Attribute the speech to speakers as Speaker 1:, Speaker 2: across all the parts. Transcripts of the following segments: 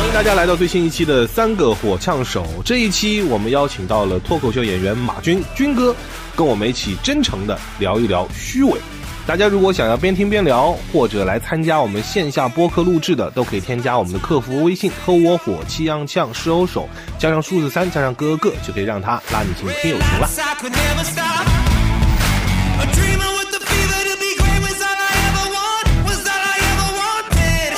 Speaker 1: 欢迎大家来到最新一期的三个火枪手。这一期我们邀请到了脱口秀演员马军军哥，跟我们一起真诚的聊一聊虚伪。大家如果想要边听边聊，或者来参加我们线下播客录制的，都可以添加我们的客服微信“和我火气样呛是欧手”，加上数字三，加上哥哥，就可以让他拉你进听友群了。
Speaker 2: I could never stop. A dreamer with the fever to be great was all I ever want, was all I ever wanted.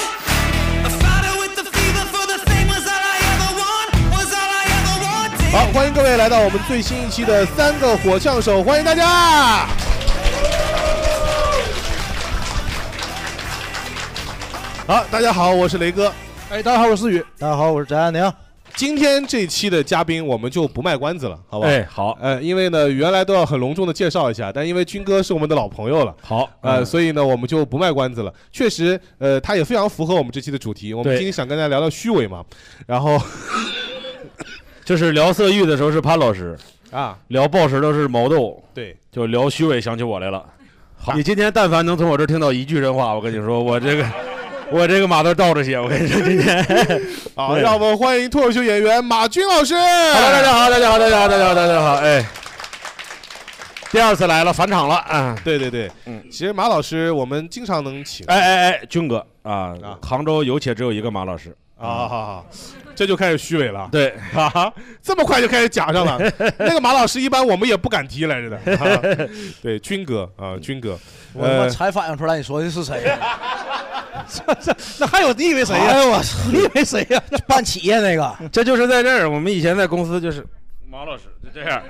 Speaker 2: A fighter with the fever for the thing was all I ever want, was all I ever wanted.
Speaker 1: 好，欢迎各位来到我们最新一期的三个火枪手，欢迎大家。好，大家好，我是雷哥。
Speaker 3: 哎，大家好，我是思雨。大家好，我是翟安宁。
Speaker 1: 今天这期的嘉宾我们就不卖关子了，好吧？
Speaker 3: 哎，好，
Speaker 1: 呃，因为呢，原来都要很隆重的介绍一下，但因为军哥是我们的老朋友了，
Speaker 3: 好，
Speaker 1: 呃，
Speaker 3: 呃，
Speaker 1: 所以呢，我们就不卖关子了。确实，呃，他也非常符合我们这期的主题。我们
Speaker 3: 对
Speaker 1: 今天想跟大家聊聊虚伪嘛，然后
Speaker 3: 就是聊色欲的时候是潘老师，
Speaker 1: 啊，
Speaker 3: 聊暴食的是毛豆，
Speaker 1: 对，
Speaker 3: 就聊虚伪想起我来了。好，你今天但凡能从我这儿听到一句人话，我跟你说，我这个，我这个码头倒着写。我跟你说，今天。
Speaker 1: 好，
Speaker 3: 对
Speaker 1: 让我们欢迎脱口秀演员马军老师。
Speaker 3: 哈喽，
Speaker 1: Hello，
Speaker 3: 大家好，大家好，大家好，大家好，大家好。哎，第二次来了，返场了啊！
Speaker 1: 对对对，
Speaker 3: 嗯
Speaker 1: 其实马老师我们经常能请
Speaker 3: 哎哎哎，军哥啊
Speaker 1: 啊，
Speaker 3: 杭州有且只有一个马老师。
Speaker 1: 啊，好好，这就开始虚伪了，
Speaker 3: 嗯 对，
Speaker 1: 啊，这么快就开始讲上了。 那个马老师一般我们也不敢提来着的， 啊对，军哥啊，军哥，
Speaker 4: 我他妈
Speaker 1: 呃，
Speaker 4: 才反应出来你说的是谁 呀？那还有你以为谁呀？哎呦我操！你以为谁呀？办企业那个，
Speaker 3: 这就是在这儿，我们以前在公司就是马老师就这样。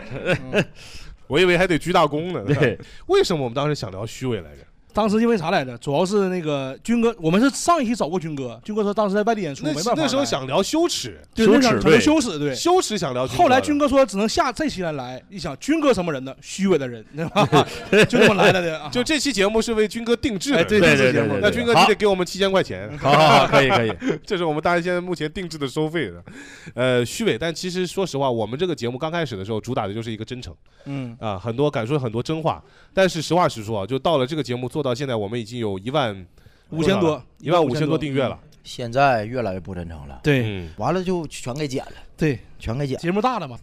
Speaker 1: 我以为还得鞠大躬呢。
Speaker 3: 对，
Speaker 1: 为什么我们当时想聊虚伪来着？
Speaker 5: 当时因为啥来着？主要是那个军哥，我们是上一期找过军哥，军哥说当时在外地演出，
Speaker 1: 那
Speaker 5: 没办法来。
Speaker 1: 那时候想聊羞耻，
Speaker 5: 对
Speaker 3: 羞
Speaker 5: 那
Speaker 3: 耻
Speaker 5: 想可
Speaker 3: 对
Speaker 5: 能羞耻对。
Speaker 1: 羞耻想聊
Speaker 5: 后来军
Speaker 1: 哥
Speaker 5: 哥说只能下这期来来，一想军哥什么人呢？虚伪的人，你知 道吧？ 就这么来了 的啊。
Speaker 1: 的，就这期节目是为军哥定制
Speaker 5: 哎
Speaker 1: 的。
Speaker 5: 对
Speaker 3: 对
Speaker 5: 这
Speaker 3: 对
Speaker 5: 期节
Speaker 3: 对
Speaker 5: 目
Speaker 3: 对，
Speaker 1: 那
Speaker 3: 对
Speaker 1: 军哥你
Speaker 3: 好
Speaker 1: 得给我们七千块钱。
Speaker 3: 好好好，可以可以。
Speaker 1: 这是我们大家现在目前定制的收费的，呃，虚伪。但其实说实话，我们这个节目刚开始的时候，主打的就是一个真诚
Speaker 5: 嗯，
Speaker 1: 啊、很多敢说很多真话。但是实话实说啊，就到了这个节目做到现在，我们已经有一万
Speaker 5: 五千多，
Speaker 1: 一万五千多订阅了。。
Speaker 4: 现在越来越不真诚了。
Speaker 5: 对
Speaker 1: 嗯，
Speaker 4: 完了就全给剪了，
Speaker 5: 对，
Speaker 4: 全给剪，
Speaker 5: 节目大了嘛。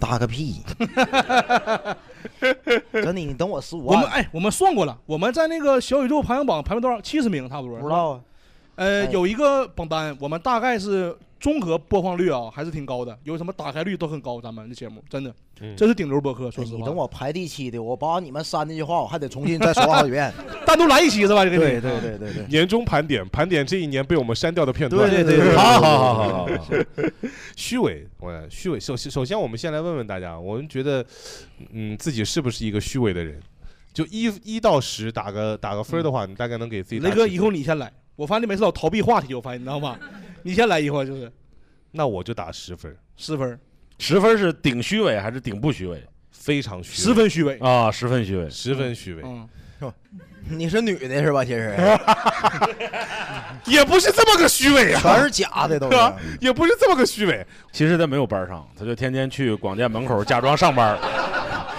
Speaker 4: 搭个屁！真的，你等我十五
Speaker 5: 我们
Speaker 4: 万，
Speaker 5: 哎，我们算过了，我们在那个小宇宙排行榜排名多少？七十名差不多。
Speaker 4: 不知。道啊。
Speaker 5: 呃，
Speaker 4: 哎
Speaker 5: 有一个榜单，我们大概是综合播放率啊，还是挺高的，有什么打开率都很高。咱们的节目真的
Speaker 1: 嗯，
Speaker 5: 这是顶流播客，说
Speaker 4: 哎
Speaker 5: 实话。
Speaker 4: 你等我排第七的，我把你们删那句话，我还得重新再说好几 遍。
Speaker 5: 单独来一期是吧？这个你
Speaker 4: 对对对对对
Speaker 1: 年终盘点，盘点这一年被我们删掉的片段。
Speaker 4: 对对对，
Speaker 3: 好好好好好，好，
Speaker 1: 虚伪，我虚伪。首首先，我们先来问问大家，我们觉得，嗯，自己是不是一个虚伪的人？就一一到十打个打个分儿的话，你大概能给自己打
Speaker 5: 雷
Speaker 1: 几
Speaker 5: 哥，
Speaker 1: 分？
Speaker 5: 以后你先来。我发现你每次老逃避话题，我发现你知 道吗？你先来一会儿就是
Speaker 1: 那我就打十分，
Speaker 5: 十分，
Speaker 3: 十分是顶虚伪还是顶不虚伪
Speaker 1: 非常虚伪，
Speaker 5: 十分虚伪。
Speaker 3: 啊？十分虚伪。
Speaker 1: 十分虚伪，
Speaker 5: 嗯，
Speaker 4: 你是女的是吧？其实
Speaker 1: 也不是这么个虚伪啊，
Speaker 4: 全是假的都是。
Speaker 1: 也不是这么个虚伪。
Speaker 3: 其实他没有班上，他就天天去广电门口假装上班。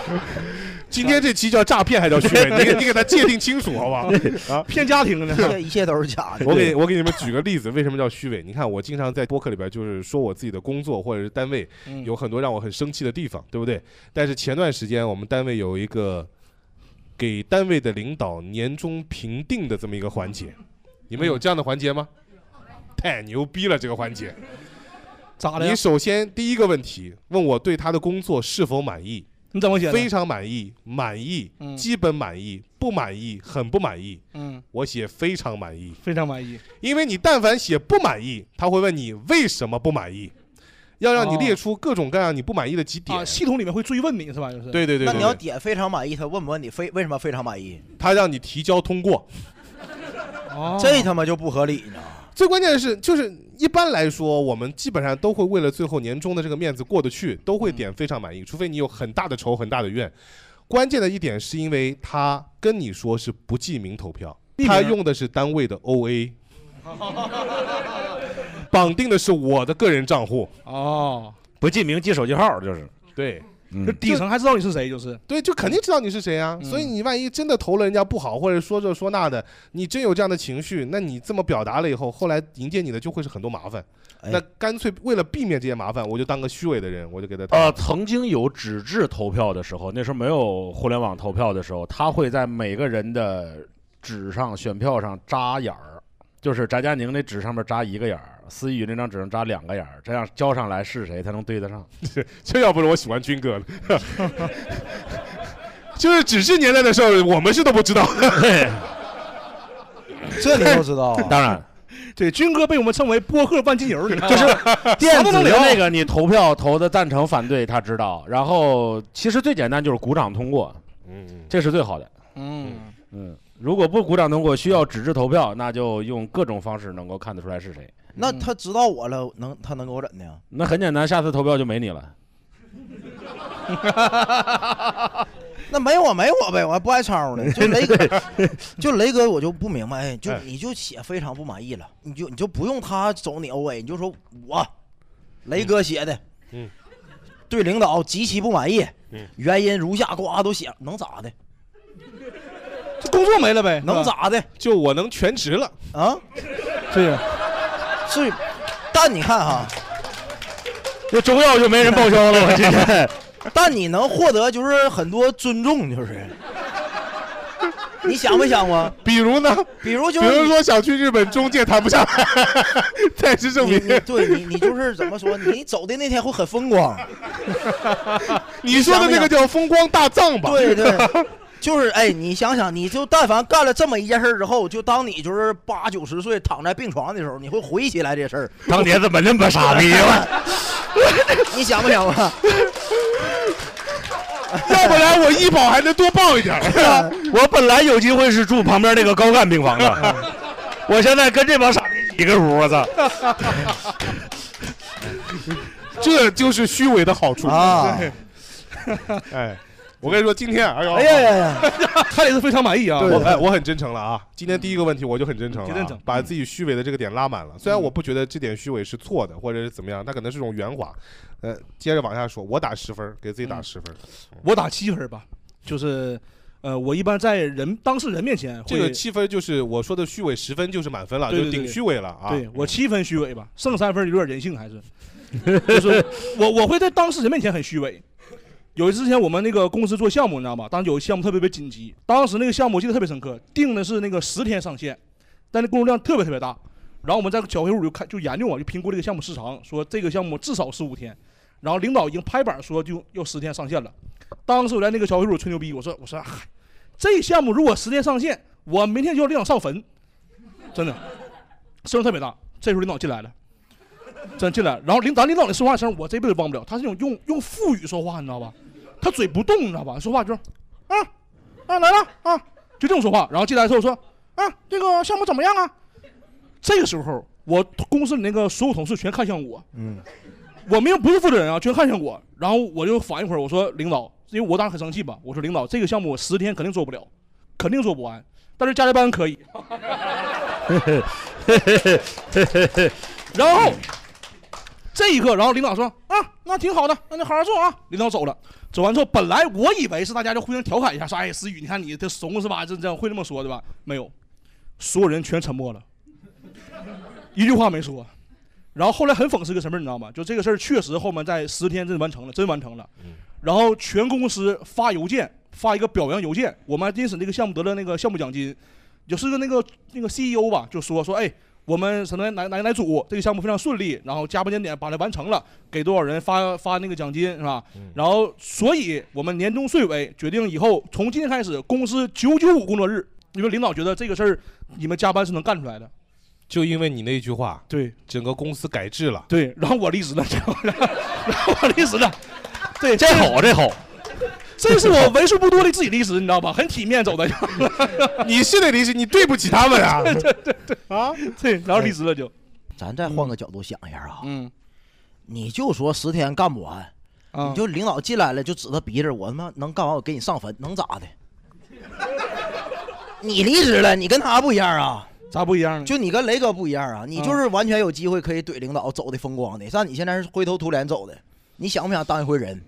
Speaker 1: 今天这期叫诈骗还叫虚伪？你给你给他界定清楚好 不好？
Speaker 5: 骗家庭 呢
Speaker 4: 一？
Speaker 1: 啊
Speaker 4: 切一切都是 假的。
Speaker 1: 我给我给你们举个例子，为什么叫虚伪？你看，我经常在播客里边就是说我自己的工作或者是单位
Speaker 5: 嗯
Speaker 1: 有很多让我很生气的地方，对不对？但是前段时间我们单位有一个给单位的领导年终评定的这么一个环节，你
Speaker 5: 嗯
Speaker 1: 们有这样的环节吗？太牛逼了，这个环节！
Speaker 5: 咋的呀
Speaker 1: 你？首先第一个问题问我对他的工作是否满意，
Speaker 5: 你怎么写的？
Speaker 1: 非常满意、满意、
Speaker 5: 嗯
Speaker 1: 基本满意、不满意、很不满意。
Speaker 5: 嗯，
Speaker 1: 我写非常满意，
Speaker 5: 非常满意。
Speaker 1: 因为你但凡写不满意，他会问你为什么不满意，要让你
Speaker 5: 哦
Speaker 1: 列出各种各样你不满意的几点。
Speaker 5: 啊，系统里面会追问你是吧？就是，
Speaker 1: 对对对
Speaker 4: 那
Speaker 1: 对
Speaker 4: 你要
Speaker 1: 对，
Speaker 4: 点非常满意，他问不问你非为什么非常满意？
Speaker 1: 他让你提交通过。
Speaker 5: 哦
Speaker 4: 这他妈就不合理呢。
Speaker 1: 最关键的是，就是一般来说，我们基本上都会为了最后年终的这个面子过得去，都会点非常满意，除非你有很大的仇、很大的怨。关键的一点是因为他跟你说是不记名投票，
Speaker 5: 匿名
Speaker 1: 他用的是单位的 OA，绑定的是我的个人账户。
Speaker 5: 哦，
Speaker 3: 不记名记手机号就是。
Speaker 1: 哦对，
Speaker 3: 嗯
Speaker 5: 就底层还知道你是谁，就是
Speaker 1: 对，就肯定知道你是谁啊。所以你万一真的投了人家不好，或者说这说那的，你真有这样的情绪，那你这么表达了以后，后来迎接你的就会是很多麻烦。
Speaker 3: 哎
Speaker 1: 那干脆为了避免这些麻烦，我就当个虚伪的人，我就给他投。
Speaker 3: 呃，曾经有纸质投票的时候，那时候没有互联网投票的时候，他会在每个人的纸上、选票上扎眼儿，就是翟佳宁那纸上面扎一个眼儿，思雨那张纸上扎两个眼儿，这样交上来是谁才能对得 上？
Speaker 1: 这要不是我喜欢军哥呢，就是只是年代的事儿，我们是都不 知道的。
Speaker 4: 这你都知道 啊
Speaker 3: 当然，
Speaker 5: 对，军哥被我们称为播客万金油，你知道 吗？
Speaker 3: 就是
Speaker 5: 啥
Speaker 3: 电
Speaker 5: 都
Speaker 3: 子
Speaker 5: 能
Speaker 3: 的
Speaker 5: 聊
Speaker 3: 那个，你投票投的赞成、反对，他知道。然后其实最简单就是鼓掌通过，
Speaker 1: 嗯，
Speaker 3: 这是最好的。
Speaker 5: 嗯，
Speaker 3: 嗯，如果不鼓掌通过，需要纸质投票，那就用各种方式能够看得出来是谁。
Speaker 4: 那他知道我了，能他能给我怎的呀？
Speaker 3: 嗯那很简单， 下次投票就没你了。
Speaker 4: 那没我没我呗，我还不挨抄 呢。就雷哥，就雷哥，我就不明白，哎，就你就写非常不满意了，你就你就不用他走你 O A，你就说我雷哥写的，
Speaker 1: 嗯，
Speaker 4: 对领导极其不满意，
Speaker 1: 嗯
Speaker 4: 原因如下，呱都写，能咋的？
Speaker 5: 这工作没了呗，
Speaker 4: 能咋的
Speaker 1: 就我能全职了，
Speaker 4: 啊？
Speaker 5: 对呀，
Speaker 4: 是，但你看哈，
Speaker 3: 那中药就没人报销了，我今天。
Speaker 4: 但你能获得就是很多尊重，就是。你想没想过？
Speaker 1: 比如呢？
Speaker 4: 比如
Speaker 1: 比
Speaker 4: 就是
Speaker 1: 如
Speaker 4: 你
Speaker 1: 说想去日本，中介谈不下来， 再次证
Speaker 4: 你
Speaker 1: 明
Speaker 4: 你对你你就是怎么说？你走的那天会很风光，
Speaker 1: 你说的那个 叫风光大葬吧？
Speaker 4: 对 对，就是哎，你想想，你就但凡干了这么一件事儿之后，就当你就是八九十岁躺在病床的时候，你会回忆起来这事儿，
Speaker 3: 当年怎么那么傻逼嘛？
Speaker 4: 你想不 想啊？
Speaker 1: 要不然我医保还能多报一点儿。
Speaker 3: 我本来有机会是住旁边那个高干病 房的，
Speaker 5: 嗯
Speaker 3: 我现在跟这帮傻逼一个屋，我操！
Speaker 1: 这就是虚伪的好处
Speaker 4: 啊！
Speaker 1: 哎，我跟你说，今天啊哎呦，
Speaker 4: 哎呀呀呀！
Speaker 5: 看也是非常满意啊。
Speaker 1: 我哎，我很真诚了啊！今天第一个问题我就很真诚了
Speaker 5: 挺真
Speaker 1: 啊、
Speaker 5: 诚
Speaker 1: 把自己虚伪的这个点拉满了。
Speaker 5: 嗯
Speaker 1: 虽然我不觉得这点虚伪是错的，或者是怎么样，那可能是种圆滑。呃，接着往下说，我打十分，给自己
Speaker 5: 嗯
Speaker 1: 打十分。
Speaker 5: 我打七分吧，就是，呃，我一般在人当事人面前
Speaker 1: 这
Speaker 5: 会
Speaker 1: 个七分就是我说的虚伪，十分就是满分了，
Speaker 5: 对对
Speaker 1: 就
Speaker 5: 对
Speaker 1: 顶虚伪了啊！
Speaker 5: 对我七分虚伪吧，剩三分有点人性还是，就是我我会在当事人面前很虚伪。有一次之前我们那个公司做项目，你知道吗？当时有一个项目特别特别紧急，当时那个项目我记得特别深刻，定的是那个十天上线，但那工作量特别特别大。然后我们在小黑屋里就看就研究嘛，就评估这个项目时长，说这个项目至少十五天。然后领导已经拍板说就要十天上线了。当时我在那个小黑屋里吹牛逼，我说我说，嗨，这项目如果十天上线，我明天就要领导上坟，真的。声儿特别大。这时候领导进来了，真进来了。然后领咱领导的说话声，我这辈子忘不了。他是那种用用腹语说话，你知道吧？他嘴不动，你知道吧？说话就是，啊啊来了啊，就这种说话。然后进来之后说，啊这个项目怎么样啊？这个时候我公司里那个所有同事全看向我，
Speaker 4: 嗯，
Speaker 5: 我没有不是负责人啊，全看向我。然后我就反应会儿，我说领导，因为我当时很生气吧，我说领导这个项目我十天肯定做不了，肯定做不完，但是加加班可以。 然后这一刻，然后领导说啊，那挺好的，那就好好做啊。领导走了，走完之后，本来我以为是大家就互相调侃一下，说哎，思雨，你看你这怂是吧？这这样会这么说对吧？没有，所有人全沉默了，一句话没说。然后后来很讽刺个什么，你知道吗？就这个事儿确实后面在十天真完成了，真完成了。然后全公司发邮件，发一个表扬邮件，我们还因此那个项目得了那个项目奖金，就是个那个那个 CEO 吧，就说说哎，我们什么哪哪哪组这个项目非常顺利，然后加班加点把它完成了，给多少人发发那个奖金是吧？
Speaker 3: 嗯
Speaker 5: 然后所以我们年终岁尾决定以后从今天开始公司九九五工作日，因为领导觉得这个事儿你们加班是能干出来的，
Speaker 1: 就因为你那句话，
Speaker 5: 对
Speaker 1: 整个公司改制了。
Speaker 5: 对，然后我离职了， 然后然后我离职了。对，这
Speaker 3: 好，这好，
Speaker 5: 这是我为数不多的自己离职，你知道吧？很体面走 的，
Speaker 1: 你是得离职，你对不起他们 啊！
Speaker 5: 啊对，然后离职了就，
Speaker 4: 咱再换个角度想一下啊，
Speaker 5: 嗯，
Speaker 4: 你就说十天干不完，
Speaker 5: 啊
Speaker 4: 你就领导进来了就指着鼻子，我他妈能干完我给你上坟，能咋的？ 你离职了，你跟他不一样啊。
Speaker 5: 咋不一样呢？嗯
Speaker 4: 就你跟雷哥不一样啊，你就是完全有机会可以怼领导走的风光的，但你现在是灰头土脸走的，你想不想当一回人？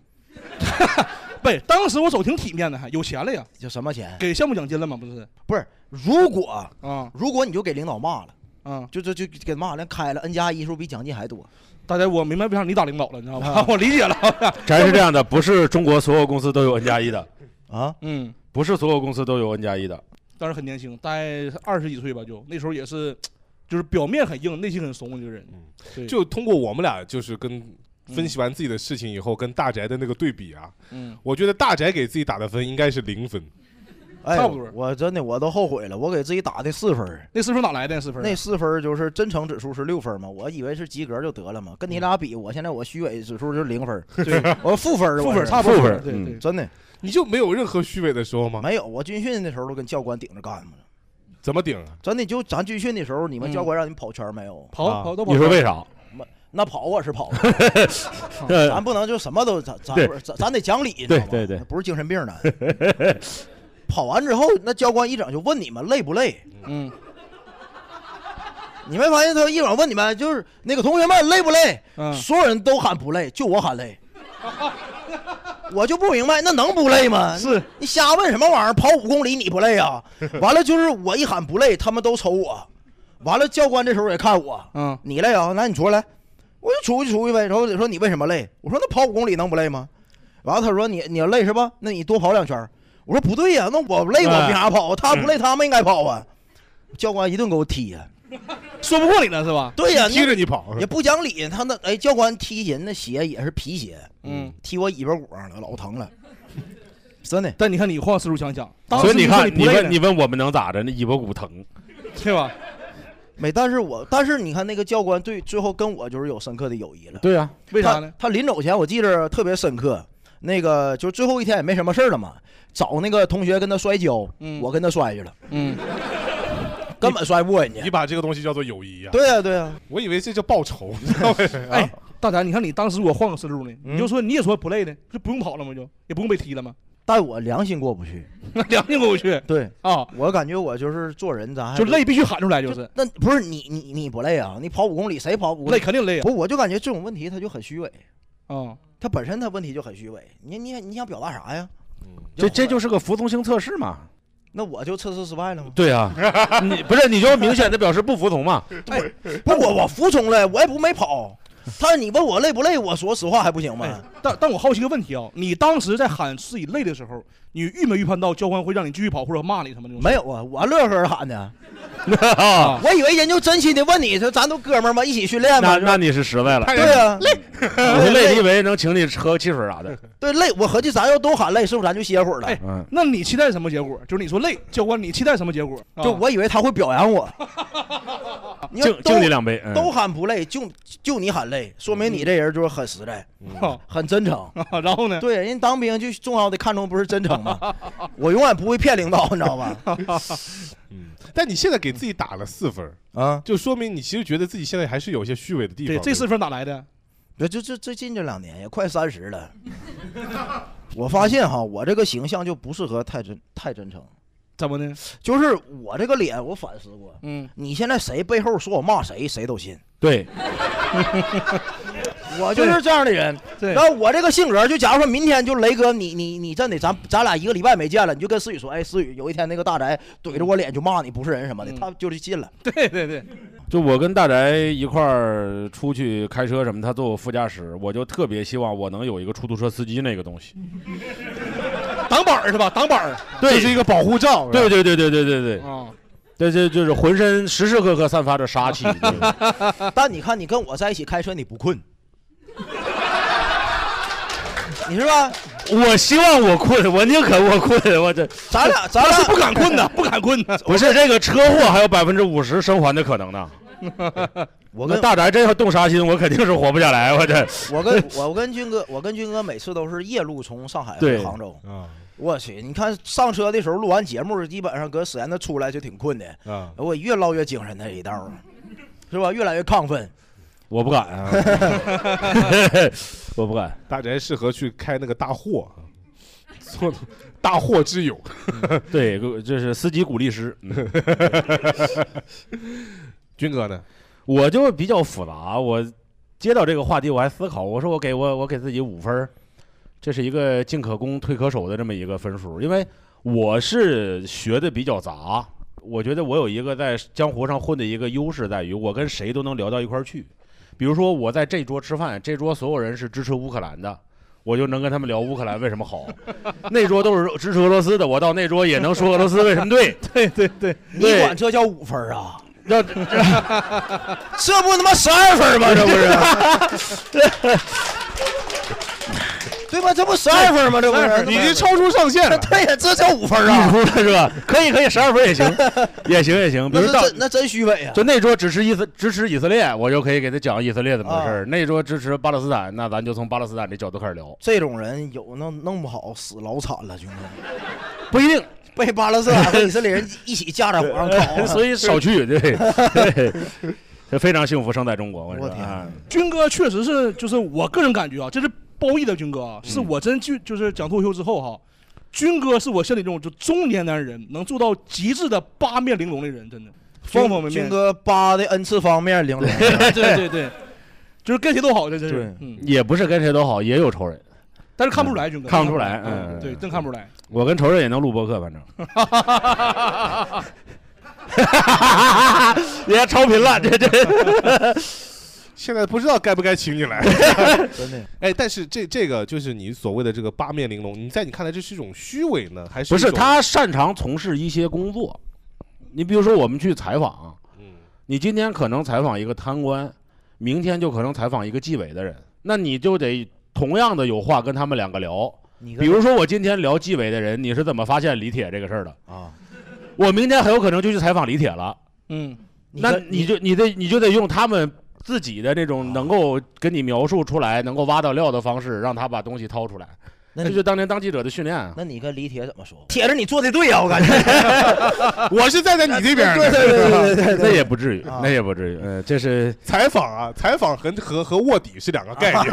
Speaker 5: 不，当时我走挺体面的，还有钱了呀。
Speaker 4: 就什么钱？
Speaker 5: 给项目奖金了吗？不是，
Speaker 4: 不是，如果
Speaker 5: 啊，
Speaker 4: 如果你就给领导骂了，
Speaker 5: 嗯，
Speaker 4: 就就就给骂了，开了 N 加一，是不是比奖金还多？
Speaker 5: 大家我明白为啥你打领导了，你知道吧
Speaker 4: 啊？
Speaker 5: 我理解了。
Speaker 6: 咱是这样的，不是中国所有公司都有 N 加一的，
Speaker 4: 啊，
Speaker 5: 嗯，
Speaker 6: 不是所有公司都有 N 加一的。
Speaker 5: 当时很年轻，大概二十几岁吧，就那时候也是，就是表面很硬，内心很怂的一个人。
Speaker 4: 嗯
Speaker 5: 对
Speaker 1: 就通过我们俩就是跟分析完自己的事情以后，跟大宅的那个对比啊，
Speaker 5: 嗯，
Speaker 1: 我觉得大宅给自己打的分应该是零分。
Speaker 4: 哎，
Speaker 5: 差不多
Speaker 4: 我真的我都后悔了，我给自己打的四分儿，
Speaker 5: 那四分哪来的？那四分
Speaker 4: 那四分儿就是真诚指数是六分嘛，我以为是及格就得了嘛。跟你俩比，我现在我虚伪指数就零分儿，
Speaker 5: 对，
Speaker 4: 我负分儿，
Speaker 5: 负
Speaker 4: 我
Speaker 5: 分
Speaker 4: 是
Speaker 5: 差不多。
Speaker 6: 负分
Speaker 5: 对对，
Speaker 4: 真的
Speaker 1: 你就没有任何虚伪的时候吗？
Speaker 4: 没有。我军训的时候都跟教官顶着干嘛了，
Speaker 1: 怎么顶啊？
Speaker 4: 真的就咱军训的时候，你
Speaker 5: 嗯
Speaker 4: 们教官让你们跑圈儿没有？
Speaker 5: 跑
Speaker 1: 啊
Speaker 5: 跑都跑。
Speaker 6: 你说为啥？
Speaker 4: 那跑我是 跑了，
Speaker 6: 呃
Speaker 5: 嗯
Speaker 4: 咱，不能就什么都咱咱
Speaker 6: 对
Speaker 4: 不是咱咱得讲理，你知
Speaker 6: 对
Speaker 4: 道吧
Speaker 6: 对对
Speaker 4: 不是精神病呢。 跑完之后，那教官一整就问你们累不累？
Speaker 5: 嗯，
Speaker 4: 你没发现他一整问你们就是那个同学们累不累？
Speaker 5: 嗯
Speaker 4: 所有人都喊不累，就我喊累。我就不明白，那能不累吗？
Speaker 5: 是
Speaker 4: 你瞎问什么玩意儿？跑五公里你不累啊？完了就是我一喊不累，他们都瞅我。完了，教官这时候也看我，
Speaker 5: 嗯
Speaker 4: 你累啊？那你出来，我就出去出去呗。然后我说你为什么累？我说那跑五公里能不累吗？完了他说你你要累是吧？那你多跑两圈儿。我说不对呀、那我累我
Speaker 6: 哎
Speaker 4: 凭啥跑？啊他
Speaker 5: 嗯
Speaker 4: 不累他们应该跑啊。教官一顿给我踢呀、
Speaker 5: 说不过你了是吧？
Speaker 4: 对呀、
Speaker 1: 踢
Speaker 4: 你
Speaker 1: 着你跑，
Speaker 4: 也不讲理。他那哎，教官踢人那鞋也是皮鞋，
Speaker 5: 嗯，
Speaker 4: 踢我尾巴骨上了，老疼了，真的。
Speaker 5: 但你看你晃四处想想，当时
Speaker 6: 所以你
Speaker 5: 说
Speaker 6: 看，
Speaker 5: 不
Speaker 6: 你
Speaker 5: 累
Speaker 6: 问
Speaker 5: 呢
Speaker 6: 你问我们能咋着？那尾巴骨疼，
Speaker 5: 对吧？
Speaker 4: 没，但是我但是你看那个教官对最后跟我就是有深刻的友谊了。
Speaker 6: 对啊呀，
Speaker 5: 为啥呢？
Speaker 4: 他？他临走前我记着特别深刻，那个就是最后一天也没什么事儿了嘛，找那个同学跟他摔跤，
Speaker 5: 嗯
Speaker 4: 我跟他摔去了，
Speaker 5: 嗯，
Speaker 4: 根本摔不过人家
Speaker 1: 你。把这个东西叫做友谊啊！
Speaker 4: 对呀、对呀、
Speaker 1: 我以为这叫报仇， 你知道吗？
Speaker 5: 哎，大胆，你看你当时给我换个思路呢，
Speaker 4: 嗯
Speaker 5: 你就说你也说不累呢，就不用跑了吗？就也不用被踢了吗？
Speaker 4: 但我良心过不去。
Speaker 5: 那 良心过不去
Speaker 4: 对
Speaker 5: 啊，
Speaker 4: 我感觉我就是做人咱还
Speaker 5: 就累必须喊出来，就是
Speaker 4: 那不是你你你不累啊？你跑五公里谁跑五公里
Speaker 5: 累？肯定累啊
Speaker 4: 不，我就感觉这种问题他就很虚伪，
Speaker 5: 啊。
Speaker 4: 他本身他问题就很虚伪。你你你想表达啥呀？
Speaker 6: 这这就是是个服从性测试嘛。
Speaker 4: 那我就测试失败了吗？
Speaker 6: 对啊
Speaker 3: 啊
Speaker 6: 呀，你不是你就明显的表示不 服从嘛？
Speaker 4: 哎不是我我服从了，我也不没跑。但是你问我累不累，我说实话还不行
Speaker 5: 哎
Speaker 4: 吗？，
Speaker 5: 但但我好奇个问题啊，你当时在喊自己累的时候，你预没预判到教官会让你继续跑或者骂你什么的？
Speaker 4: 没有啊，我乐呵喊的，
Speaker 6: 啊，
Speaker 4: 我以为人就真心的问你，说咱都哥们儿嘛，一起训练
Speaker 6: 那
Speaker 4: 嘛。
Speaker 6: 那你是实在了，
Speaker 4: 对呀、
Speaker 6: 我累，以为能请你喝个啊汽水啥的。
Speaker 4: 对累，哎我合计咱要都喊累，是不是咱就歇会儿了？
Speaker 5: 哎
Speaker 6: 嗯，
Speaker 5: 那你期待什么结果？就是你说累，教官你期待什么结果？啊
Speaker 4: 就我以为他会表 扬我，你要
Speaker 6: 敬
Speaker 4: 都
Speaker 6: 敬你两杯。嗯
Speaker 4: 都喊不累，就就你喊
Speaker 5: 嗯
Speaker 4: 累，说明你这人就是很实在、
Speaker 5: 啊
Speaker 4: 很真诚。
Speaker 5: 啊 然后呢？
Speaker 4: 对，人当兵就重要的看重不是真诚吗？ 我永远不会骗领导，你知道吧？
Speaker 1: 嗯但你现在给自己打了四分儿，
Speaker 4: 啊，
Speaker 1: 就说明你其实觉得自己现在还是有一些虚伪的地方。
Speaker 5: 对，这
Speaker 1: 吧
Speaker 5: 四分哪来的？
Speaker 4: 那就这最近这两年也哎快三十了，我发现哈，我这个形象就不适合太真太真诚，
Speaker 5: 怎么呢？
Speaker 4: 就是我这个脸，我反思过，
Speaker 5: 嗯，
Speaker 4: 你现在谁背后说我骂谁，谁都信。
Speaker 6: 对，
Speaker 4: 我就是这样的人，
Speaker 5: 对
Speaker 4: 然，后我这个性格，就假如说明天就雷哥，你你你真的，咱咱俩一个礼拜没见了，你就跟思雨说，哎，思雨，有一天那个大宅怼着我脸就骂你不是人什么的，
Speaker 5: 嗯
Speaker 4: 他就是信了。
Speaker 5: 对对对，
Speaker 6: 就我跟大宅一块儿出去开车什么，他坐我副驾驶，我就特别希望我能有一个出租车司机那个东西。
Speaker 5: 挡板儿是吧？挡板儿
Speaker 1: 这是一个保护罩。
Speaker 6: 对对对对对对对，
Speaker 5: 啊，
Speaker 6: 这这就是浑身时时刻刻散发着杀气。对
Speaker 4: 但你看，你跟我在一起开车，你不困，你是吧？
Speaker 6: 我希望我困，我宁可我困，我这
Speaker 4: 咱俩咱
Speaker 5: 他
Speaker 4: 俩
Speaker 5: 是不敢困的，不敢困的。
Speaker 6: 不是这个车祸还有百分之五十生还的可能呢。
Speaker 4: 我
Speaker 6: 那
Speaker 4: 跟
Speaker 6: 大宅真要动杀心，我肯定是活不下来。我这
Speaker 4: 我跟我跟军哥，我跟军哥每次都是夜路从上海回
Speaker 6: 对
Speaker 4: 杭州。
Speaker 1: 啊
Speaker 4: 我去，你看上车的时候录完节目，基本上搁沈阳那出来就挺困的，
Speaker 1: 啊！
Speaker 4: 我越唠越精神那一道儿，啊是吧？越来越亢奋。
Speaker 6: 我不敢 啊，我不敢。
Speaker 1: 大宅适合去开那个大货，做 大货之友。
Speaker 6: 对，这是司机鼓励师。嗯
Speaker 1: 军哥呢？
Speaker 6: 我就比较复杂，我接到这个话题我还思考，我说我给我我给自己五分儿，这是一个进可攻退可守的这么一个分数。因为我是学的比较杂，我觉得我有一个在江湖上混的一个优势在于，我跟谁都能聊到一块儿去。比如说我在这桌吃饭，这桌所有人是支持乌克兰的。我就能跟他们聊乌克兰为什么好， 那桌都是支持俄罗斯的，我到那桌也能说俄罗斯为什么对。
Speaker 5: 对对对，
Speaker 4: 你
Speaker 6: 对
Speaker 4: 管这叫五分儿啊？
Speaker 6: 这
Speaker 4: 这不他妈十二分儿吗？这不是， 对吧？这不十二分儿吗？这不是，
Speaker 1: 已经超出上限了。
Speaker 4: 对呀，这叫五分儿
Speaker 6: 溢
Speaker 4: 啊！
Speaker 6: 出了是吧？可以可以，十二分 也行，也行也行。比
Speaker 4: 那
Speaker 6: 如
Speaker 4: 是
Speaker 6: 到
Speaker 4: 真那真虚伪啊！
Speaker 6: 就那桌支持以色支持以色列，我就可以给他讲以色列怎么回事儿
Speaker 4: 啊
Speaker 6: 那桌支持巴勒斯坦，那咱就从巴勒斯坦这角度开始聊。
Speaker 4: 这种人有弄弄不好死老惨了，兄弟，
Speaker 6: 不一定，
Speaker 4: 被巴勒斯坦和以色列人一起架在火上烤。 啊
Speaker 6: 所以少去对对。这非常幸福，生在中国。我说
Speaker 4: 我天
Speaker 6: 啊，
Speaker 5: 军哥确实是，就是我个人感觉啊，这是褒义的军哥啊，是我真就就是讲脱口秀之后哈、军哥是我心里这种就中年男人能做到极致的八面玲珑的人，真的方方面面
Speaker 4: 军。哥八的 n 次方面玲珑，
Speaker 5: 对对对，就是跟谁都好，这真
Speaker 4: 对
Speaker 5: 是。嗯，
Speaker 6: 也不是跟谁都好，也有仇人。
Speaker 5: 但是看不出来，军哥
Speaker 6: 看不出来嗯
Speaker 5: 对，真看不出来。
Speaker 6: 我跟仇人也能录播客，反正。人家超频了，这 这。
Speaker 1: 现在不知道该不该请你来。
Speaker 4: 真的
Speaker 1: 哎，但是这这个就是你所谓的这个八面玲珑，你在你看来这是一种虚伪呢，还是
Speaker 6: 不
Speaker 1: 一
Speaker 6: 是
Speaker 1: 种？
Speaker 6: 他擅长从事一些工作，你比如说我们去采访，
Speaker 1: 嗯
Speaker 6: 你今天可能采访一个贪官，明天就可能采访一个纪委的人，那你就得同样的有话跟他们两个聊。
Speaker 4: 你
Speaker 6: 比如说我今天聊纪委的人，你是怎么发现李铁这个事儿的？
Speaker 4: 啊，
Speaker 6: 我明天很有可能就去采访李铁了，
Speaker 5: 嗯，
Speaker 6: 那你就你得你就得用他们。自己的那
Speaker 4: 哦
Speaker 6: 种能够跟你描述出来、能够挖到料的方式，让他把东西掏出来，
Speaker 4: 那
Speaker 6: 这
Speaker 4: 你
Speaker 6: 就当年当记者的训练啊。
Speaker 4: 那你跟李铁怎么说？铁子，你做的对呀，我感觉。
Speaker 1: 我是站在你这边儿的。
Speaker 4: 对对
Speaker 6: 那也不至于
Speaker 4: 啊，
Speaker 6: 那也不至于。呃，这是
Speaker 1: 采访啊，采访和和和卧底是两个概 念，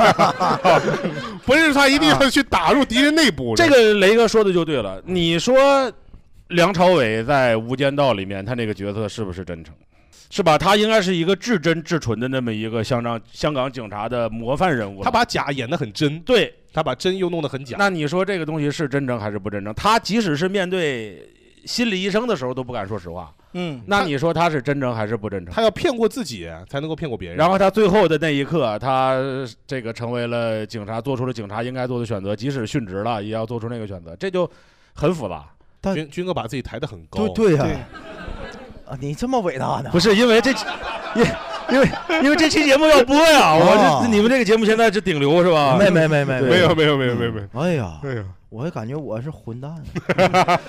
Speaker 1: 不是他一定要去打入敌人内部。
Speaker 6: 这个雷哥说的就对了。你说梁朝伟在《无间道》里面他那个角色是不是真诚？是吧？他应该是一个至真至纯的那么一个香港香港警察的模范人物了。
Speaker 1: 他把假演得很真，
Speaker 6: 对，
Speaker 1: 他把真又弄得很假。
Speaker 6: 那你说这个东西是真诚还是不真诚？他即使是面对心理医生的时候都不敢说实话，
Speaker 5: 嗯，
Speaker 6: 那你说他是真诚还是不真诚？
Speaker 1: 他要骗过自己，才能够骗过别人。
Speaker 6: 然后他最后的那一刻，他这个成为了警察，做出了警察应该做的选择，即使殉职了，也要做出那个选择，这就很复杂。
Speaker 1: 军军哥把自己抬得很高，
Speaker 4: 对对
Speaker 5: 对
Speaker 4: 呀，啊，你这么伟大呢
Speaker 6: 不？是因为这期，因因为因为这期节目要播呀，我
Speaker 4: 哦
Speaker 6: 这你们这个节目现在是顶流是吧？嗯
Speaker 4: 没没没没
Speaker 1: 没有没有没有没有没有。
Speaker 4: 哎呀，
Speaker 1: 哎呀，
Speaker 4: 我也感觉我是混蛋。啊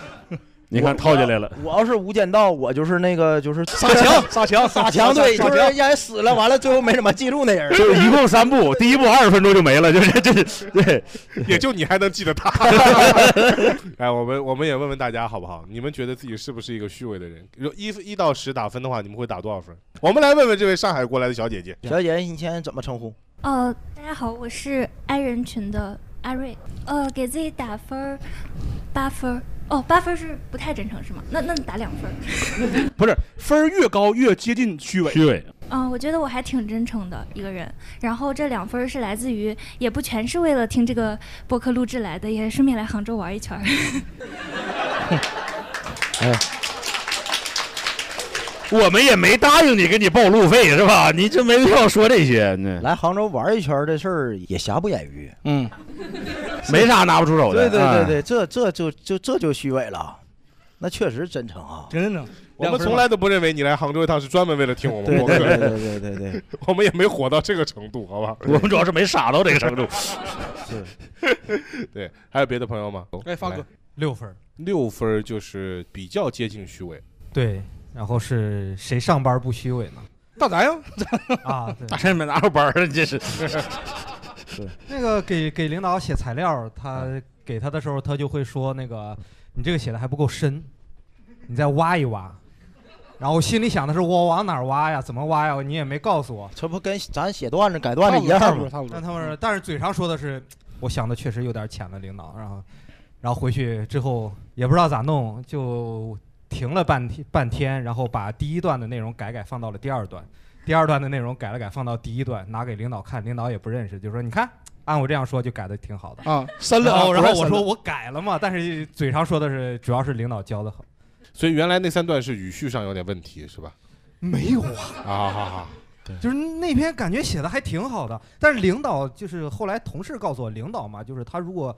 Speaker 6: 你看套进来了，
Speaker 4: 我要是无间道，我就是那个就是撒
Speaker 5: 强，撒强，撒
Speaker 4: 撒强队，
Speaker 5: 撒
Speaker 4: 就
Speaker 5: 强
Speaker 4: 是让人死了，完了最后没怎么记录那人。
Speaker 6: 就是一共三部，第一部二十分钟就没了，就是 就是对，
Speaker 1: 也就你还能记得 他。哎，我们我们也问问大家好不好？你们觉得自己是不是一个虚伪的人？如果一一到十打分的话，你们会打多少分？我们来问问这位上海过来的小姐姐。
Speaker 4: 小姐，你现在怎么称呼？
Speaker 7: 呃，大家好，我是 i 人群的艾瑞。呃，给自己打分儿八分儿。哦，八分儿是不太真诚是吗？那那打两分儿。
Speaker 5: 不是分儿越高越接近虚伪。
Speaker 6: 虚伪，
Speaker 7: 嗯、我觉得我还挺真诚的一个人。然后这两分儿是来自于，也不全是为了听这个播客录制来的，也顺便来杭州玩一圈儿。
Speaker 1: 哎
Speaker 6: 我们也没答应你给你报路费是吧？你这没必要说这些，那
Speaker 4: 来杭州玩一圈这事儿也瑕不掩瑜。
Speaker 5: 嗯，
Speaker 6: 没啥拿不出手
Speaker 4: 对
Speaker 6: 的。
Speaker 4: 对对
Speaker 6: 啊，
Speaker 4: 对，这这就就这就虚伪了，那确实真诚啊。
Speaker 5: 挺真诚。
Speaker 1: 我
Speaker 5: 两
Speaker 1: 们
Speaker 5: 分吧
Speaker 1: 从来都不认为你来杭州一趟是专门为了听我们
Speaker 4: 对
Speaker 1: 播
Speaker 4: 对对
Speaker 1: 客，
Speaker 4: 对对对对，
Speaker 1: 我们也没火到这个程度，好吧？
Speaker 6: 我们主要是没傻到这个程度。
Speaker 4: 是
Speaker 1: 对，还有别的朋友吗？
Speaker 5: 哎，发哥
Speaker 1: 来，，
Speaker 8: 六分儿，
Speaker 1: 六分儿就是比较接近虚伪，
Speaker 8: 对。然后是谁上班不虚伪呢？
Speaker 5: 大宅呀，
Speaker 8: 啊，对
Speaker 6: 大，山没拿着班儿，啊这是
Speaker 8: 那个给给领导写材料，他给他的时候，他就会说那个你这个写的还不够深，你再挖一挖。然后我心里想的是，我往哪儿挖呀？怎么挖呀？你也没告诉我。
Speaker 4: 这不跟咱写段子改段
Speaker 5: 差
Speaker 4: 子
Speaker 5: 不
Speaker 4: 一
Speaker 5: 多差
Speaker 4: 样
Speaker 5: 不多
Speaker 4: 吗？
Speaker 5: 差不多。
Speaker 8: 但他们但是嘴上说的是，我想的确实有点浅了，领导。然后，然后回去之后也不知道咋弄，就停了半天半天，然后把第一段的内容改改放到了第二段，第二段的内容改了改放到第一段，拿给领导看，领导也不认识，就说你看按我这样说就改的挺好的
Speaker 5: 啊删了
Speaker 8: 然后
Speaker 5: 啊
Speaker 8: 然
Speaker 5: 果然
Speaker 8: 后我
Speaker 5: 删了
Speaker 8: 说我改了嘛，但是嘴上说的是主要是领导教的好。
Speaker 1: 所以原来那三段是语序上有点问题，是吧？
Speaker 8: 没有啊，
Speaker 1: 啊，好好好，
Speaker 8: 就是那篇感觉写的还挺好的，但是领导就是后来同事告诉我，领导嘛，就是他如果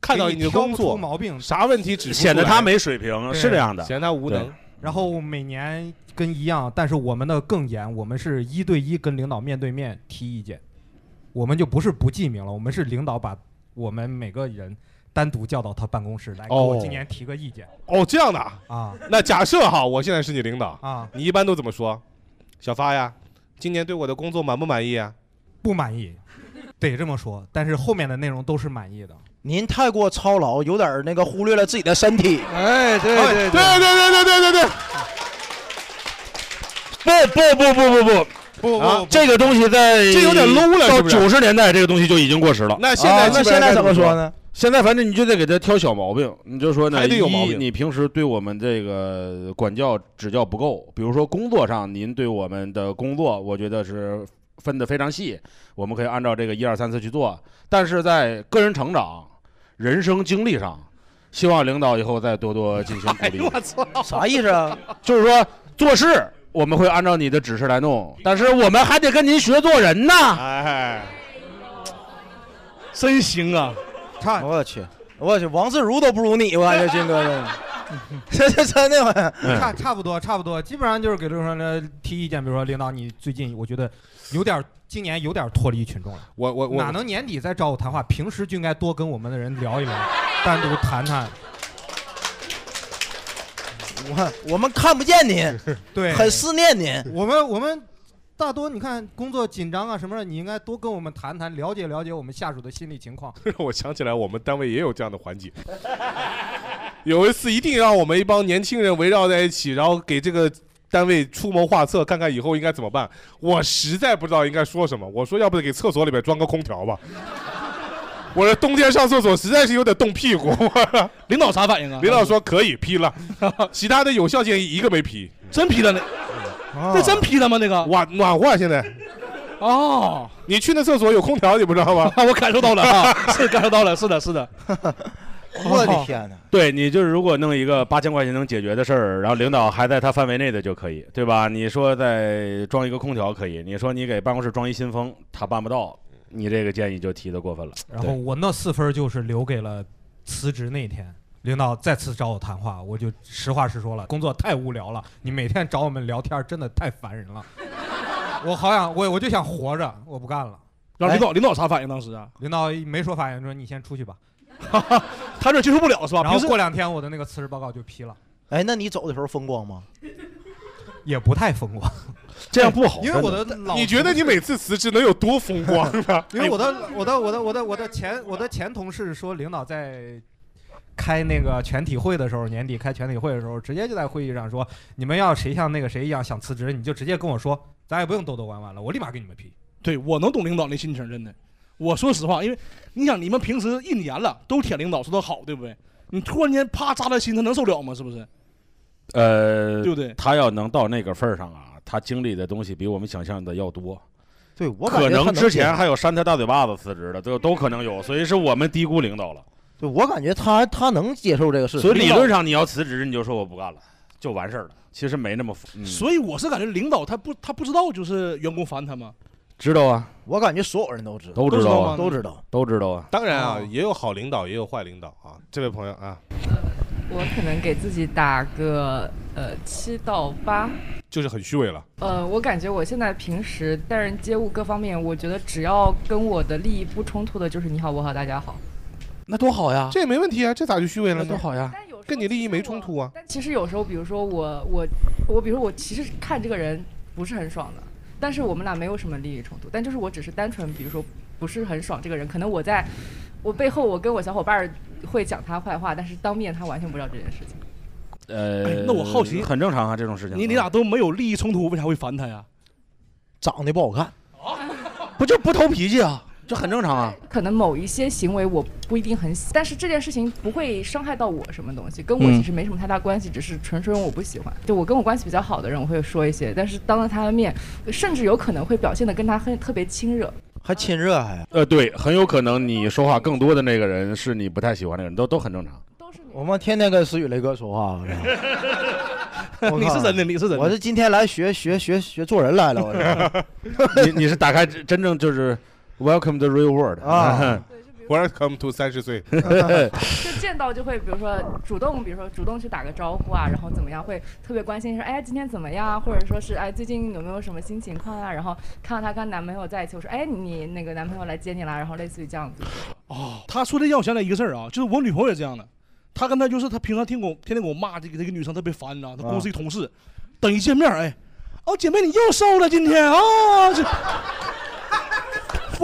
Speaker 1: 看到
Speaker 8: 给
Speaker 1: 你
Speaker 8: 你
Speaker 1: 的
Speaker 8: 挑
Speaker 1: 工
Speaker 8: 不
Speaker 1: 作
Speaker 8: 出毛病，
Speaker 1: 啥问题指不出
Speaker 3: 显得
Speaker 1: 来
Speaker 3: 他没水平，
Speaker 8: 对
Speaker 3: 是这样的。
Speaker 1: 显得他无能。
Speaker 8: 然后每年跟一样，但是我们的更严，我们是一对一跟领导面对面提意见，我们就不是不记名了，我们是领导把我们每个人单独叫到他办公室来，给我
Speaker 1: 哦
Speaker 8: 今年提个意见
Speaker 1: 哦，这样的啊。
Speaker 8: 啊
Speaker 1: 那假设哈，我现在是你领导，
Speaker 8: 啊，
Speaker 1: 你一般都怎么说？小发呀，今年对我的工作满不满意啊？
Speaker 8: 不满意，得这么说，但是后面的内容都是满意的。
Speaker 4: 您太过操劳，有点儿那个忽略了自己的身体。
Speaker 6: 哎，对
Speaker 1: 哎对对对对对对 对，
Speaker 6: 不不 不不不不，
Speaker 1: 不不，
Speaker 6: 这个东西在
Speaker 1: 这有点 low 了
Speaker 6: 到
Speaker 1: 是不是
Speaker 6: 九十年代，这个东西就已经过时了。
Speaker 1: 那现在
Speaker 4: 啊那
Speaker 1: 基本上
Speaker 4: 现在
Speaker 1: 该
Speaker 4: 怎
Speaker 1: 么
Speaker 4: 么说？呢？
Speaker 6: 现在反正你就得给他挑小毛病，你就说呢，
Speaker 1: 还得有毛病
Speaker 6: 一你平时对我们这个管教指教不够，比如说工作上，您对我们的工作，我觉得是分得非常细，我们可以按照这个一二三四去做。但是在个人成长、人生经历上，希望领导以后再多多进行
Speaker 1: 哎
Speaker 6: 鼓励。
Speaker 4: 啥意思啊？
Speaker 6: 就是说做事我们会按照你的指示来弄，但是我们还得跟您学做人呢。
Speaker 1: 哎，
Speaker 5: 真行啊！
Speaker 8: 差
Speaker 4: 我去，我去，王自如都不如你，我感觉金哥这， 这这真的吗？
Speaker 8: 差差不多，差不多，基本上就是给刘主任提意见，比如说领导，你最近我觉得有点儿今年有点儿脱离群众了，
Speaker 1: 我我
Speaker 8: 哪
Speaker 1: 我，
Speaker 8: 能年底再找我谈话？平时就应该多跟我们的人聊一聊，单独谈谈。
Speaker 4: 我我们看不见您，
Speaker 8: 对，
Speaker 4: 很思念您。
Speaker 8: 我们我们大多你看工作紧张啊什么的，你应该多跟我们谈谈，了解了解我们下属的心理情况。
Speaker 1: 让我想起来我们单位也有这样的环节。 有一次一定让我们一帮年轻人围绕在一起，然后给这个单位出谋划策，看看以后应该怎么办。我实在不知道应该说什么，我说要不给厕所里边装个空调吧。我说冬天上厕所实在是有点冻屁股。
Speaker 5: 领导啥反应啊？
Speaker 1: 领导说可以批了，其他的有效建议一个没批。
Speaker 5: 真批的那，这真批的吗？那个
Speaker 1: 啊暖暖和啊现在，
Speaker 5: 哦，
Speaker 1: 你去那厕所有空调，你不知道吗？
Speaker 5: 啊，我感受到 了啊，是感受到了，是的，是的，
Speaker 4: 我的天哪！
Speaker 6: 对你就是如果弄一个八千块钱能解决的事儿，然后领导还在他范围内的就可以，对吧？你说再装一个空调可以，你说你给办公室装一新风，他办不到，你这个建议就提的过分了。
Speaker 8: 然后我那四分儿就是留给了辞职那天。领导再次找我谈话，我就实话实说了，工作太无聊了，你每天找我们聊天儿真的太烦人了。 我好想我我就想活着，我不干了。哎
Speaker 5: 然后领导领导啥反应？当时啊，
Speaker 8: 领导没说反应，说你先出去吧。
Speaker 5: 他有点接受不了是吧？
Speaker 8: 然后
Speaker 5: 平时
Speaker 8: 过两天我的那个辞职报告就批了，
Speaker 4: 哎，那你走的时候风光吗？
Speaker 8: 也不太风光，
Speaker 6: 这样不好，
Speaker 8: 因为我的老
Speaker 1: 你觉得你每次辞职能有多风 光呢？
Speaker 8: 因为我
Speaker 1: 哎
Speaker 8: 的我的我的我的呃我的前我的前同事说，领导在开那个全体会的时候，年底开全体会的时候，直接就在会议上说，你们要谁像那个谁一样想辞职，你就直接跟我说，咱也不用兜兜弯弯了，我立马给你们批。
Speaker 5: 对我能懂领导那心情，真的。我说实话，因为你想，你们平时一年了都舔领导，说他好，对不对？你突然间啪扎他心，他能受了吗？是不是？
Speaker 1: 嗯
Speaker 6: 呃
Speaker 5: 对，不对？
Speaker 6: 他要能到那个份儿上啊，他经历的东西比我们想象的要多，
Speaker 4: 对我感
Speaker 6: 可
Speaker 4: 觉他
Speaker 6: 能之
Speaker 4: 接
Speaker 6: 前还有扇他大嘴巴子辞职的，都都可能有，所以是我们低估领导了。
Speaker 4: 对我感觉他他能接受这个事
Speaker 6: 所
Speaker 4: 情
Speaker 6: 以。理论上你要辞职，你就说我不干了，就完事儿了。其实没那么复，嗯、
Speaker 5: 所以我是感觉领导他不他不知道，就是员工烦他吗？
Speaker 6: 知道啊，
Speaker 4: 我感觉所有人都知道，
Speaker 6: 都知道啊，
Speaker 4: 都知道。
Speaker 6: 都知道啊。
Speaker 1: 当然啊，也有好领导，也有坏领导啊。这位朋友啊，
Speaker 9: 我可能给自己打个呃七到八。
Speaker 1: 就是很虚伪了。
Speaker 9: 呃，我感觉我现在平时待人接物各方面，我觉得只要跟我的利益不冲突的，就是你好我好大家好。
Speaker 6: 那多好呀，
Speaker 1: 这也没问题啊，这咋就虚伪了呢？
Speaker 6: 好呀。
Speaker 9: 但有时候
Speaker 1: 跟你利益没冲突啊。
Speaker 9: 但其实有时候，比如说我我我，比如说我其实看这个人不是很爽的，但是我们俩没有什么利益冲突，但就是我只是单纯，比如说不是很爽这个人，可能我在我背后我跟我小伙伴儿会讲他坏话，但是当面他完全不知道这件事情。
Speaker 6: 呃
Speaker 5: 哎，那我好奇
Speaker 6: 很正常啊，这种事情。
Speaker 5: 你你俩都没有利益冲突，为啥会烦他呀？
Speaker 4: 长得不好看，
Speaker 6: 不就不投脾气啊？这很正常啊。
Speaker 9: 可能某一些行为我不一定很喜，但是这件事情不会伤害到我什么东西，跟我
Speaker 5: 嗯
Speaker 9: 其实没什么太大关系，只是纯纯我不喜欢。就我跟我关系比较好的人，我会说一些，但是当着他的面，甚至有可能会表现的跟他很特别亲热。
Speaker 4: 还亲热还。
Speaker 6: 呃，对，很有可能你说话更多的那个人是你不太喜欢的人，都都很正常。
Speaker 4: 我妈天天跟思雨雷哥说话，我靠
Speaker 5: 你是真的，你是真的。
Speaker 4: 我是今天来学学学学做人来了，我是
Speaker 6: 你你是打开真正就是 Welcome the real world
Speaker 4: 啊
Speaker 1: Welcome to 三十岁。
Speaker 6: 哎
Speaker 9: 就见到就会，比如说主动，比如说主动去打个招呼啊，然后怎么样，会特别关心说，哎，今天怎么样啊，或者说是哎，最近有没有什么新情况啊？然后看到她跟男朋友在一起，我说，哎，你那个男朋友来接你啦，然后类似于这样子。
Speaker 5: 哦，他说的让我想起来一个事儿啊，就是我女朋友也这样的，她跟她就是她平常听我天天给我骂这个这个女生特别烦，你知道，她公司一同事，等一见面，哎，哦姐妹你又瘦了今天啊，这，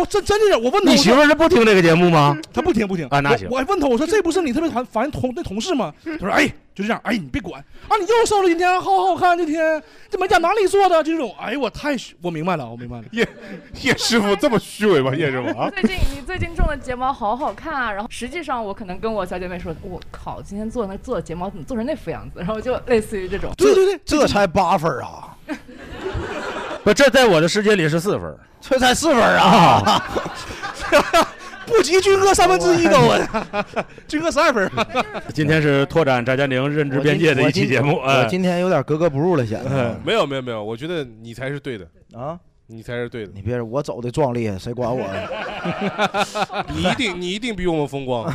Speaker 5: 我真真的，我问她，
Speaker 6: 你
Speaker 5: 我
Speaker 6: 媳
Speaker 5: 说
Speaker 6: 妇儿是不听这个节目吗？
Speaker 5: 她不听不听
Speaker 6: 啊那
Speaker 5: 我
Speaker 6: 行
Speaker 5: 我还问她，我说这不是你特别烦烦同那同事吗？她说哎就这样，哎你别管啊，你又瘦了今天，好好看今天，这美甲哪里做的？就这种，哎呦我太我明白了，我明白了，
Speaker 1: 叶叶师傅这么虚伪吗？叶师傅啊，
Speaker 9: 最近你最近种的睫毛好好看啊，然后实际上我可能跟我小姐妹说，我靠，今天做那做的睫毛怎么做成那副样子？然后就类似于这种，
Speaker 5: 对对对，
Speaker 4: 这才八分儿啊，
Speaker 6: 不，这在我的世界里是四分儿。
Speaker 4: 这才四分儿啊，
Speaker 5: 不及军哥三分之一都，我军哥十二分啊。
Speaker 6: 今天是拓展翟佳宁认知边界的一期节目，
Speaker 4: 我
Speaker 6: 哎，嗯
Speaker 4: 今天有点格格不入了，显得
Speaker 1: 没有没有没有，我觉得你才是对的，
Speaker 4: 啊。
Speaker 1: 你才是对的，
Speaker 4: 你别，我走的壮烈，谁管我呀？
Speaker 1: 你一定你一定比我们风光，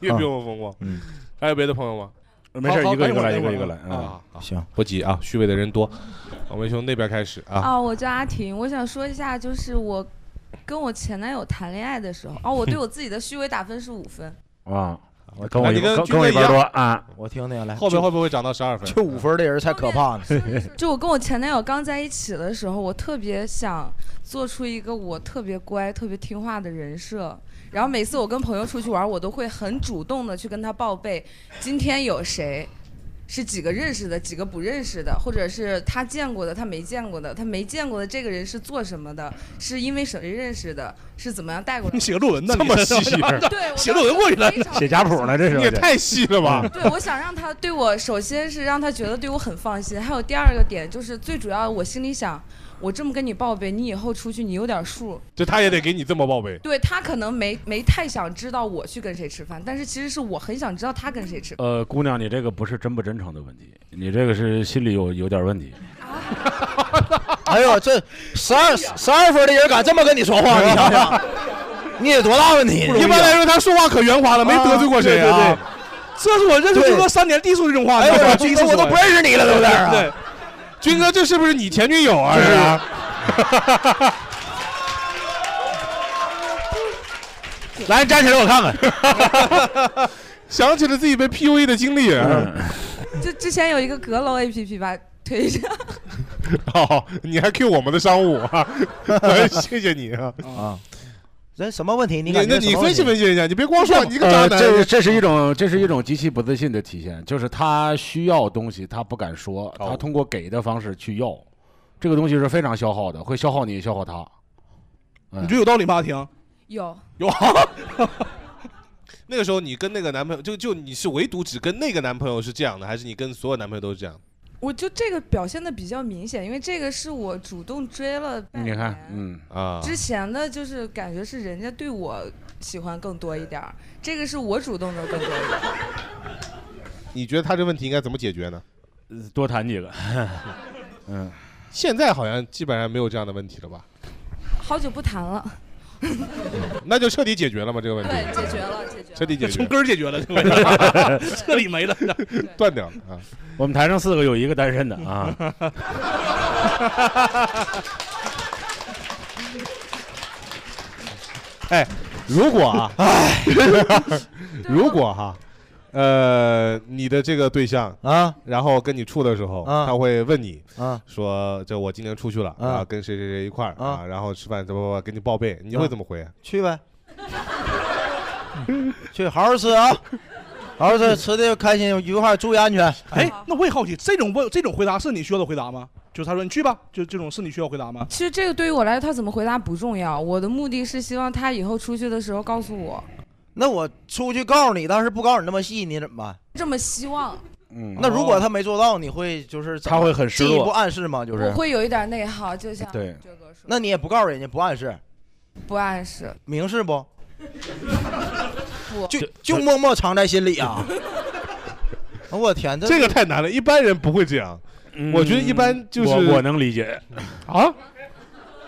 Speaker 1: 越比我们风光。
Speaker 4: 嗯
Speaker 1: 还有别的朋友吗？
Speaker 5: 啊
Speaker 6: 没事，
Speaker 1: 好好
Speaker 6: 一个一个来，
Speaker 1: 等
Speaker 6: 一
Speaker 1: 一会
Speaker 6: 个
Speaker 1: 儿
Speaker 6: 一个来
Speaker 1: 等一会儿啊，
Speaker 6: 啊。
Speaker 1: 好
Speaker 4: 行，
Speaker 1: 不急啊，虚伪的人多，我们从那边开始啊。
Speaker 10: 哦，我叫阿婷，我想说一下，就是我跟我前男友谈恋爱的时候，哦，我对我自己的虚伪打分是五分，
Speaker 6: 啊，跟我
Speaker 1: 那
Speaker 6: 一
Speaker 1: 你
Speaker 6: 跟
Speaker 1: 跟
Speaker 6: 跟我一
Speaker 1: 军哥一
Speaker 6: 边
Speaker 1: 样
Speaker 6: 多啊。
Speaker 4: 我听听来。
Speaker 1: 后面会不会涨到十二分？
Speaker 4: 就五分儿的人才可 怕呢。
Speaker 10: 就我跟我前男友刚在一起的时候，我特别想做出一个我特别乖、特别听话的人设。然后每次我跟朋友出去玩，我都会很主动的去跟他报备，今天有谁，是几个认识的，几个不认识的，或者是他见过的，他没见过的，他没见过的这个人是做什么的，是因为谁认识的，是怎么样带过来
Speaker 5: 你
Speaker 10: 的。
Speaker 5: 写个论文呢？
Speaker 1: 这
Speaker 5: 你
Speaker 1: 么细致
Speaker 10: 对，我
Speaker 5: 写论文过去了
Speaker 10: 非常
Speaker 6: 写家谱呢，这是
Speaker 1: 你也太细了吧！
Speaker 10: 对，我想让他对我，首先是让他觉得对我很放心，还有第二个点就是最主要，我心里想，我这么跟你报备，你以后出去你有点数。
Speaker 1: 就他也得给你这么报备。
Speaker 10: 对他可能没没太想知道我去跟谁吃饭，但是其实是我很想知道他跟谁吃饭。
Speaker 6: 呃，姑娘，你这个不是真不真诚的问题，你这个是心里有有点问题。
Speaker 4: 哎呦，这十二十二分的人敢这么跟你说话，你想想，你得多大问题？
Speaker 1: 哎一般来说，他说话可圆滑了，没得罪过谁啊？
Speaker 5: 这是我认识
Speaker 4: 对
Speaker 5: 军哥三年第一次说这种话，
Speaker 4: 哎
Speaker 5: 你知道
Speaker 4: 呦，
Speaker 5: 吗
Speaker 4: 军哥，我都不认识你了，对不对啊？
Speaker 5: 对，
Speaker 1: 军哥，这是不是你前女友啊？是啊，
Speaker 6: 来，站起来，我看看。
Speaker 1: 想起了自己被 PUA 的经历。啊
Speaker 6: 嗯
Speaker 10: 就之前有一个阁楼 A P P 吧，推一下，
Speaker 1: 哦，你还 Q 我们的商务 啊？谢谢你啊！
Speaker 4: 啊，人什么问题？你
Speaker 1: 你
Speaker 4: 感
Speaker 1: 那
Speaker 4: 觉什
Speaker 1: 你
Speaker 4: 么
Speaker 1: 分
Speaker 4: 问
Speaker 1: 析
Speaker 4: 题？
Speaker 1: 分析一下，你别光说你个渣
Speaker 6: 呃，
Speaker 1: 男。
Speaker 6: 这这是一种这是一种极其不自信的体现，就是他需要东西，他不敢说，
Speaker 1: 哦
Speaker 6: 他通过给的方式去要，这个东西是非常消耗的，会消耗你，也消耗他。嗯
Speaker 5: 你觉得有道理吗？阿婷，
Speaker 10: 有
Speaker 1: 有。那个时候你跟那个男朋友，就就你是唯独只跟那个男朋友是这样的，还是你跟所有男朋友都是这样？
Speaker 10: 我就这个表现的比较明显，因为这个是我主动追了半
Speaker 6: 你看
Speaker 10: 年，
Speaker 6: 嗯，
Speaker 1: 啊
Speaker 10: 之前的就是感觉是人家对我喜欢更多一点儿，这个是我主动的更多一点儿。
Speaker 1: 你觉得他这问题应该怎么解决呢？
Speaker 6: 呃多 谈几个。
Speaker 1: 现在好像基本上没有这样的问题了吧？
Speaker 10: 好久不谈了，
Speaker 1: 那就彻底解决了吗？这个问题
Speaker 10: 对，解决了，解决
Speaker 1: 彻
Speaker 10: 了。
Speaker 1: 底解
Speaker 5: 从
Speaker 1: 决，
Speaker 5: 根儿解 决了，对吧 彻底没了。
Speaker 1: 断掉了啊！
Speaker 6: 我们台上四个有一个单身的 啊，
Speaker 1: 如果啊， 如果哈，呃，你的这个对象，
Speaker 4: 啊
Speaker 1: 然后跟你处的时候，
Speaker 4: 啊
Speaker 1: 他会问你
Speaker 4: 啊，
Speaker 1: 说：“这我今年出去了
Speaker 4: 啊
Speaker 1: 啊，跟谁谁谁一块儿
Speaker 4: 啊
Speaker 1: 啊，然后吃饭怎么怎么给你报备，你会
Speaker 4: 啊
Speaker 1: 怎么回？
Speaker 4: 去呗，去好好吃啊，好好吃，吃的开心愉快，注意安全。
Speaker 5: 哎，那我也好奇，这种问这种回答是你需要的回答吗？就是他说你去吧，就这种是你需要回答吗？
Speaker 10: 其实这个对于我来说，他怎么回答不重要，我的目的是希望他以后出去的时候告诉我，
Speaker 4: 那我出去告诉你，但是不告诉你那么细，你怎么办？
Speaker 10: 这么希望，
Speaker 6: 嗯，
Speaker 4: 那如果他没做到，你会就是怎么
Speaker 6: 他会很失
Speaker 4: 进一步
Speaker 6: 落。
Speaker 4: 暗示吗？就
Speaker 10: 我
Speaker 4: 是，
Speaker 10: 会有一点内耗，就像
Speaker 6: 对
Speaker 10: 哲哥说，
Speaker 4: 那你也不告诉人家，不暗示，
Speaker 10: 不暗示，
Speaker 4: 明示不？
Speaker 10: 不
Speaker 4: 就就默默藏在心 里啊！啊我天，
Speaker 1: 这个太难了，一般人不会这样。我觉得一般就是
Speaker 6: 嗯我我能理解，
Speaker 1: 啊，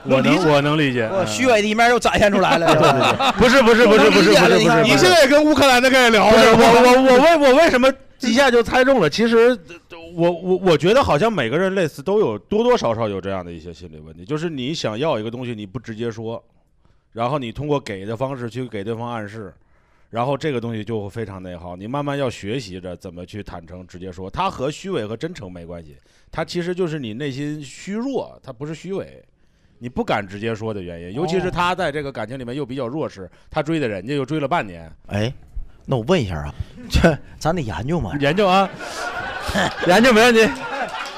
Speaker 6: 我能我能理解。啊嗯
Speaker 4: 我虚伪的一面又展现出来 了。是吧
Speaker 6: 不是不是不是不是不是不是，
Speaker 1: 你现在也跟乌克兰的开始聊
Speaker 6: 不是
Speaker 1: 了，
Speaker 6: 我我我为我为什么一下就猜中了？其实呃我我我觉得好像每个人类似都有多多少少有这样的一些心理问题，就是你想要一个东西，你不直接说，然后你通过给的方式去给对方暗示。然后这个东西就会非常内耗，你慢慢要学习着怎么去坦诚直接说，它和虚伪和真诚没关系，它其实就是你内心虚弱，它不是虚伪，你不敢直接说的原因。尤
Speaker 1: 哦
Speaker 6: 其是他在这个感情里面又比较弱势，他追的人家又追了半年，
Speaker 4: 哎，那我问一下 啊，这咱得研究嘛。
Speaker 6: 研究啊，研究没问题。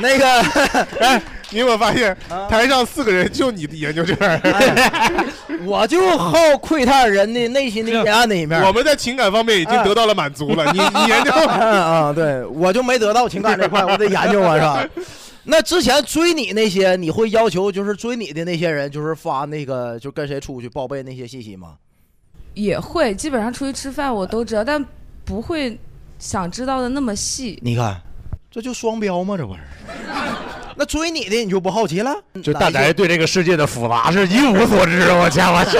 Speaker 4: 那个， 啊
Speaker 1: 哎，你有没有发现台上四个人就你研究这玩意儿？
Speaker 4: 哎我就好窥探人的内心的阴暗的一面。哎
Speaker 1: 我们在情感方面已经得到了满足了，你你 研究
Speaker 4: 啊啊，对我就没得到情感这 块，我得研究啊，是吧？那之前追你那些，你会要求就是追你的那些人，就是发那个就跟谁出去报备那些信息吗？
Speaker 10: 也会，基本上出去吃饭我都知道，但不会想知道的那么细。
Speaker 4: 你看，这就双标吗？这不是？那追你的你就不好奇了？
Speaker 6: 就大宅对这个世界的复杂是一无所知，我天，我去，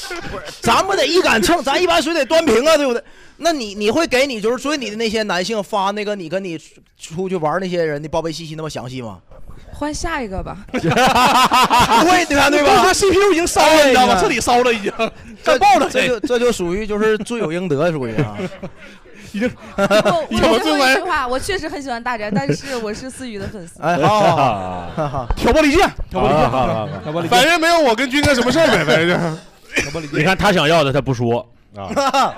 Speaker 4: 咱不得一杆秤，咱一般水得端平啊，对不对？那你你会给你就是追你的那些男性发那个你跟你出出去玩那些人的报备信息那么详细吗？
Speaker 10: 换下一个 吧，
Speaker 4: 不会，对吧？对吧？哎
Speaker 5: 他 CPU 已经烧了，你知道吗？彻底烧了，已经，
Speaker 4: 这
Speaker 5: 爆了
Speaker 4: 这就这就属于就是罪有应得，属于啊。
Speaker 10: 哦我我
Speaker 1: 怎么
Speaker 10: 说
Speaker 1: 这么
Speaker 10: 一句话，我确实很喜欢大宅，但是我是思雨的粉丝。
Speaker 4: 哎，好好好
Speaker 1: 啊
Speaker 4: 好好，
Speaker 5: 挑拨离间，挑拨离间，
Speaker 6: 好好好
Speaker 5: 挑拨离
Speaker 1: 反
Speaker 5: 间，
Speaker 1: 正没有我跟军哥什么事儿呗，反 正
Speaker 5: 挑拨离
Speaker 6: 你
Speaker 5: 间。
Speaker 6: 看他想要的他不说啊，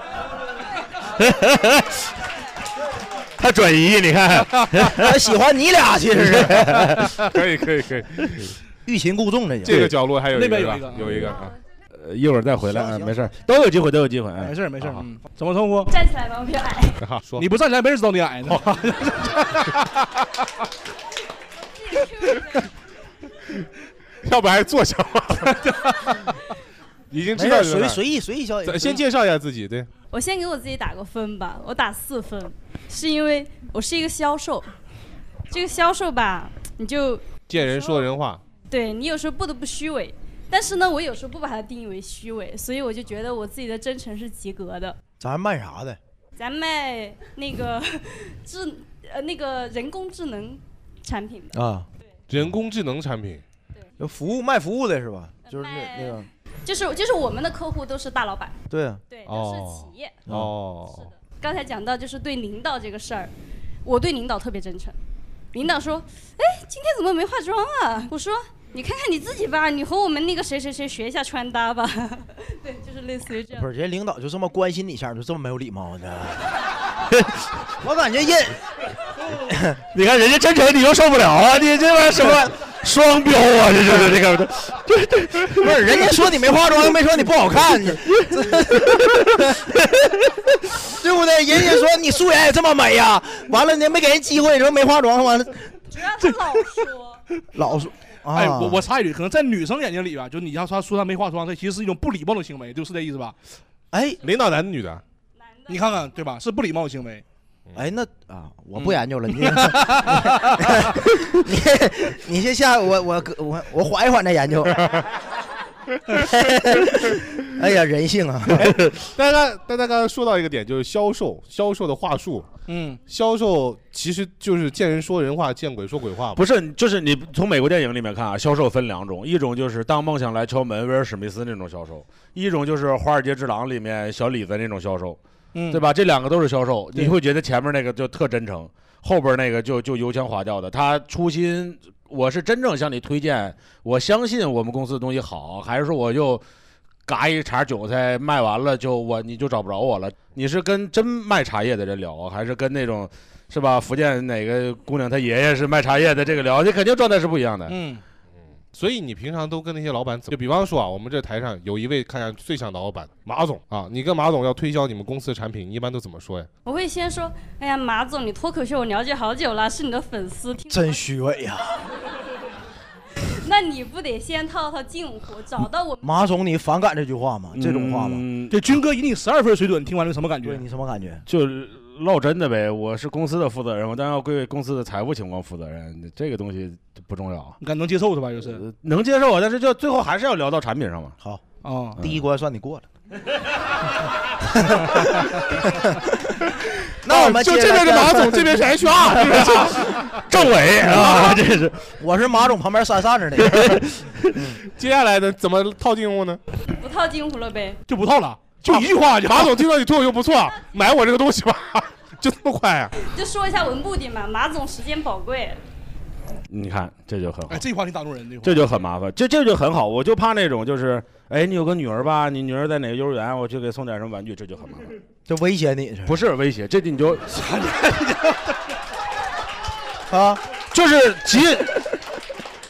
Speaker 6: 他转移，你看，
Speaker 4: 我喜欢你俩其实是
Speaker 1: 可以可以可以，
Speaker 4: 欲擒故纵，这就
Speaker 1: 这个角落还有
Speaker 5: 那边
Speaker 1: 有
Speaker 5: 有一个
Speaker 1: 有一个啊，
Speaker 6: 呃一会儿再回来，
Speaker 4: 行
Speaker 6: 啊，
Speaker 4: 行
Speaker 6: 没事儿，都有机会，都有机会，
Speaker 5: 没
Speaker 6: 哎，
Speaker 5: 事儿没事儿，嗯，怎么称呼？
Speaker 7: 站起来吧，我比较矮。
Speaker 1: 说
Speaker 5: 你不站起来，没人知道你矮呢。
Speaker 1: 要不然还坐下吧。已经知
Speaker 4: 没
Speaker 1: 道
Speaker 4: 事，
Speaker 1: 你在哪
Speaker 4: 随
Speaker 1: 儿
Speaker 4: 随意随意消
Speaker 1: 咱
Speaker 4: 解。
Speaker 1: 先介绍一下自己，对，
Speaker 11: 我先给我自己打个分吧，我打四分，是因为我是一个销售，这个销售吧，你就
Speaker 1: 见人说人话，
Speaker 11: 对你有时候不得不虚伪，但是呢，我有时候不把它定义为虚伪，所以我就觉得我自己的真诚是及格的。
Speaker 4: 咱卖啥的？
Speaker 11: 咱卖那个 智呃那个人工智能产品的，
Speaker 4: 啊，
Speaker 1: 人工智能产品，
Speaker 4: 有服务卖服务的是吧？就是那
Speaker 11: 卖
Speaker 4: 那个，
Speaker 11: 就是就是我们的客户都是大老板，
Speaker 4: 对啊，
Speaker 11: 对，都是
Speaker 1: 哦
Speaker 11: 企业。
Speaker 1: 哦，
Speaker 11: 刚才讲到就是对领导这个事儿，我对领导特别真诚。领导说：“哎，今天怎么没化妆啊？”我说：“你看看你自己吧，你和我们那个谁谁谁学一下穿搭吧。” 对，就是类似于这样
Speaker 4: 不。是人家领导就这么关心你一下，就这么没有礼貌呢？我感觉人
Speaker 6: 你看人家真诚，你又受不了啊，你这玩意儿什么双标啊，这就是这个，
Speaker 4: 不是人家说你没化妆，又没说你不好 看，呢，对不对？人家说你素颜也这么美呀、完了你没给人机会，你说没化妆，完了
Speaker 11: 主要他老说，
Speaker 4: 老说啊，
Speaker 5: 哎，我我插一句，可能在女生眼睛里吧，就你要说说她没化妆，这其实是一种不礼貌的行为，就是这意思吧？
Speaker 4: 哎
Speaker 1: 领导男的女嗯的，
Speaker 11: 男的
Speaker 5: 你看看，对吧？是不礼貌的行为。
Speaker 4: 哎那啊，我不研究了，你 你你先下我我我我缓一缓再研究。 哎呀，人 性啊！
Speaker 1: 大家大家刚才说到一个点，就是销售，销售的话术，
Speaker 5: 嗯，
Speaker 1: 销售其实就是见人说人话，见鬼说鬼话嘛。
Speaker 6: 不是，就是你从美国电影里面看啊，销售分两种，一种就是当梦想来敲门，威尔史密斯那种销售，一种就是《华尔街之狼》里面小李子那种销售，
Speaker 5: 嗯
Speaker 6: 对？吧？这两个都是销售，你会觉得前面那个就特真诚，后边那个就就油腔滑调的。他初心，我是真正向你推荐，我相信我们公司的东西好，还是说我就嘎一茬韭菜卖完了就我你就找不着我了？你是跟真卖茶叶的人聊，还是跟那种是吧？福建哪个姑娘她爷爷是卖茶叶的这个聊，这肯定状态是不一样的。
Speaker 5: 嗯，
Speaker 1: 所以你平常都跟那些老板怎么？就比方说啊，我们这台上有一位看上去最像老板，马总啊，你跟马总要推销你们公司的产品，你一般都怎么说呀？
Speaker 11: 我会先说：“哎呀，马总， 你脱口秀我了解好久了，是你的粉丝。”听
Speaker 4: 真虚伪呀、
Speaker 11: 那你不得先套套近乎，找到我们
Speaker 4: 马总，你反感这句话吗？这种话吗？
Speaker 5: 对，嗯军哥以你十二分水准，听完了什么感觉？
Speaker 4: 你什么感觉？
Speaker 6: 就唠真的呗，我是公司的负责人，我当然要对公司的财务情况负责任，这个东西就不重要，
Speaker 5: 你敢能接受是吧？
Speaker 4: 呃
Speaker 5: 就是
Speaker 6: 能接受啊，但是就最后还是要聊到产品上嘛。
Speaker 4: 好，
Speaker 5: 哦，
Speaker 1: 嗯
Speaker 4: 第一关算你过了。
Speaker 12: 哦
Speaker 4: 那我们
Speaker 2: 就这边是马啊总这边是 HR 是不是
Speaker 6: 政委啊，这是
Speaker 4: 我是马总旁边扇扇子那个。
Speaker 1: 接下来的怎么套近乎呢？
Speaker 11: 不套近乎了呗。
Speaker 5: 就不套了，就一句话。
Speaker 1: 马总听到你脱口秀不错，啊 买我这个东西吧， 就这么快啊？
Speaker 11: 就说一下我们目的嘛，马总时间宝贵，
Speaker 6: 你看这就很好
Speaker 4: 啊
Speaker 5: 哎，，这话挺打动人，这话
Speaker 6: 这就很麻烦，这这就很好，我就怕那种就是，哎，你有个女儿吧，你女儿在哪个幼儿园，我去给送点什么玩具，这就很 麻烦。
Speaker 4: 这威胁你是？
Speaker 6: 不是威胁，这你 就
Speaker 4: 啊，
Speaker 6: 就是即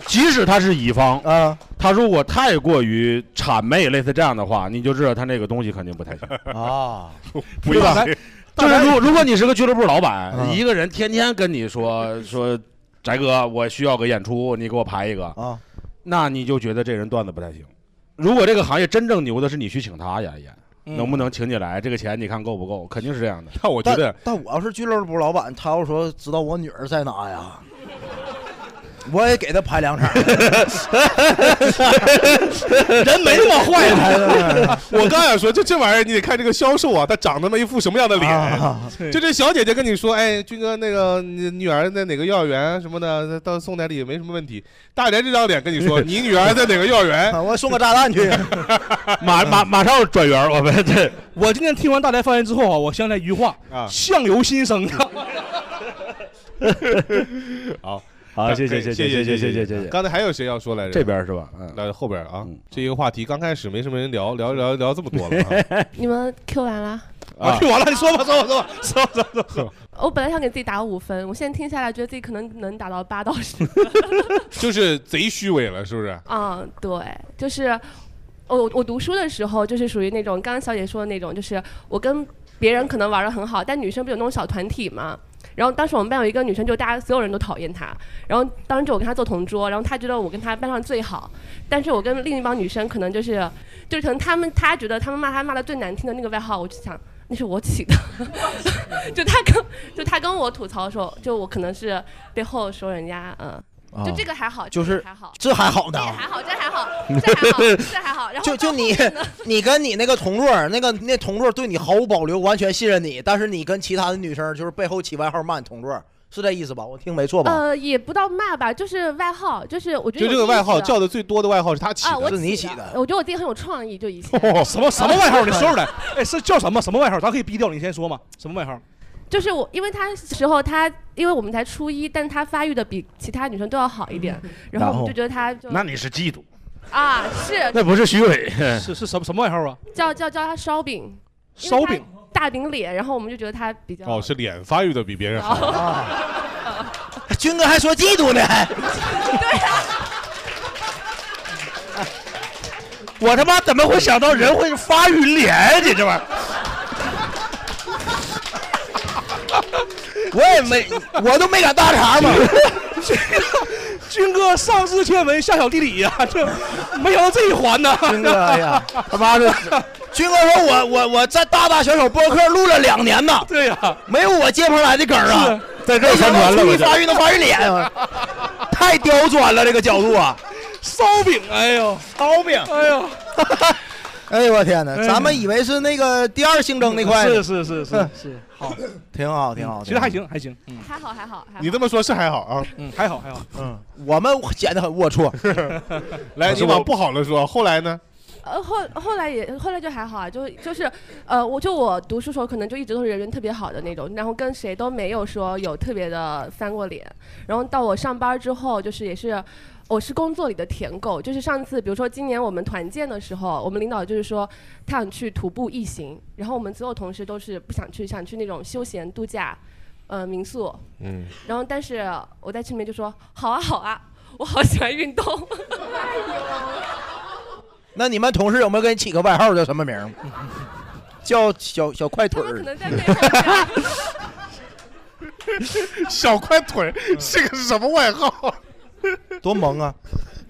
Speaker 6: 即使他是乙方
Speaker 4: 啊，
Speaker 6: 他如果太过于谄媚，类似这样的话，你就知道他那个东西肯定不太行
Speaker 4: 啊。
Speaker 6: 不要，就是如果如果你是个俱乐部老板，
Speaker 2: 嗯
Speaker 6: 一个人天天跟你说说，翟哥，我需要个演出，你给我排一个
Speaker 4: 啊，
Speaker 6: 那你就觉得这人段子不太行。如果这个行业真正牛的是你去请他演一演，
Speaker 4: 嗯
Speaker 6: 能不能请你来？这个钱你看够不够？肯定是这 样的。
Speaker 1: 但我
Speaker 6: 觉得
Speaker 4: 但我要是俱乐部老板，他要说知道我女儿在哪呀，我也给他排两场。
Speaker 2: 人没那么坏
Speaker 4: 的
Speaker 1: 我刚想说，就这玩意儿，你得看这个销售啊，他长得那么一副什么样的
Speaker 4: 啊
Speaker 1: 脸。就这小姐姐跟你说，哎，军哥，那个你女儿在哪个幼儿园什么的，到送点礼没什么问题。大连这张脸跟你 说，你女儿在哪个幼儿园？
Speaker 4: 啊我送个炸 弹去。
Speaker 6: 马马马上转园，我们这
Speaker 5: 我今天听完大家发言之后啊，我想起来一句话
Speaker 1: 啊
Speaker 5: 相由心 生 啊。
Speaker 1: 好，
Speaker 6: 好谢
Speaker 1: 可
Speaker 6: 谢
Speaker 1: 以
Speaker 6: 谢
Speaker 1: 谢
Speaker 6: 谢
Speaker 1: 谢
Speaker 6: 谢谢谢谢
Speaker 1: 谢
Speaker 6: 谢谢
Speaker 1: 刚才还有谁要说来着？
Speaker 6: 这边是吧？嗯，
Speaker 1: 来后边啊，这一个话题刚开始没什么人聊，聊聊聊这么多了啊
Speaker 13: 你们 Q 完了。
Speaker 1: 啊，啊，
Speaker 5: 完了，你说吧，说吧，说吧，说吧，说吧说吧。
Speaker 13: 我本来想给自己打五分，我现在听下来觉得自己可能能打到八到十。
Speaker 1: 就是贼虚伪了，是不是？
Speaker 13: 嗯，对，就是哦我我读书的时候就是属于那种刚刚小姐说的那种，就是我跟别人可能玩的很好，但女生不有那种小团体嘛。然后当时我们班有一个女生，就大家所有人都讨厌她。然后当时就我跟她做同桌，然后她觉得我跟她班上最好，但是我跟另一帮女生可能就是，就是可能她们她觉得她们骂她骂的最难听的那个外号，我就想那是我起的。 就她跟就她跟我吐槽说，就我可能是背后说人家嗯。
Speaker 4: 啊
Speaker 13: 就这个还好，
Speaker 4: 就
Speaker 13: 这个
Speaker 4: 是
Speaker 13: 还好，
Speaker 4: 这还好呢
Speaker 13: 这还好，这还 好，这还好，这还好。然后
Speaker 4: 就就你，你跟你那个同桌，那个那同桌对你毫无保留，完全信任你，但是你跟其他的女生就是背后起外号骂你同桌，是这意思吧？我听没错吧？
Speaker 13: 呃，也不到骂吧，就是外号，就是我觉得
Speaker 1: 就这个
Speaker 13: 有意思
Speaker 1: 外号叫的最多的外号是他起
Speaker 13: 啊，我
Speaker 1: 的，
Speaker 13: 的。我觉得我自己很有创意，就以前
Speaker 5: 哦， 什么什么外号？你说出来。 哎，是叫什么什么外号？咱可以逼掉，你先说嘛。什么外号？
Speaker 13: 就是我，因为他时候他，因为我们才初一，但他发育的比其他女生都要好一点，然后我
Speaker 6: 然
Speaker 13: 们
Speaker 6: 后
Speaker 13: 就觉得他就
Speaker 6: 那你是嫉 妒，
Speaker 13: 啊是
Speaker 6: 那不是虚伪，
Speaker 5: 是是什么什么外号啊？
Speaker 13: 叫叫叫他烧饼，因
Speaker 5: 烧
Speaker 13: 为
Speaker 5: 饼
Speaker 13: 他大饼脸，然后我们就觉得他比较
Speaker 1: 哦，是脸发育的比别人好。
Speaker 4: 军哥还说嫉妒呢，
Speaker 6: 我他妈怎么会想到人会发育脸？啊你这玩意
Speaker 4: 我也没，我都没敢搭茬 嘛。
Speaker 5: 军哥上知天文下晓地理呀、 这没想到这一环呢。
Speaker 4: 军哥，哎呀，他妈的！军哥说我我我在大大小小播客录了两年呢，
Speaker 5: 对呀、
Speaker 4: 没有我接不上来的梗啊，
Speaker 12: 哎
Speaker 6: 在这儿
Speaker 4: 没想到
Speaker 6: 翻船了
Speaker 4: 初
Speaker 6: 我
Speaker 4: 一
Speaker 6: 这
Speaker 4: 发育能发育脸 啊，
Speaker 1: 嗯
Speaker 4: 太刁钻了这个角度啊！
Speaker 5: 烧饼，哎呦，
Speaker 4: 烧饼，
Speaker 5: 哎呦，
Speaker 4: 哎呦我天哪
Speaker 5: 哎，呀
Speaker 4: 咱们以为是那个第二性征那块呢，
Speaker 5: 是是是是是，好，
Speaker 4: 挺好挺好，
Speaker 5: 其实还行还行，嗯，
Speaker 13: 还好还好还好。
Speaker 1: 你这么说，是还好啊。
Speaker 5: 嗯，还好还好。
Speaker 4: 嗯，我们显得很龌龊。
Speaker 1: 来，你往不好了说，后来呢？
Speaker 13: 呃，后后来也后来就还好啊，就就是，呃，我就我读书时候可能就一直都是人缘特别好的那种，然后跟谁都没有说有特别的翻过脸。然后到我上班之后，就是也是，我是工作里的舔狗，就是上次比如说今年我们团建的时候，我们领导就是说他想去徒步一行，然后我们所有同事都是不想去，想去那种休闲度假，呃，民宿。
Speaker 1: 嗯，
Speaker 13: 然后但是我在群里面就说好啊好啊，我好喜欢运动。
Speaker 4: 那你们同事有没有给你起个外号叫什 么名儿？叫小小快腿
Speaker 13: 可
Speaker 4: 儿，
Speaker 13: 能在背后这样。
Speaker 4: 嗯
Speaker 1: 小快腿儿，这个是什么外号？
Speaker 4: 多萌啊！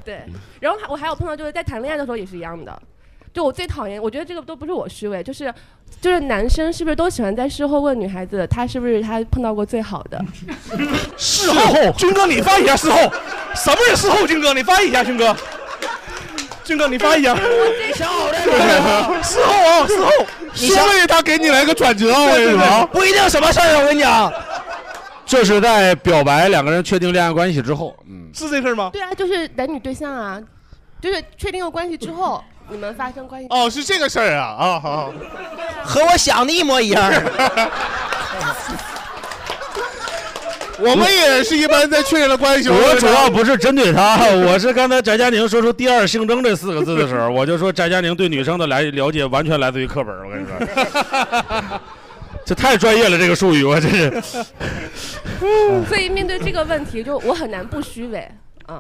Speaker 13: 对，然后还我还有碰到就是在谈恋爱的时候也是一样的，就我最讨厌，我觉得这个都不是我虚伪，就是就是男生是不是都喜欢在事后问女孩子他是不是他碰到过最好的？
Speaker 5: 事后，军哥你翻译一下事后，什么是事后？军哥你翻译一下，军哥，军哥你翻译一下。
Speaker 4: 想好了，
Speaker 5: 事后啊，事后，
Speaker 4: 你想
Speaker 5: 所以他给你来个转折，
Speaker 6: 我跟你说
Speaker 4: 不一定什么事儿，我跟你讲，
Speaker 6: 这是在表白两个人确定恋爱关系之后，嗯，
Speaker 5: 是这事儿吗？
Speaker 13: 对啊，就是男女对象啊，就是确定了关系之后，你们发生关系。
Speaker 6: 哦，是这个事儿啊啊，好好，
Speaker 4: 和我想的一模一样。
Speaker 6: 我们也是一般在确认了关
Speaker 1: 系
Speaker 6: 我
Speaker 1: 我
Speaker 6: 主要不是针对他， 我是刚才翟佳宁说出“第二性征”这四个字的时候，我就说翟佳宁对女生的来了解完全来自于课本儿。我跟你说， 这太专业了，这个术语我真是。
Speaker 13: 嗯，所以面对这个问题，就我很难不虚伪。嗯，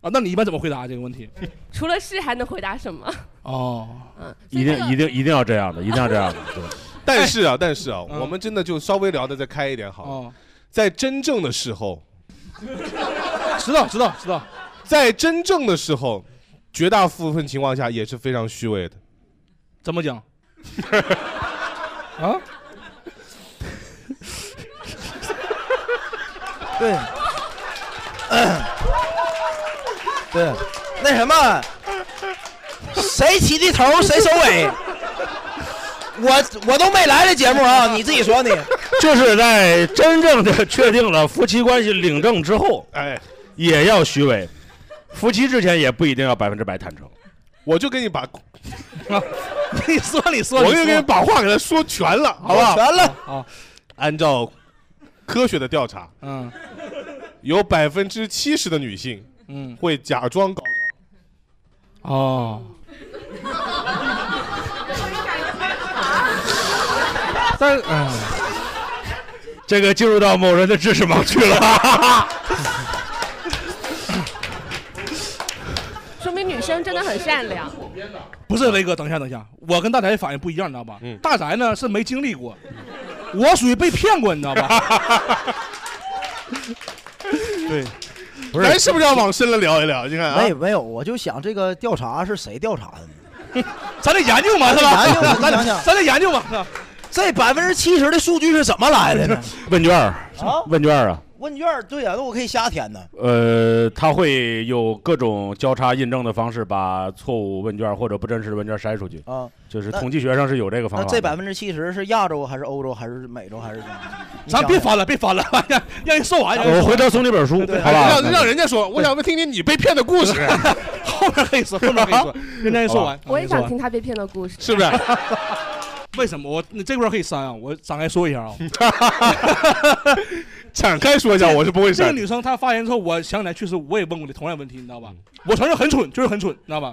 Speaker 5: 啊，那你一般怎么回答这个问题？
Speaker 13: 除了是还能回答什 么？
Speaker 5: 哦，
Speaker 13: 嗯，
Speaker 6: 一定一定一定要这样的，一定要这样的。对
Speaker 1: 但是 啊，但是啊，
Speaker 5: 嗯
Speaker 1: 我们真的就稍微聊的再开一点好了。
Speaker 5: 哦
Speaker 1: 在真正的时候，
Speaker 5: 知道知道知道，
Speaker 1: 在真正的时候，绝大部分情况下也是非常虚伪的。
Speaker 5: 怎么讲？啊？
Speaker 4: 对， 对，那什么，谁起的头谁收尾，我我都没来这节目啊， 你自己说你。
Speaker 6: 就是在真正的确定了夫妻关系领证之后，
Speaker 1: 哎，
Speaker 6: 也要虚伪。夫妻之前也不一定要百分之百坦诚。
Speaker 1: 我就给你把，
Speaker 5: 你说你说，
Speaker 1: 我就给你把话给他说全了，好不好？
Speaker 4: 全了
Speaker 5: 啊！
Speaker 1: 按照科学的调查，
Speaker 5: 嗯
Speaker 1: 有百分之七十的女性
Speaker 5: 嗯，
Speaker 1: 会假装高
Speaker 5: 哦，但嗯，
Speaker 6: 哎这个进入到某人的知识盲区了。
Speaker 13: 说明女生真的很 善良。
Speaker 5: 不是雷哥，等一下等一下，我跟大宅反应不一样，你知道吧？
Speaker 1: 嗯
Speaker 5: 大宅呢是没经历过，我属于被骗过，你知道吧？对，
Speaker 6: 不
Speaker 5: 哎
Speaker 1: 咱是不是要往深了聊一聊？你看啊，
Speaker 4: 没有没有，我就想这个调查是谁调查的呢？
Speaker 5: 咱得研究嘛，是吧？
Speaker 4: 咱 得
Speaker 5: 咱得
Speaker 4: 研究想想
Speaker 5: 咱得研究嘛。是吧
Speaker 4: 这百分之七十的数据是怎么来的呢？
Speaker 6: 问卷儿
Speaker 4: 啊，
Speaker 6: 问卷儿啊，
Speaker 4: 问卷儿对呀、那我可以瞎填呢。
Speaker 6: 呃，他会有各种交叉印证的方式，把错误问卷或者不真实的问卷筛出去。
Speaker 4: 啊，
Speaker 6: 就是
Speaker 4: 那
Speaker 6: 统计学上是有这个方
Speaker 4: 那
Speaker 6: 法的。
Speaker 4: 这百分之七十是亚洲还是欧洲还是美洲还是什么？你
Speaker 5: 咱
Speaker 4: 想
Speaker 5: 别
Speaker 4: 想
Speaker 5: 翻了，别翻了，让让人说完。让人
Speaker 6: 我
Speaker 5: 说
Speaker 6: 回
Speaker 5: 完
Speaker 6: 头送你本书，
Speaker 5: 对
Speaker 6: 好 吧？
Speaker 1: 让让人家说，我想听听你被骗的故事， 啊
Speaker 5: 后面可以说，后面可以说，让人说完。
Speaker 13: 我也
Speaker 5: 让
Speaker 13: 想
Speaker 5: 人说
Speaker 13: 听他被骗的故事。
Speaker 1: 是不是？
Speaker 5: 完。 为什么我你这块儿可以删啊？我展开说一 下啊。
Speaker 1: 展开说一下，我是不会
Speaker 5: 这个
Speaker 1: 删。
Speaker 5: 女生她发言之后，我想起来，确实我也问过你同样问题，你知道吧？我承认很蠢，就是很蠢，你知道吧？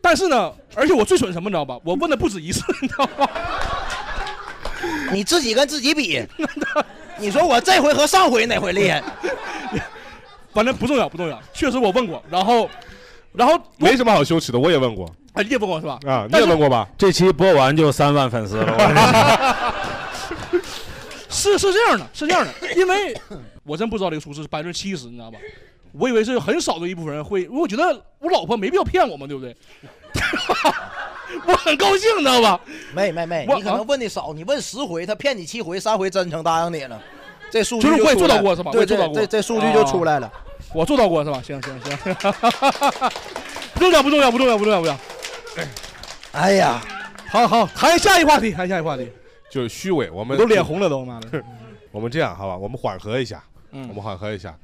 Speaker 5: 但是呢，而且我最蠢什么，你知道吧？我问的不止一次，你知道吧？
Speaker 4: 你自己跟自己比，你说我这回和上回哪回厉害？
Speaker 5: 反正不重要，不重要。确实我问过，然后，然后我
Speaker 1: 没什么好羞耻的，我也问过
Speaker 5: 啊，你也问过是吧？
Speaker 1: 啊，你
Speaker 5: 但
Speaker 1: 也
Speaker 5: 是
Speaker 1: 问过吧？
Speaker 6: 这期播完就三万粉丝了，我跟你说
Speaker 5: 是是这样的，是这样的，因为我真不知道这个数字是百分之七十，你知道吧？我以为是很少的一部分人会，因为我觉得我老婆没必要骗我嘛，对不对？我很高兴，你知道吧？
Speaker 4: 没没没，
Speaker 5: 我
Speaker 4: 你可能问的少，你问十回，他骗你七回，三回真诚答应你了，这数据
Speaker 5: 就是我也
Speaker 4: 就出
Speaker 5: 做到
Speaker 4: 来
Speaker 5: 过
Speaker 4: 了
Speaker 5: 是吧我
Speaker 4: 对，
Speaker 5: 也做
Speaker 4: 这
Speaker 5: 到过啊
Speaker 4: 这这数据就
Speaker 6: 啊
Speaker 4: 出来了。
Speaker 5: 我做到过是吧？行行 行，不重要不重要不重要不重要不重要。
Speaker 4: 哎呀，
Speaker 5: 好好，谈下一话题，谈下一话题。
Speaker 1: 就是虚伪，我
Speaker 5: 我
Speaker 1: 们
Speaker 5: 都脸红了都，妈的。
Speaker 1: 我们这样好吧，我们缓和一下，
Speaker 5: 嗯
Speaker 1: 我们缓和一下，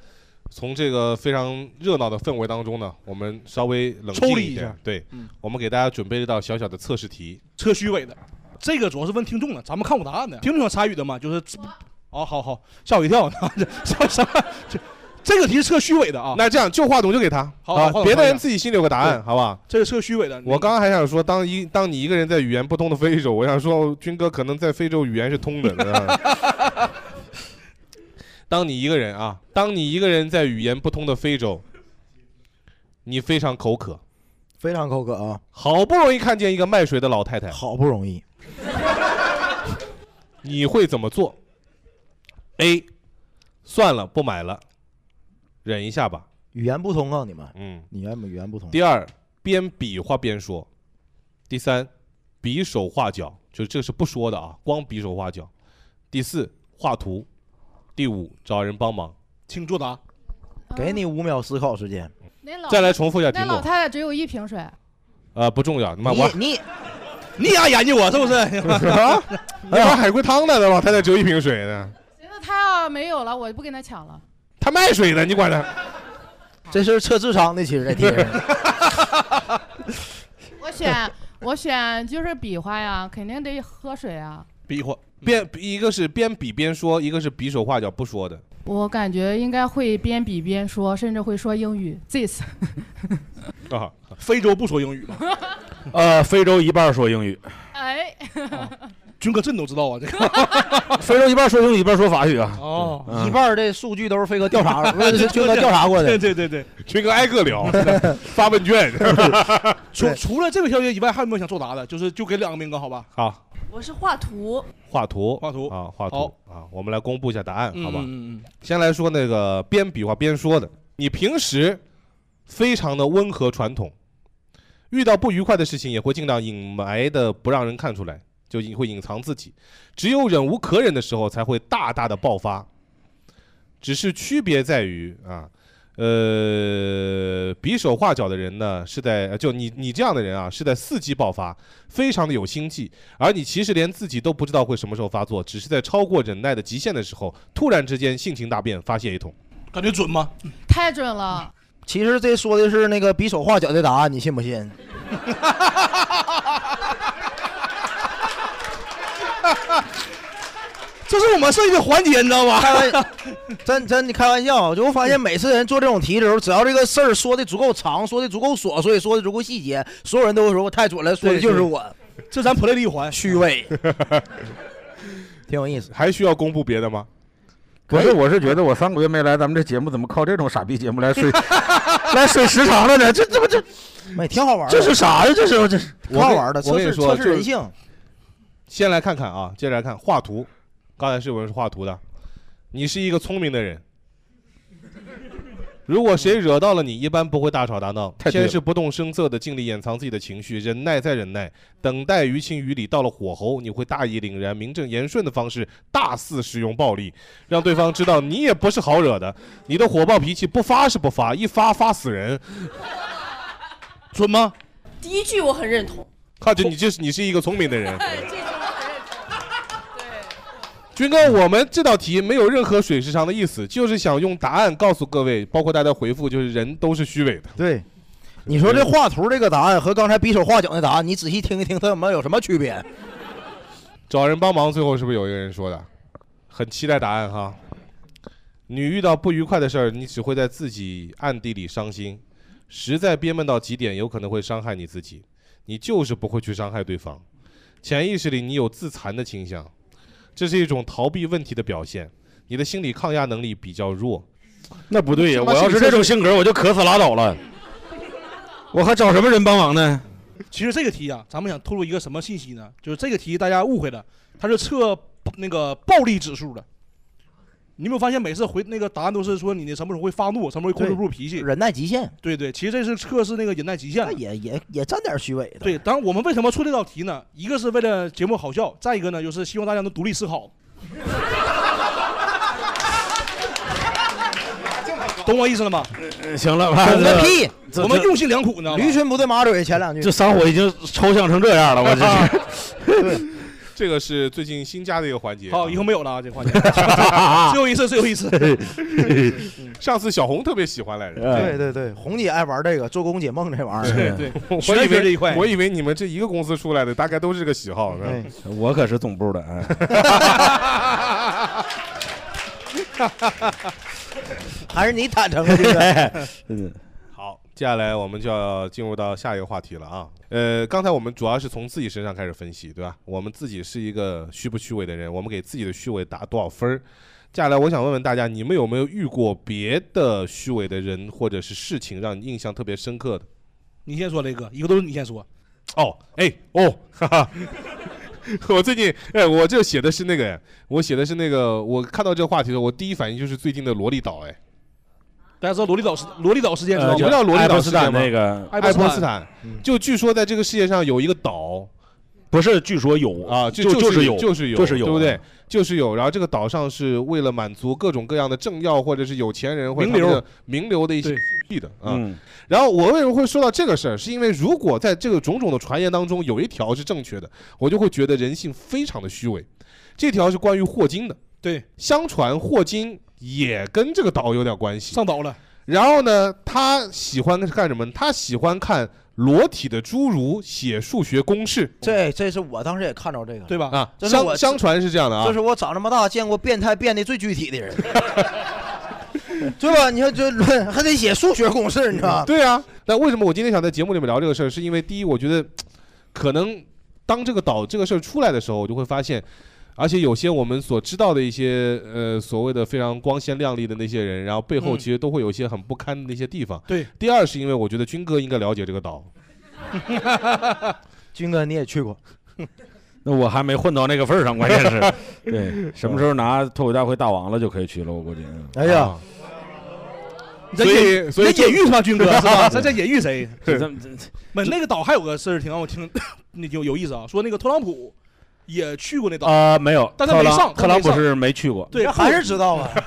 Speaker 1: 从这个非常热闹的氛围当中呢，我们稍微冷静
Speaker 5: 抽离一
Speaker 1: 点
Speaker 5: 下。
Speaker 1: 对
Speaker 5: 嗯，
Speaker 1: 我们给大家准备了一道小小的测试题，
Speaker 5: 车虚伪的，这个主要是问听众的，咱们看过答案的，听众想参与的嘛，就是，哦，好好，吓我一跳，什么 什么，这这个题是测虚伪的啊，
Speaker 1: 那这样就话筒就给他，
Speaker 5: 好
Speaker 1: 啊
Speaker 5: 好话筒
Speaker 1: 别的
Speaker 5: 给
Speaker 1: 人
Speaker 5: 他
Speaker 1: 自己心里有个答案，好不好？
Speaker 5: 这是测虚伪的。
Speaker 1: 我刚刚还想说，当一当你一个人在语言不通的非洲，我想说，军哥可能在非洲语言是通的。是吧当你一个人啊，当你一个人在语言不通的非洲，你非常口渴，
Speaker 4: 非常口渴啊，
Speaker 1: 好不容易看见一个卖水的老太太，
Speaker 4: 好不容易，
Speaker 1: 你会怎么做？A，算了，不买了，忍一下吧。
Speaker 4: 语言不通告你们，
Speaker 1: 嗯，
Speaker 4: 你们语言不通。
Speaker 1: 第二，边比划边说；第三，比手画脚，就这是不说的啊，光比手画脚；第四，画图；第五，找人帮忙。
Speaker 5: 请作
Speaker 1: 啊
Speaker 5: 答。
Speaker 4: 给你五秒思考时间。
Speaker 14: 那老
Speaker 1: 再来重复一下题
Speaker 14: 那
Speaker 1: 目
Speaker 14: 老太太只有一瓶水，
Speaker 1: 呃，不重要，你妈我
Speaker 4: 你
Speaker 5: 你俩研究我是不 是？
Speaker 1: 啊，你玩海龟汤呢？老太太只有一瓶水呢，
Speaker 14: 寻思她要没有了，我就不跟她抢了。
Speaker 1: 她卖水呢，你管她？
Speaker 4: 这是测智商的，其实在地上。
Speaker 14: 我选 我选就是比划呀，肯定得喝水啊。
Speaker 1: 比划边一个是边比边说，一个是比手画脚不说的。
Speaker 14: 我感觉应该会边比边说，甚至会说英语。This，
Speaker 1: 啊，
Speaker 5: 非洲不说英语吗？
Speaker 6: 呃，非洲一半说 英语，
Speaker 14: 哎，
Speaker 5: 军哥这你都知道啊？这个
Speaker 6: 非洲一半说英语，一半说法语啊。
Speaker 5: 哦
Speaker 6: 嗯
Speaker 4: 一半儿的数据都是飞哥调查，不 是军哥调查过的。
Speaker 5: 对对对，
Speaker 1: 军哥挨个 聊，发问卷。
Speaker 5: 除除了这个条件以外，还有没有想作答的？就是就给两个名额，好吧？
Speaker 1: 好，
Speaker 15: 我是画图，
Speaker 1: 画图，
Speaker 5: 画图
Speaker 1: 啊，画图
Speaker 5: 好
Speaker 1: 啊，我们来公布一下答案，好吧？
Speaker 5: 嗯嗯
Speaker 1: 先来说那个边比划边说的，你平时非常的温和传统，遇到不愉快的事情也会尽量隐瞒的不让人看出来，就隐会隐藏自己，只有忍无可忍的时候才会大大的爆发。只是区别在于啊，呃，比手画脚的人呢是在呃就你你这样的人啊是在伺机爆发，非常的有心计，而你其实连自己都不知道会什么时候发作，只是在超过忍耐的极限的时候，突然之间性情大变，发泄一通。
Speaker 5: 感觉准吗？
Speaker 14: 太准 了。
Speaker 4: 其实这说的是那个比手画脚的答案，你信不 信？
Speaker 5: 这是我们设计的环节，你知道吗？
Speaker 4: 开玩， 真真你开玩笑，就我发现每次人做这种题的时候，只要这个事儿说的足够长，说的足够琐碎，说的足够细节，所有人都会说我太准了，说的就是我，
Speaker 5: 这咱 play 的一环，
Speaker 4: 虚 伪，挺有意思。
Speaker 1: 还需要公布别的吗？
Speaker 6: 不是，我是觉得我三个月没来，咱们这节目怎么靠这种傻逼节目 来水来水时长了呢？这这不这
Speaker 4: 没挺好玩的。
Speaker 6: 这是啥呀？这是这是
Speaker 4: 挺好玩的，
Speaker 1: 我
Speaker 4: 测
Speaker 1: 跟你
Speaker 4: 试
Speaker 1: 说，
Speaker 4: 测试人性。。
Speaker 1: 先来看看啊，接着来看画图。刚才是有人是画图的，你是一个聪明的人。如果谁惹到了你，一般不会大吵大闹，
Speaker 6: 太对了
Speaker 1: 先是不动声色的尽力掩藏自己的情绪，忍耐再忍耐，等待于情于理，到了火候，你会大义凛然、名正言顺的方式大肆使用暴力，让对方知道你也不是好惹的。你的火爆脾气不发是不发，一发发死人，准吗？
Speaker 15: 第一句我很认同。
Speaker 1: 看着你这是你是一个聪明的人。
Speaker 15: 哎，这句我很认同。
Speaker 1: 军哥，我们这道题没有任何水时长的意思，就是想用答案告诉各位，包括大家回复，就是人都是虚伪的。
Speaker 4: 对，你说这画图这个答案和刚才比手画脚那答案，你仔细听一听，它有没有什么区别？
Speaker 1: 找人帮忙，最后是不是有一个人说的？很期待答案哈。你遇到不愉快的事儿，你只会在自己暗地里伤心，实在憋闷到极点，有可能会伤害你自己。你就是不会去伤害对方，潜意识里你有自残的倾向，这是一种逃避问题的表现。你的心理抗压能力比较弱。
Speaker 6: 那不对呀！
Speaker 1: 他妈
Speaker 6: 我要是这种性格，我就渴死拉倒了。我还找什么人帮忙呢？
Speaker 5: 其实这个题啊，咱们想透露一个什么信息呢？就是这个题大家误会了，它是测那个暴力指数的。你有没有发现每次回那个答案都是说你什么时候会发怒，什么时候会控制不住脾气？
Speaker 4: 忍耐极限。
Speaker 5: 对对，其实这是测试那个忍耐极限的。
Speaker 4: 也也也沾点虚伪的。
Speaker 5: 对，当然我们为什么出这道题呢？一个是为了节目好笑，再一个呢就是希望大家能独立思考。懂我意思了吗？
Speaker 6: 呃行了，
Speaker 4: 懂个屁！
Speaker 5: 我们用心良苦呢。
Speaker 4: 驴唇不对马嘴，前两句。啊
Speaker 6: 这三火已经抽象成这样了，我 这是。
Speaker 1: 这个是最近新加的一个环节。
Speaker 5: 好，以后没有了啊，这环 节，只有一次，只有一次。
Speaker 1: 上次小红特别喜欢来着。
Speaker 4: 对对对，红姐爱玩这个做工解梦这玩意
Speaker 1: 对
Speaker 4: 儿。
Speaker 5: 对，
Speaker 1: 我
Speaker 5: 学
Speaker 1: 以
Speaker 5: 学这
Speaker 1: 为
Speaker 5: 一块
Speaker 1: 我以为你们这一个公司出来的大概都是这个喜好
Speaker 4: 哎
Speaker 1: 呢。
Speaker 6: 我可是总部的，哎，
Speaker 4: 还是你坦诚了，对不对？
Speaker 1: 好，接下来我们就要进入到下一个话题了啊。呃，刚才我们主要是从自己身上开始分析，对吧？我们自己是一个虚不虚伪的人，我们给自己的虚伪打多少分儿？接下来我想问问大家，你们有没有遇过别的虚伪的人或者是事情让你印象特别深刻的？
Speaker 5: 你先说，雷哥，一个都是你先说。
Speaker 1: 哦，哎，哦，哈哈。我最近，哎，我这写的是那个，我写的是那个，我看到这个话题的时候，我第一反应就是最近的萝莉岛，哎，
Speaker 5: 大家知道罗利岛事罗利岛事件知
Speaker 1: 呃，
Speaker 5: 道吗？
Speaker 1: 什么叫罗利岛事件吗？嗯
Speaker 6: 爱泼斯坦那个
Speaker 1: 爱泼斯
Speaker 5: 坦
Speaker 1: 坦，就据说在这个世界上有一个岛，
Speaker 6: 不是据说有
Speaker 1: 啊，就
Speaker 6: 就就是
Speaker 1: 是
Speaker 6: 有
Speaker 1: 就是有，
Speaker 6: 就是有
Speaker 1: 对不对？就是有。然后这个岛上是为了满足各种各样的政要或者是有钱人或者
Speaker 6: 名流
Speaker 1: 他们的名流的一些
Speaker 6: 对
Speaker 1: 信息的啊
Speaker 6: 嗯。
Speaker 1: 然后我为什么会说到这个事儿？是因为如果在这个种种的传言当中有一条是正确的，我就会觉得人性非常的虚伪。这条是关于霍金的，
Speaker 5: 对，
Speaker 1: 相传霍金也跟这个岛有点关系，
Speaker 5: 上岛了。
Speaker 1: 然后呢，他喜欢干什么呢？他喜欢看裸体的侏儒写数学公式。
Speaker 4: 这这是我当时也看着这个了，
Speaker 5: 对吧？
Speaker 1: 啊，
Speaker 4: 这是
Speaker 1: 相
Speaker 4: 我
Speaker 1: 相传是这样的啊，
Speaker 4: 这是我长这么大见过变态变得最具体的人， 对啊吧？你看这还得写数学公式，你知道吧？
Speaker 1: 对啊，那为什么我今天想在节目里面聊这个事儿？是因为第一，我觉得可能当这个岛这个事儿出来的时候，我就会发现，而且有些我们所知道的一些呃所谓的非常光鲜亮丽的那些人，然后背后
Speaker 5: 嗯
Speaker 1: 其实都会有一些很不堪的那些地方。
Speaker 5: 对。
Speaker 1: 第二是因为我觉得军哥应该了解这个岛。
Speaker 4: 军哥你也去过，
Speaker 6: 那我还没混到那个份儿上，关键 是，对，什么时候拿脱口大会大王了就可以去了，我估计。
Speaker 4: 哎呀
Speaker 6: 啊，
Speaker 5: 在
Speaker 6: 所以
Speaker 5: 野
Speaker 6: 所以
Speaker 5: 在野
Speaker 6: 就
Speaker 5: 狱上，军哥是吧？在在野狱谁？
Speaker 6: 对咱们
Speaker 5: 不，那个岛还有个事儿挺让我听，那有有意思啊。说那个特朗普也去过那岛
Speaker 6: 啊，没有，
Speaker 5: 但他没
Speaker 6: 特朗
Speaker 5: 上，
Speaker 6: 特朗普
Speaker 5: 他没上
Speaker 6: 是没去过。
Speaker 5: 对，
Speaker 4: 还是知道啊。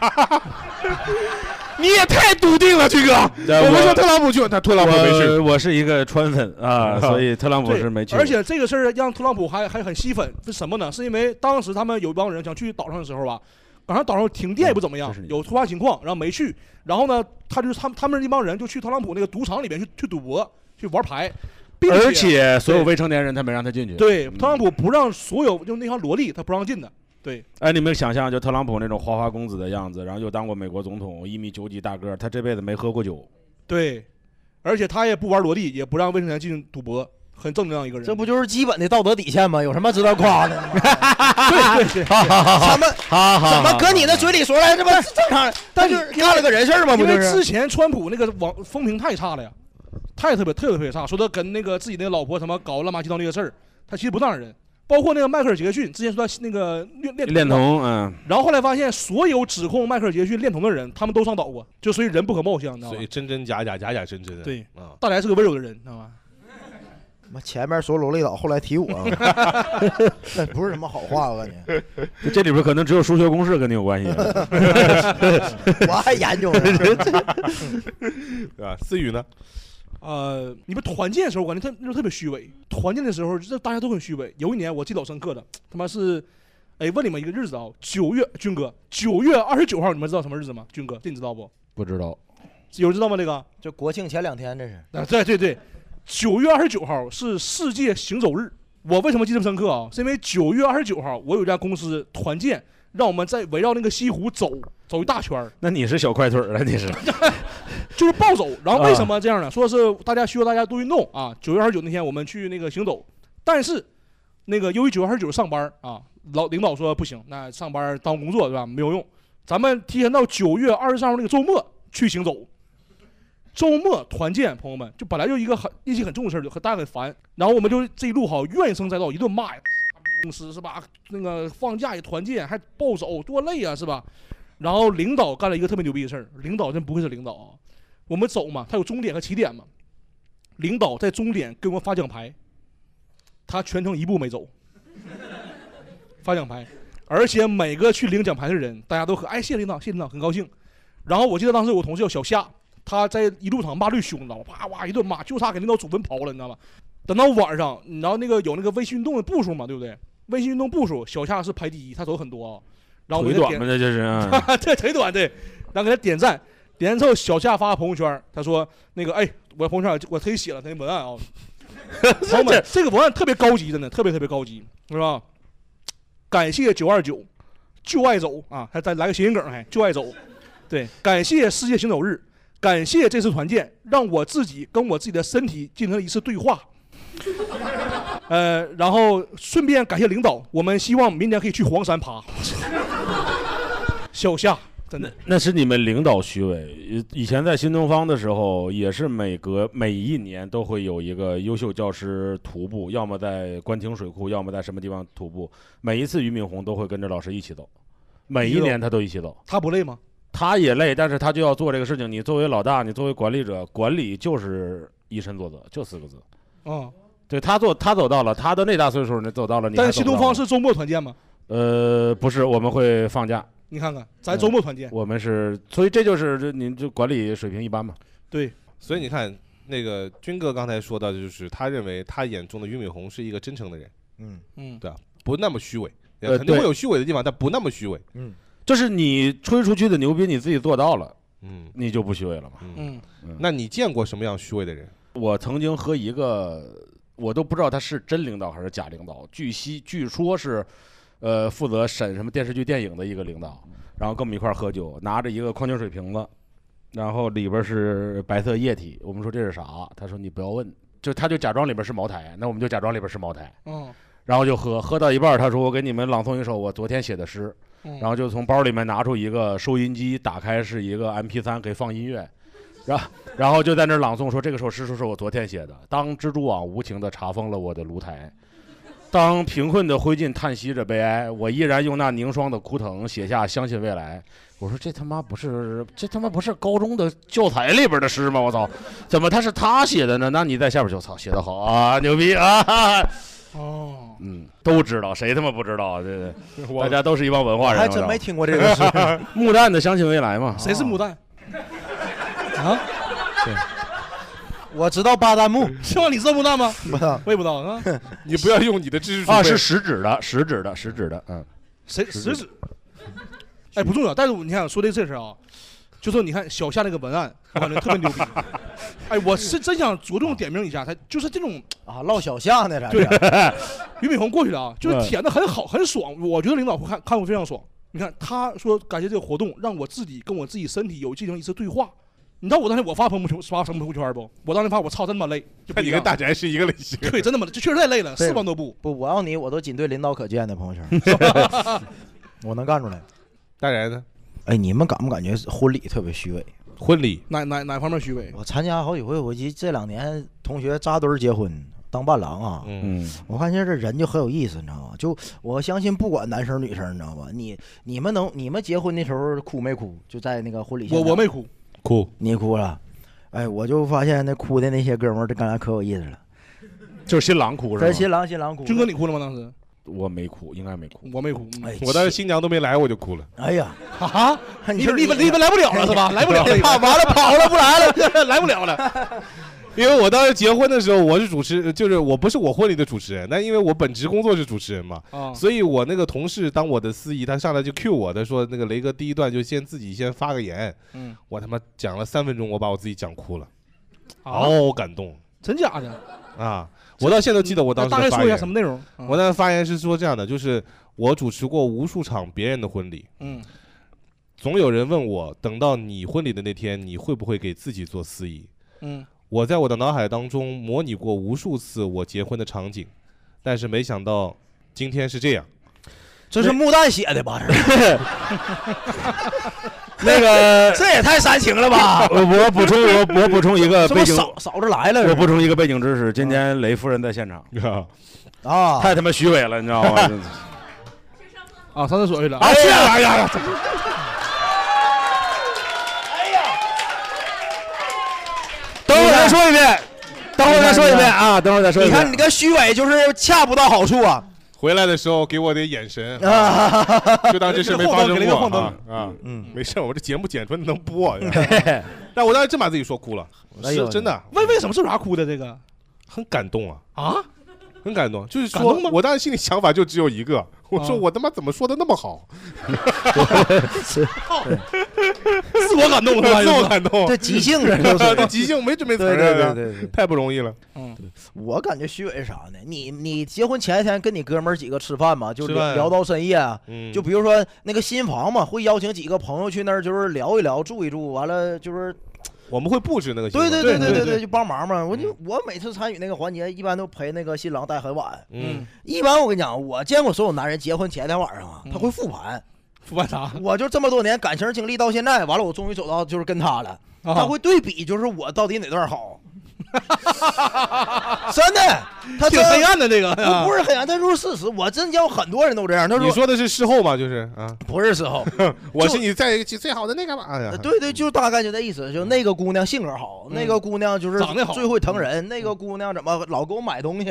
Speaker 1: 你也太笃定了，军哥。
Speaker 6: 对
Speaker 1: 我们说特朗普去，他特朗普没去。
Speaker 6: 呃我我是一个川 粉啊，所以特朗普
Speaker 5: 对
Speaker 6: 是没去过。
Speaker 5: 而且这个事儿让特朗普还还很吸粉，是什么呢？是因为当时他们有一帮人想去岛上的时候吧，赶上岛上停电也不怎么
Speaker 6: 嗯
Speaker 5: 样，有突发情况，然后没去。然后呢，他就他们他们那帮人就去特朗普那个赌场里面去去赌博，去玩牌，并
Speaker 6: 而且所有
Speaker 5: 对
Speaker 6: 未成年人他没让他进去。
Speaker 5: 对
Speaker 6: 嗯
Speaker 5: 特朗普不让所有就那帮萝莉他不让进的，对，
Speaker 6: 哎，你们想象就特朗普那种花花公子的样子，然后又当过美国总统，一米九几大个儿，他这辈子没喝 过酒。
Speaker 5: 对，而且他也不玩萝莉，也不让未成年进行赌博，很正常一个人。
Speaker 4: 这不就是基本的道德底线吗？有什么值得夸 的？
Speaker 5: 对对对，
Speaker 4: 怎么
Speaker 6: 好
Speaker 4: 怎么搁你那嘴里说来这不正常？但是干了个人事儿吗？不
Speaker 5: 因
Speaker 4: 就
Speaker 5: 为
Speaker 4: 是
Speaker 5: 之前川普那个网风评太差了呀，太特别特别特别差，说他跟那个自己那老婆什么搞乱麻鸡汤这个事儿，他其实不当人。包括那个迈克尔·杰克逊之前说他那个恋恋
Speaker 6: 恋童，嗯，
Speaker 5: 然后后来发现所有指控迈克尔·杰克逊恋童的人，他们都上岛过，就所以人不可貌相，你知道
Speaker 1: 所
Speaker 5: 吧
Speaker 1: 以？真真假假，假假真真。
Speaker 5: 对
Speaker 1: 啊，
Speaker 5: 大宅是个温柔的人，你知道吧？
Speaker 4: 妈前面说罗利岛，后来提我， 那不是什么好话，我感觉。
Speaker 6: 就这里边可能只有数学公式跟你有关系。
Speaker 4: 我还研 究呢
Speaker 1: 对吧？思雨呢？
Speaker 5: 呃，你们团建的时候，我感觉特那时候特别虚伪。团建的时候，这大家都很虚伪。有一年我记得老深刻的，他妈是，哎，问你们一个日子啊，九月，军哥，九月二十九号，你们知道什么日子吗？军哥，这你知道不？
Speaker 6: 不知道，
Speaker 5: 有人知道吗？这个？
Speaker 4: 这国庆前两天，这是
Speaker 5: 啊，对对对，九月二十九号是世界行走日。我为什么记得深刻啊？是因为九月二十九号，我有一家公司团建，让我们在围绕那个西湖走走一大圈儿
Speaker 6: 那你是小快腿儿了，啊 你是？
Speaker 5: 就是暴走。然后为什么这样呢？说是大家需要大家多运动啊。九月二十九那天我们去那个行走，但是那个由于九月二十九上班啊，老领导说不行，那上班耽误工作对吧？没有用，咱们提前到九月二十三号那个周末去行走。周末团建，朋友们，就本来就一个很业绩很重的事儿，就很大家很烦。然后我们就这一路好怨声载道，一顿骂呀，公司是吧？那个放假也团建，还暴走，多累啊，是吧？然后领导干了一个特别牛逼的事儿，领导真不愧是领导啊！我们走嘛，他有终点和起点嘛。领导在终点给我们发奖牌，他全程一步没走，发奖牌，而且每个去领奖牌的人，大家都很哎谢谢领导，谢谢领导，很高兴。然后我记得当时有个同事叫小夏，他在一路上骂最凶，你知道吧？啪哇一顿骂，就差给领导祖坟刨了，你知道吗？等到晚上，你知道那个有那个微信运动的步数嘛，对不对？微信运动步数，小夏是排第一，他走很多啊。然后我
Speaker 6: 腿
Speaker 5: 给他点
Speaker 6: 短嘛，这就是。嗯
Speaker 5: 对，腿短对，然后给他点赞，点赞之后小夏发朋友圈，他说那个哎，我朋友圈我特意写了他那文案啊、朋友们，这个文案特别高级，真的特别特别高级，是吧？感谢九二九，就爱走啊，还再来个谐音梗，还就爱走。对，感谢世界行走日，感谢这次团建，让我自己跟我自己的身体进行了一次对话。呃，然后顺便感谢领导，我们希望明年可以去黄山爬。小夏，真的，
Speaker 6: 那是你们领导虚伪。以以前在新东方的时候，也是每隔每一年都会有一个优秀教师徒步，要么在官厅水库，要么在什么地方徒步。每一次俞敏洪都会跟着老师一起走，每一年他都一起走。
Speaker 5: 他不累吗？
Speaker 6: 他也累，但是他就要做这个事情。你作为老大，你作为管理者，管理就是以身作则，就四个字。
Speaker 5: 嗯，
Speaker 6: 对他做，他走到了他的那大岁数，呢，走到了你还
Speaker 5: 但
Speaker 6: 走
Speaker 5: 是
Speaker 6: 不到吗。
Speaker 5: 新东方是周末团建吗？
Speaker 6: 呃，不是，我们会放假。
Speaker 5: 你看看，咱周末团建
Speaker 6: 嗯，我们是，所以这就是这您这管理水平一般嘛。
Speaker 5: 对，
Speaker 1: 所以你看，那个军哥刚才说到，的就是他认为他眼中的俞敏洪是一个真诚的人，
Speaker 4: 嗯
Speaker 5: 嗯，
Speaker 1: 对啊，不那么虚伪，
Speaker 6: 呃
Speaker 1: 肯定会
Speaker 6: 对
Speaker 1: 有虚伪的地方，但不那么虚伪。
Speaker 4: 嗯，
Speaker 6: 就是你吹出去的牛逼，你自己做到了，
Speaker 1: 嗯，
Speaker 6: 你就不虚伪了嘛。
Speaker 5: 嗯，
Speaker 1: 那你见过什么样虚伪的人？
Speaker 6: 我曾经和一个，我都不知道他是真领导还是假领导，据悉据说是，呃，负责审什么电视剧、电影的一个领导，然后跟我们一块儿喝酒，拿着一个矿泉水瓶子，然后里边是白色液体，我们说这是啥？他说你不要问，就他就假装里边是茅台，那我们就假装里边是茅台，
Speaker 5: 嗯，
Speaker 6: 然后就喝，喝到一半儿，他说我给你们朗诵一首我昨天写的诗，
Speaker 5: 嗯
Speaker 6: 然后就从包里面拿出一个收音机，打开是一个 MP 3可以放音乐，然后然后就在那儿朗诵说这个首诗是我昨天写的。当蜘蛛网无情地查封了我的炉台，当贫困的灰烬叹息着悲哀，我依然用那凝霜的枯藤写下相信未来。我说这他妈不是这他妈不是高中的教材里边的诗吗？我操，怎么他是他写的呢？那你在下边就操写得好啊，牛逼啊！哈哈
Speaker 5: 哦，
Speaker 6: 嗯，都知道，谁他妈不知道啊？对对，
Speaker 5: 我
Speaker 6: 大家都是一帮文化人。
Speaker 5: 还真
Speaker 6: 我操
Speaker 5: 没听过这个事
Speaker 6: 穆旦的《相信未来》嘛？
Speaker 5: 谁是穆旦？啊，
Speaker 4: 我知道巴旦木，
Speaker 5: 是吗？你知道穆旦吗？
Speaker 4: 不知道，
Speaker 5: 我也不知道 啊。
Speaker 1: 你不要用你的知识
Speaker 6: 啊，是食指的，食指的，食指的，嗯。
Speaker 5: 谁食指？哎，不重要。但是你看，说这事儿啊，就说你看小夏那个文案，我感觉特别牛逼。 哎，我是真想着重点名一下他，就是这种
Speaker 4: 啊，唠小夏呢，
Speaker 5: 对
Speaker 4: 这，
Speaker 5: 俞敏洪过去了啊，就是
Speaker 4: 嗯
Speaker 5: 舔的很好，很爽。我觉得领导会看看我非常爽。你看他说感谢这个活动，让我自己跟我自己身体有进行一次对话。你知道我当时我发朋友圈发什么朋友圈不？我当时发我操，真他妈累，就不一样
Speaker 1: 宅是一个类型
Speaker 5: 对，真他妈这确实太累了，四万多步。
Speaker 4: 不，我要你，我都仅对领导可见的朋友 圈，我能干出来。
Speaker 1: 大然呢？
Speaker 4: 哎，你们感不感觉婚礼特别虚伪？
Speaker 1: 婚礼
Speaker 5: 哪哪哪方面虚伪？
Speaker 4: 我参加好几回，我记这两年同学扎堆儿结婚当伴郎啊，
Speaker 6: 嗯，
Speaker 4: 我发现这人就很有意思，你知道吗？就我相信不管男生女生，你知道吧？你你们能你们结婚的时候哭没哭？就在那个婚礼现
Speaker 5: 我
Speaker 4: 场
Speaker 5: 我没哭，
Speaker 1: 哭，
Speaker 4: 你哭了，哎，我就发现那哭的那些哥们儿，这刚才可有意思了，
Speaker 6: 就是新郎哭是吗？
Speaker 4: 咱新郎新郎哭，
Speaker 5: 军哥你哭了吗？当时
Speaker 6: 我没哭，应该没哭。！
Speaker 5: 我没哭。
Speaker 4: 哎
Speaker 1: 我当时新娘都没来，我就哭了。
Speaker 4: 哎呀，
Speaker 5: 啊！
Speaker 4: 你
Speaker 5: 你
Speaker 4: 说
Speaker 5: 你们你们来不了了是吧？来不了了，
Speaker 4: 怕完了跑了不来
Speaker 5: 了， 来不了了。
Speaker 1: 因为我当时结婚的时候，我是主持，就是我不是我婚礼的主持人，但因为我本职工作是主持人嘛，
Speaker 5: 哦
Speaker 1: 所以我那个同事当我的司仪，他上来就 cue 我，他说那个雷哥第一段就先自己先发个言，
Speaker 5: 嗯，
Speaker 1: 我他妈讲了三分钟，我把我自己讲哭了，
Speaker 5: 啊
Speaker 1: 好感动
Speaker 5: 真假的？
Speaker 1: 啊！我到现在都记得我当时
Speaker 5: 大概
Speaker 1: 的发
Speaker 5: 说一下
Speaker 1: 言
Speaker 5: 什么内容？嗯
Speaker 1: 我当时发言是说这样的，就是我主持过无数场别人的婚礼，
Speaker 5: 嗯，
Speaker 1: 总有人问我，等到你婚礼的那天，你会不会给自己做司仪？
Speaker 5: 嗯，
Speaker 1: 我在我的脑海当中模拟过无数次我结婚的场景，但是没想到今天是这样。
Speaker 4: 这是穆旦写的吧？这
Speaker 1: 是
Speaker 4: 那个这也太煽情了吧
Speaker 6: 我我补充我我补充一 个
Speaker 4: 这不
Speaker 6: 背景，
Speaker 4: 嫂嫂子来了是吧，
Speaker 6: 我补充一个背景知识，今天雷夫人在 现场，
Speaker 4: 啊，
Speaker 6: 太他妈虚伪了，你知道吗？
Speaker 5: 啊，上厕所去了。
Speaker 6: 哎呀哎呀！等会儿再说一遍，等会儿再说一遍啊！等会儿再说一
Speaker 4: 你
Speaker 6: 遍。
Speaker 4: 看你个虚伪就是恰不到好处啊！
Speaker 1: 回来的时候给我点眼神，
Speaker 4: 啊
Speaker 1: 就当这事没发生
Speaker 5: 给了一个晃
Speaker 1: 过
Speaker 5: 灯
Speaker 1: 啊啊，
Speaker 4: 嗯，
Speaker 1: 没事，我这节目剪出来能播。但我当时真把自己说哭了，
Speaker 4: 哎呦
Speaker 1: 是真的，
Speaker 5: 为为什么是有啥哭的？这个
Speaker 1: 很感动啊，
Speaker 5: 啊，
Speaker 1: 很感动。就是
Speaker 5: 感
Speaker 1: 说
Speaker 5: 动吗，
Speaker 1: 我当时心里想法就只有一个，我说
Speaker 5: 啊
Speaker 1: 我他妈怎么说的那么好，
Speaker 4: 是
Speaker 5: 自我感动 是吧？
Speaker 1: 自我感动，
Speaker 4: 这即兴这就是
Speaker 1: 这即兴没准备词儿
Speaker 4: 对
Speaker 1: 啊
Speaker 4: 对对对对
Speaker 1: 太不容易了。
Speaker 6: 嗯
Speaker 4: 我感觉虚伪是啥呢？你你结婚前一天跟你哥们儿几个吃饭嘛，就
Speaker 1: 吃
Speaker 4: 聊
Speaker 1: 饭
Speaker 4: 聊到深夜啊。
Speaker 1: 嗯
Speaker 4: 就比如说那个新房嘛，会邀请几个朋友去那儿，就是聊一聊，住一住，完了就是
Speaker 1: 我们会布置那个行为，
Speaker 4: 对对对对对对，就帮忙嘛。我
Speaker 1: 嗯
Speaker 4: 就我每次参与那个环节，一般都陪那个新郎待很晚。
Speaker 1: 嗯，
Speaker 4: 一般我跟你讲，我见过所有男人结婚前一天晚上啊，他会复盘。
Speaker 5: 复盘啥？
Speaker 4: 我就这么多年感情经历到现在，完了我终于走到就是跟他了，
Speaker 5: 啊
Speaker 4: 他会对比，就是我到底哪段好。真的，他
Speaker 1: 挺
Speaker 4: 真
Speaker 1: 黑暗的这个啊
Speaker 4: 不不是黑暗，他就是事实。我真叫很多人都这样。他
Speaker 1: 你说的是事后吧？就是啊，
Speaker 4: 不是事后，
Speaker 1: 我
Speaker 4: 就是呃
Speaker 1: 你在最好的那个吧？哎呀，嗯
Speaker 4: 对对，就大概就那意思。就那个姑娘性格好，那个姑娘就是
Speaker 1: 长得好嗯
Speaker 4: 最会疼人。那个姑娘怎么老给我买东西？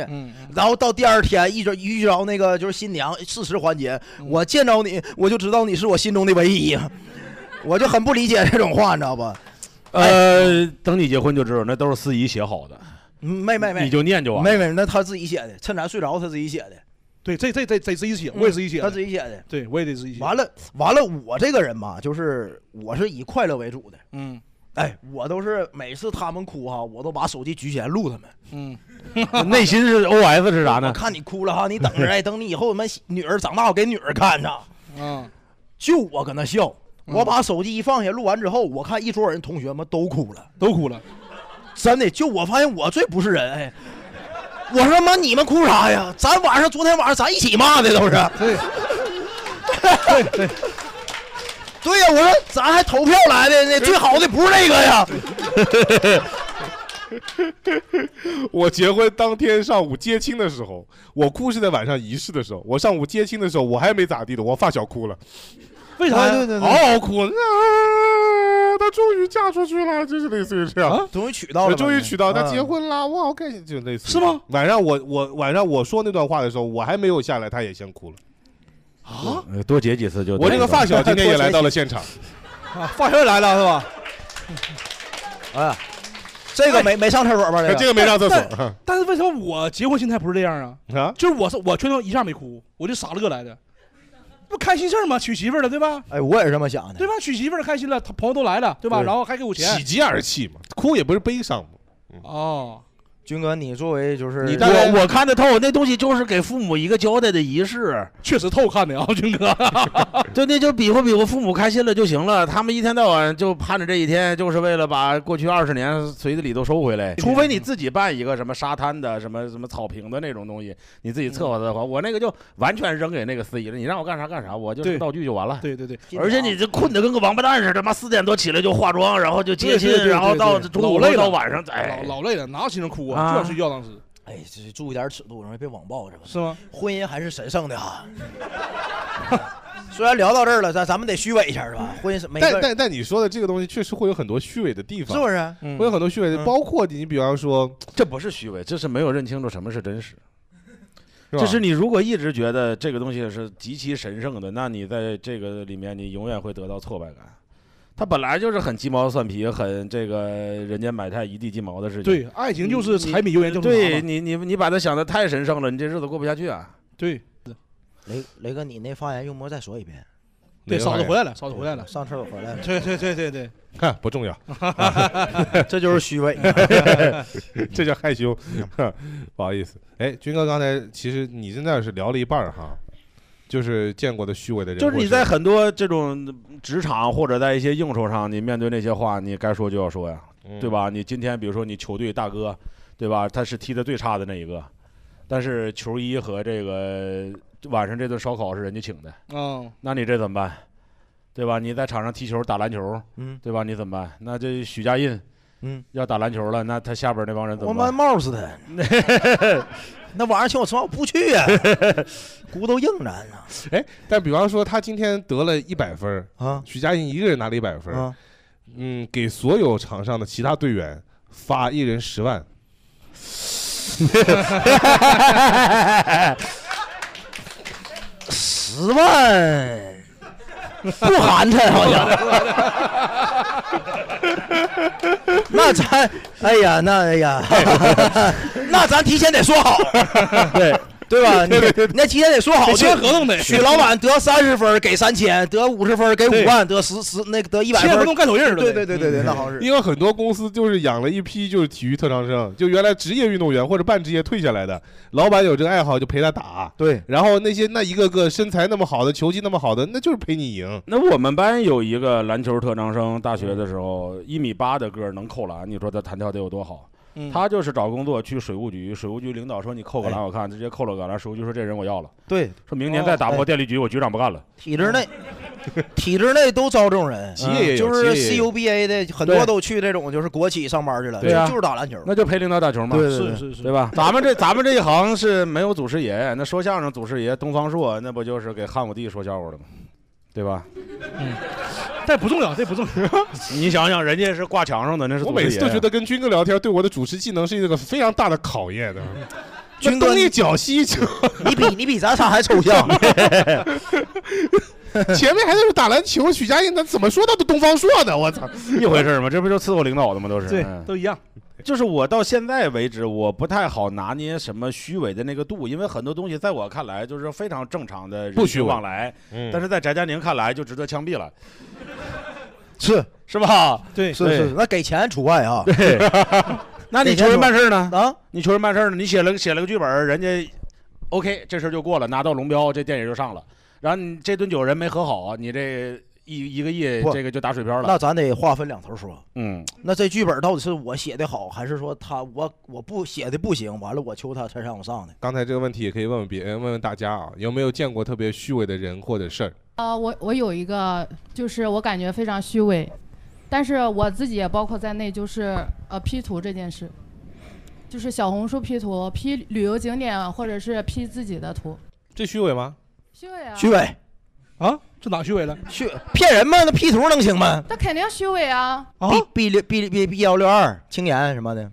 Speaker 4: 然后到第二天一直遇着那个就是新娘，事实环节，
Speaker 1: 嗯
Speaker 4: 我见着你我就知道你是我心中的唯一，我就很不理解这种话，你知道吧？
Speaker 6: 呃，等你结婚就知道，那都是司仪写好的。
Speaker 4: 嗯没没没，
Speaker 6: 你就念就完了
Speaker 4: 没没，那他自己写的，趁咱睡着他自己写的。嗯
Speaker 5: 对，这这这这自己写，我也自己写的
Speaker 4: 他自己写的。
Speaker 5: 对，我也得自己写。
Speaker 4: 完了完了，我这个人吧，就是我是以快乐为主的。
Speaker 5: 嗯，
Speaker 4: 哎，我都是每次他们哭哈，我都把手机举起来录他们。
Speaker 5: 嗯，
Speaker 6: 内心是 OS 是啥呢
Speaker 4: 我看你哭了哈，你等着，哎，等你以后我们女儿长大，我给女儿看着。
Speaker 5: 嗯，
Speaker 4: 就我搁那笑，我把手机一放下，录完之后，我看一桌人同学们都哭了，
Speaker 5: 都哭了，
Speaker 4: 真的，就我发现我最不是人，哎，我说妈，你们哭啥呀？咱晚上昨天晚上咱一起骂的都是。
Speaker 5: 对，
Speaker 4: 对对。 对呀，我说咱还投票来的，那最好的不是那个呀。
Speaker 1: 我结婚当天上午接亲的时候，我哭是在晚上仪式的时候。我上午接亲的时候，我还没咋地的，我发小哭了。
Speaker 5: 为
Speaker 12: 哎
Speaker 5: 啥呀对对对
Speaker 1: 嗷嗷哭，啊，她终于嫁出去了，就是类似于这
Speaker 12: 啊
Speaker 5: 啊
Speaker 1: 样。
Speaker 4: 终于娶
Speaker 1: 到了，终于娶到，
Speaker 4: 嗯
Speaker 1: 她
Speaker 4: 啊
Speaker 16: 他
Speaker 1: 结婚。
Speaker 16: 婚
Speaker 1: 了，哦我好开心，就类似
Speaker 5: 是吗？
Speaker 1: 晚上我我晚上我说那段话的时候，我还没有下来，她也先哭了。
Speaker 6: 呃多结几次就。
Speaker 1: 我这个发小今天也来到了现场，
Speaker 4: 啊，发小也来了是 吧？哎，这个没没上厕所吧？
Speaker 1: 这个没上厕所
Speaker 5: 但但但是为什么我结婚心态不是这样啊？
Speaker 1: 啊，
Speaker 5: 就是我是我全程一下没哭，我就傻乐来的，不开心事儿吗？娶媳妇儿了，对吧？
Speaker 4: 哎，我也是这么想的。
Speaker 5: 对吧？娶媳妇儿开心了，他朋友都来了，对吧？然后还给我钱，
Speaker 1: 喜极而泣嘛，哭也不是悲伤嘛。
Speaker 5: 哦，
Speaker 4: 军哥，你作为就是
Speaker 1: 你
Speaker 6: 我我看得透，那东西就是给父母一个交代的仪式，
Speaker 5: 确实透看的啊，军哥。
Speaker 6: 对，那就比划比划，父母开心了就行了。他们一天到晚就盼着这一天，就是为了把过去二十年随的礼都收回来。除非你自己办一个什么沙滩的、什么什么草坪的那种东西，你自己策划策划。我那个就完全扔给那个司仪了，你让我干啥干啥，我就是道具就完了。
Speaker 5: 对对对，
Speaker 6: 而且你这困得跟个王八蛋似的，妈四点多起来就化妆，然后就接
Speaker 5: 对对
Speaker 6: 亲，
Speaker 5: 对
Speaker 6: 然后到
Speaker 5: 对对
Speaker 6: 中
Speaker 5: 老
Speaker 6: 午
Speaker 5: 累了
Speaker 6: 到晚上，哎，
Speaker 5: 老老累了，哪有心情哭
Speaker 6: 啊
Speaker 5: 啊？就想睡觉当时。
Speaker 4: 哎，这注意点尺度，容易被网暴，这不
Speaker 5: 是吗？
Speaker 4: 婚姻还是神圣的哈。 虽然聊到这儿了，咱咱们得虚伪一下是
Speaker 5: 嗯
Speaker 4: 吧？婚姻是每个
Speaker 1: 但但但你说的这个东西确实会有很多虚伪的地方，
Speaker 4: 是不是
Speaker 1: 嗯会有很多虚伪的，
Speaker 4: 嗯
Speaker 1: 包括你比方说，
Speaker 6: 这不是虚伪，这是没有认清楚什么是真实。
Speaker 1: 吧
Speaker 6: 就是你如果一直觉得这个东西是极其神圣的，那你在这个里面你永远会得到挫败感。它本来就是很鸡毛蒜皮、很这个人间百态、一地鸡毛的事情。
Speaker 5: 对，爱情就是柴米油盐酱醋茶
Speaker 6: 嗯对
Speaker 5: 嘛。
Speaker 6: 你，你你把它想的太神圣了，你这日子过不下去啊。
Speaker 5: 对，
Speaker 4: 雷雷哥，你那发言用不用再说一遍？
Speaker 5: 对嫂子回来了嫂子回来了
Speaker 4: 上厕所回来了。，
Speaker 5: 对对对对对，
Speaker 1: 看不重要
Speaker 4: 这就是虚 伪
Speaker 1: 这叫害羞，不好意思。哎，军哥，刚才其实你真的是聊了一半儿哈，就是见过的虚伪的人，
Speaker 6: 就是你
Speaker 1: 或者
Speaker 6: 在很多这种职场或者在一些应酬上，你面对那些话，你该说就要说呀，对吧？你今天比如说你球队大哥，对吧？他是踢的最差的那一个，但是球衣和这个晚上这顿烧烤是人家请的，
Speaker 5: 嗯，
Speaker 6: 那你这怎么办？对吧？你在场上踢球打篮球，
Speaker 4: 嗯，
Speaker 6: 对吧？你怎么办？那这许家印，
Speaker 4: 嗯，
Speaker 6: 要打篮球了，那他下边那帮人 怎
Speaker 4: 我
Speaker 6: 么
Speaker 4: 妈
Speaker 6: 办？
Speaker 4: 冒死他， 那晚上请我吃饭我不去呀、骨头硬然啊。
Speaker 1: 哎，但比方说他今天得了一百分儿
Speaker 4: 啊，
Speaker 1: 徐佳莹一个人拿了一百分儿
Speaker 4: 啊
Speaker 1: 嗯，给所有场上的其他队员发一人十万。
Speaker 4: 十万不 寒碜，好像。 那咱，哎呀，那哎 呀，那咱提前得说好，
Speaker 6: 对
Speaker 4: 对 吧？你
Speaker 6: 对对对
Speaker 4: 你那提前得说好，
Speaker 6: 得签合同得
Speaker 4: 许老板得三十分给三千，得五十分给五万，得十十那个得一百分。对对对对
Speaker 6: 嗯
Speaker 4: 对，那好像是。
Speaker 1: 嗯 因为很多公司就是养了一批就是体育特长生，就原来职业运动员或者半职业退下来的，老板有这个爱好就陪他打。
Speaker 4: 对，
Speaker 1: 然后那些那一个个身材那么好的，球技那么好的，那就是陪你赢。
Speaker 6: 那我们班有一个篮球特长生，大学的时候
Speaker 4: 嗯
Speaker 6: 一米八的个儿能扣篮，你说他弹跳得有多好？
Speaker 5: 嗯
Speaker 6: 他就是找工作去水务局，水务局领导说你扣个篮，我看直接扣了个篮，水务局说这人我要了，
Speaker 4: 对，
Speaker 6: 说明年再打
Speaker 4: 哦
Speaker 6: 破
Speaker 4: 哎
Speaker 6: 电力局，我局长不干了。
Speaker 4: 体制内，体制内都招这种人，啊
Speaker 6: 企业也有
Speaker 4: 就
Speaker 6: 企
Speaker 4: 是
Speaker 6: 业也有
Speaker 4: CUBA 的很
Speaker 6: 对
Speaker 4: 多都去这种就是国企上班去了，
Speaker 6: 对啊
Speaker 4: 就就是打篮球。
Speaker 6: 那就陪领导打球嘛，
Speaker 4: 对对对是是是
Speaker 6: 对吧？咱们这咱们这一行是没有祖师爷，那说相声祖师爷东方朔，那不就是给汉武帝说笑话的吗？对吧？
Speaker 5: 但不重要，这不重要。
Speaker 6: 你想想，人家是挂墙上的，那是
Speaker 1: 我
Speaker 6: 祖师
Speaker 1: 每
Speaker 6: 爷
Speaker 1: 次都觉得跟军哥聊天对我的主持技能是一个非常大的考 验的。
Speaker 4: 军
Speaker 1: 哥
Speaker 4: 哥
Speaker 1: 东一脚西一脚，
Speaker 4: 你比你比咱仨还抽象。
Speaker 1: 前面还在那打篮球，许家印他怎么说到的东方朔的？我操，
Speaker 6: 一回事儿嘛，这不就伺候领导的吗？都是
Speaker 5: 对
Speaker 6: 嗯，
Speaker 5: 都一样。
Speaker 6: 就是我到现在为止，我不太好拿捏什么虚伪的那个度，因为很多东西在我看来就是非常正常的
Speaker 1: 不
Speaker 6: 人
Speaker 1: 虚
Speaker 6: 情
Speaker 1: 伪
Speaker 6: 往来，
Speaker 1: 嗯
Speaker 6: 但是在翟佳宁看来就值得枪 毙了，
Speaker 4: 是
Speaker 6: 是吧？
Speaker 5: 对
Speaker 4: 是是，那给钱除外啊。
Speaker 6: 对，那你
Speaker 4: 给
Speaker 6: 求
Speaker 4: 钱
Speaker 6: 人
Speaker 4: 除
Speaker 6: 办事儿呢？
Speaker 4: 啊，
Speaker 6: 你求人办事儿呢？你写了个写了个剧本儿，人家 OK，这事儿就过了，拿到龙标，这电影就上了。然后你这顿酒人没和好，啊你这一一个亿，
Speaker 4: 不
Speaker 6: 这个就打水漂了。
Speaker 4: 那咱得话分两头说。
Speaker 6: 嗯，
Speaker 4: 那这剧本到底是我写的好，还是说他我我不写的不行？完了，我求他才让我上的。
Speaker 1: 刚才这个问题也可以问问别人，问问大家啊，有没有见过特别虚伪的人或者事儿？
Speaker 14: 呃，我我有一个，就是我感觉非常虚伪，但是我自己也包括在内，就是呃 P 图这件事，就是小红书 P 图、P 旅游景点或者是 P 自己的图，
Speaker 1: 这虚伪吗？
Speaker 14: 虚伪啊，
Speaker 4: 虚伪
Speaker 5: 啊？这哪虚伪了？
Speaker 4: 虚骗人吗？那 P 图能行吗
Speaker 14: 那肯定虚伪啊，
Speaker 1: 哦
Speaker 4: ？B B 六 B B B 幺六二青岩什么的，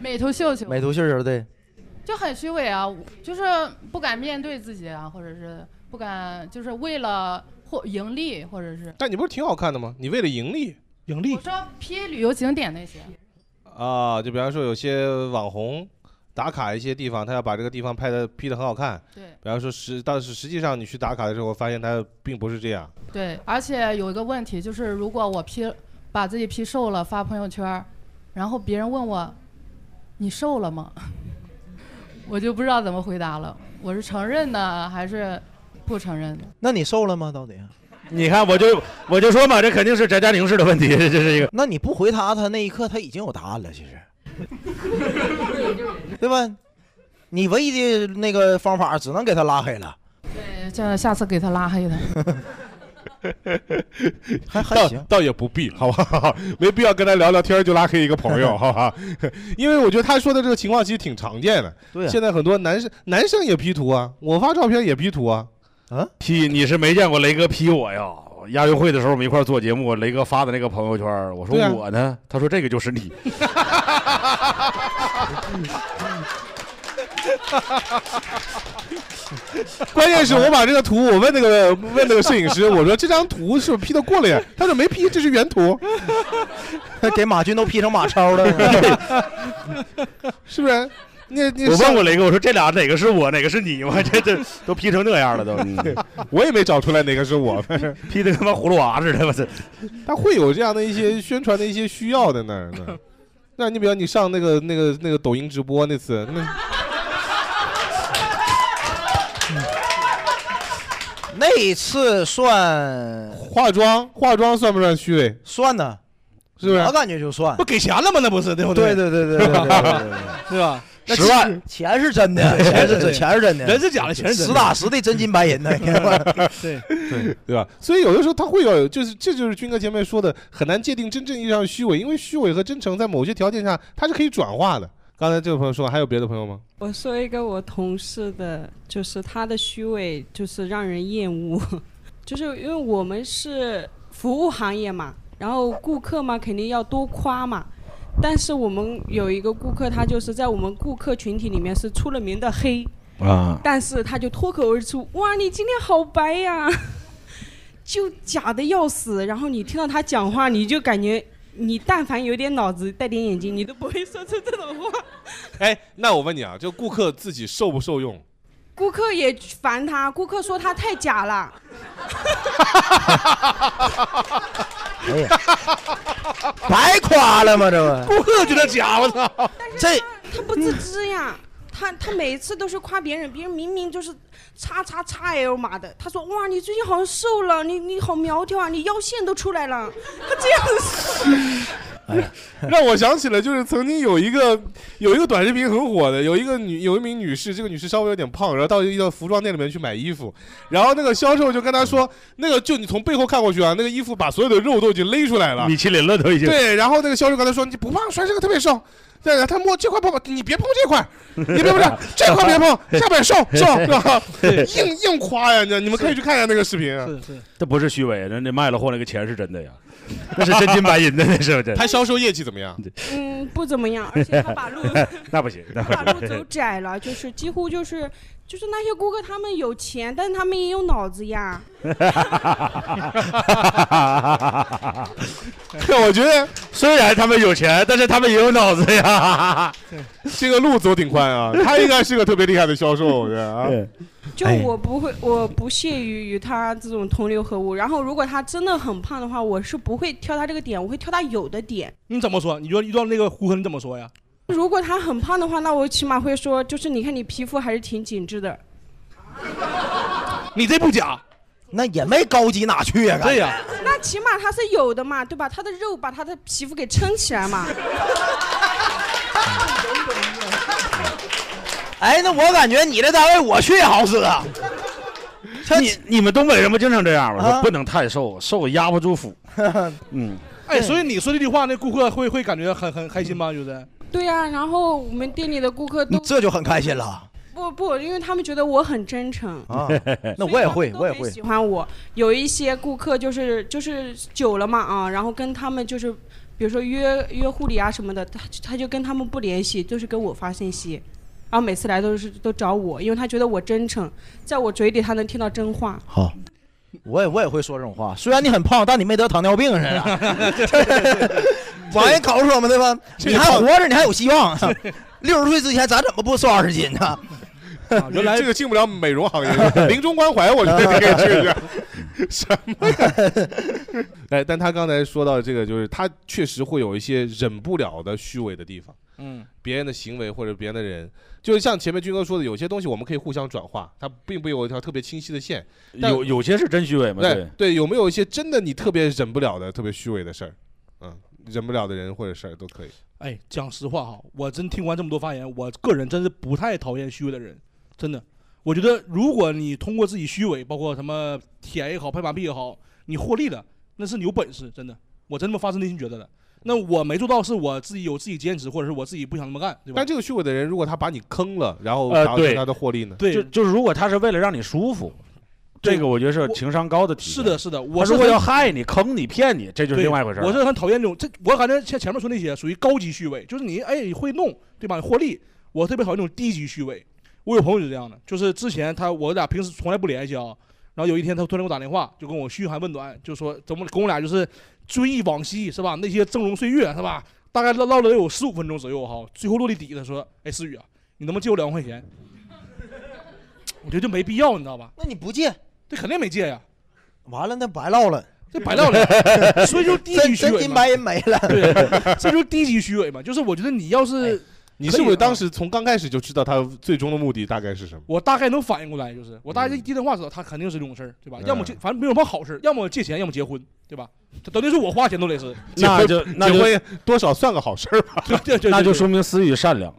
Speaker 14: 美图秀秀，
Speaker 4: 美图秀秀对。
Speaker 14: 就很虚伪啊，就是不敢面对自己啊，或者是不敢，就是为了或盈利，或者是
Speaker 1: 但你不是挺好看的吗？你为了盈利
Speaker 5: 盈利
Speaker 14: 我说 P 旅游景点那些，
Speaker 1: 啊，就比方说有些网红打卡一些地方，他要把这个地方拍的 P 的很好看。
Speaker 14: 对
Speaker 1: 比方说实，但是实际上你去打卡的时候，发现他并不是这样。
Speaker 14: 对，而且有一个问题就是，如果我 P 把自己 P 瘦了发朋友圈儿，然后别人问我你瘦了吗， 我就不知道怎么回答了，我是承认呢还是不承认呢？
Speaker 4: 那你瘦了吗？到底？
Speaker 6: 你看，我就我就说嘛，这肯定是翟佳宁式的问题，这是一个。
Speaker 4: 那你不回他，他那一刻他已经有答案了，其实，对吧？你唯一的那个方法只能给他拉黑了。
Speaker 14: 对，呃这下次给他拉黑他。
Speaker 4: 还
Speaker 1: 还行，倒也不必，好不好？没必要跟他聊聊天儿就拉黑一个朋 友，好吧？因为我觉得他说的这个情况其实挺常见的。
Speaker 4: 对啊
Speaker 1: 现在很多男生男生也 P 图啊，我发照片也 P 图啊。
Speaker 4: 啊
Speaker 6: ，P 你是没见过雷 哥 P 我呀？亚运会的时候我们一块儿做节目，雷哥发的那个朋友圈儿，我说
Speaker 1: 对啊
Speaker 6: 我呢，他说这个就是你。
Speaker 1: 关键是我把这个图，我问那个问那个摄影师，我说这张图是不是 P 的过了呀？他说没 P，这是原图，
Speaker 4: 给马军都 P 成马超了，
Speaker 1: 是不是？那那
Speaker 6: 我问过雷哥，我说这俩哪个是我，哪个是你？ 我这这都 P 成那样了都，嗯
Speaker 1: 我也没 找出来哪个是我
Speaker 6: ，P 的跟他妈葫芦娃似的，我操！
Speaker 1: 他会有这样的一 些宣传的一些需要的那儿呢。那你比如你上那个那个那个抖音直播那次， 那嗯
Speaker 4: 那一次算
Speaker 1: 化妆化妆算不算虚伪？
Speaker 4: 算呢，
Speaker 1: 是不是
Speaker 4: 我感觉就算
Speaker 5: 不。给钱了吗？那不是对不
Speaker 4: 对
Speaker 5: 对
Speaker 4: 对对对对对对，
Speaker 5: 对吧？那
Speaker 4: 10万钱是真的，钱是真，钱是真的，
Speaker 5: 人是假的，钱是真
Speaker 4: 实
Speaker 5: 的。
Speaker 4: 打实的真金白银呢。
Speaker 5: 对，
Speaker 1: 对对吧？所以有的时候他会有，就是这就是军哥前面说的，很难界定真正意义上的虚伪，因为虚伪和真诚在某些条件下它是可以转化的。刚才这位朋友说，还有别的朋友吗？
Speaker 16: 我说一个我同事的，就是他的虚伪，就是让人厌恶， 就是因为我们是服务行业嘛，然后顾客嘛肯定要多夸嘛，但是我们有一个顾客，他就是在我们顾客群体里面是出了名的黑，
Speaker 6: 啊，
Speaker 16: 但是他就脱口而出：“哇，你今天好白呀！” 就假的要死。然后你听到他讲话，你就感觉你但凡有点脑子、戴点眼镜，你都不会说出这种话。
Speaker 1: 哎，那我问你啊，就顾客自己受不受用？
Speaker 16: 顾客也烦他，顾客说他太假了。
Speaker 4: 哎呀，白夸了吗？这不
Speaker 5: 顾客觉得假，我操！
Speaker 4: 这嗯
Speaker 16: 他不自知呀，他他每次都是夸别人，别人明明就是叉叉叉 L 码的，他说哇你最近好 像瘦了，你你好苗条啊，你腰线都出来了，他这样子。
Speaker 1: 让我想起了，就是曾经有一个有一个短视频很火的，有一个女有一名女士，这个女士稍微有点胖，然后到一个服装店里面去买衣服，然后那个销售就跟她说，那个就你从背后看过去啊，那个衣服把所有的肉都已经勒出 来了，
Speaker 6: 米其林了都已经。
Speaker 1: 对，然后那个销售跟她说，你不胖，摔这个特别瘦。对，他摸这块不，你别碰这 块，你别碰这，这块别碰，下边瘦瘦，是 吧？硬硬夸呀，你你们可以去看一下那个视频啊。
Speaker 5: 是
Speaker 6: 这不是虚伪，人家卖了货那个钱是真的呀， 那是真金白银的，那是真的。
Speaker 1: 他销 售业绩怎么样？
Speaker 16: 嗯，不怎么样，而且他把路
Speaker 6: 那不行，那不
Speaker 16: 把路走
Speaker 6: 行。
Speaker 16: 窄了，就是几乎就是就是那些顾客他们有钱，但是他们也有脑子呀。
Speaker 1: 我觉得
Speaker 6: 虽然他们有钱，但是他们也有脑子呀。
Speaker 1: 这个路走挺宽啊，他应该是个特别厉害的销售，我觉得啊。
Speaker 16: 就我不会，我不屑于与他这种同流合污。然后，如果他真的很胖的话，我是不会挑他这个点，我会挑他有的点。
Speaker 5: 你怎么说？你就遇到那个顾客你怎么 说呀？
Speaker 16: 如果他很胖的话，那我起码会说，就是你看你皮肤还是挺紧致的。
Speaker 5: 你这不假，
Speaker 4: 那也没高级哪去呀、感觉
Speaker 5: 对呀，
Speaker 16: 那起码他是有的嘛，对吧？他的肉把他的皮肤给撑起来嘛。
Speaker 4: 哎，那我感觉你这单位我去也好使啊。
Speaker 6: 你你们东北人不经常这样吗？
Speaker 5: 啊
Speaker 6: 说不能太瘦，瘦压不住腹。嗯，
Speaker 5: 哎，所以你说这句话，那顾客会会感觉很很开心吗？就是
Speaker 16: 对呀、然后我们店里的顾客都
Speaker 4: 嗯这就很开心了
Speaker 16: 不不，因为他们觉得我很真诚。
Speaker 4: 啊！那我也会，我也会。
Speaker 16: 喜欢我。有一些顾客就是就是久了嘛啊，然后跟他们就是，比如说约约护理啊什么的，他他就跟他们不联系，就是跟我发信息，然后每次来都是都找我，因为他觉得我真诚，在我嘴里他能听到真话。
Speaker 4: 好，我也我也会说这种话。虽然你很胖，但你没得糖尿病是吧？往人搞出我们对吧？
Speaker 5: 这
Speaker 4: 你还
Speaker 5: 胖
Speaker 4: 活着，你还有希望。六十岁之前，咱怎么不瘦二十斤呢？
Speaker 1: 啊原来这个进不了美容行 业，临终关怀，我觉得你可以去一下。什么呀？ 哎，但他刚才说到这个，就是他确实会有一些忍不了的虚伪的地方，
Speaker 5: 嗯，
Speaker 1: 别人的行为或者别人的人，就是像前面军哥说的，有些东西我们可以互相转化，它并不有一条特别清晰的线。但
Speaker 6: 有有些是真虚伪吗？
Speaker 1: 对对，有没有一些真的你特别忍不了的、特别虚伪的事儿？嗯，忍不了的人或者事儿都可以。
Speaker 5: 哎，讲实话哈，我真听完这么多发言，我个人真是不太讨厌虚伪的人，真的。我觉得如果你通过自己虚伪，包括什么舔也好、拍马屁也好，你获利了，那是你有本事，真的。我真他妈发自内心觉得的。那我没做到，是我自己有自己坚持，或者是我自己不想那么干，对吧？
Speaker 1: 但这个虚伪的人，如果他把你坑了，然后
Speaker 6: 呃
Speaker 1: 达
Speaker 6: 对
Speaker 1: 成他的获利呢？
Speaker 5: 对
Speaker 6: 就就是如果他是为了让你舒服，这个我觉得是情商高的体
Speaker 5: 是的，是的，
Speaker 6: 我
Speaker 5: 我是
Speaker 6: 如果
Speaker 5: 很
Speaker 6: 要害你、坑你、骗你，这就是
Speaker 5: 对
Speaker 6: 另外一回事儿了。
Speaker 5: 我是很讨厌这种，这我感觉像前面说那些属于高级虚伪，就是你哎会弄对吧？获利，我特别讨厌那种低级虚伪。我有朋友就是这样的，就是之前他我俩平时从来不联系啊，然后有一天他突然给我打电话，就跟我嘘寒问暖，就说咱们跟我俩就是追忆往昔是吧？那些峥嵘岁月是吧？大概唠唠了得有十五分钟左右哈，最后落地底，他说：“哎，思雨啊，你能不能借我两万块钱？” 我觉得就没必要，你知道吧？
Speaker 4: 那你不借，
Speaker 5: 这肯定没借呀。
Speaker 4: 完了，那白唠了，
Speaker 5: 这白唠了，所以就低级
Speaker 4: 真
Speaker 5: 虚伪嘛
Speaker 4: 真金白银没了。
Speaker 5: 对，这就是低级虚伪嘛。就是我觉得你要是，
Speaker 1: 哎你是不是当
Speaker 5: 时
Speaker 1: 时从刚开始就知道他最终的目的大概是什么？
Speaker 5: 我大概能反应过来，就是我大概一接电话知道他肯定是这种事儿，对吧？要么借，反正没有什么好事，要么借钱，要么结婚，对吧？这等于是我花钱都得是，
Speaker 6: 那就那就
Speaker 1: 多少算个好事儿吧。
Speaker 5: 对对对， 啊
Speaker 6: 那就说明思雨善良。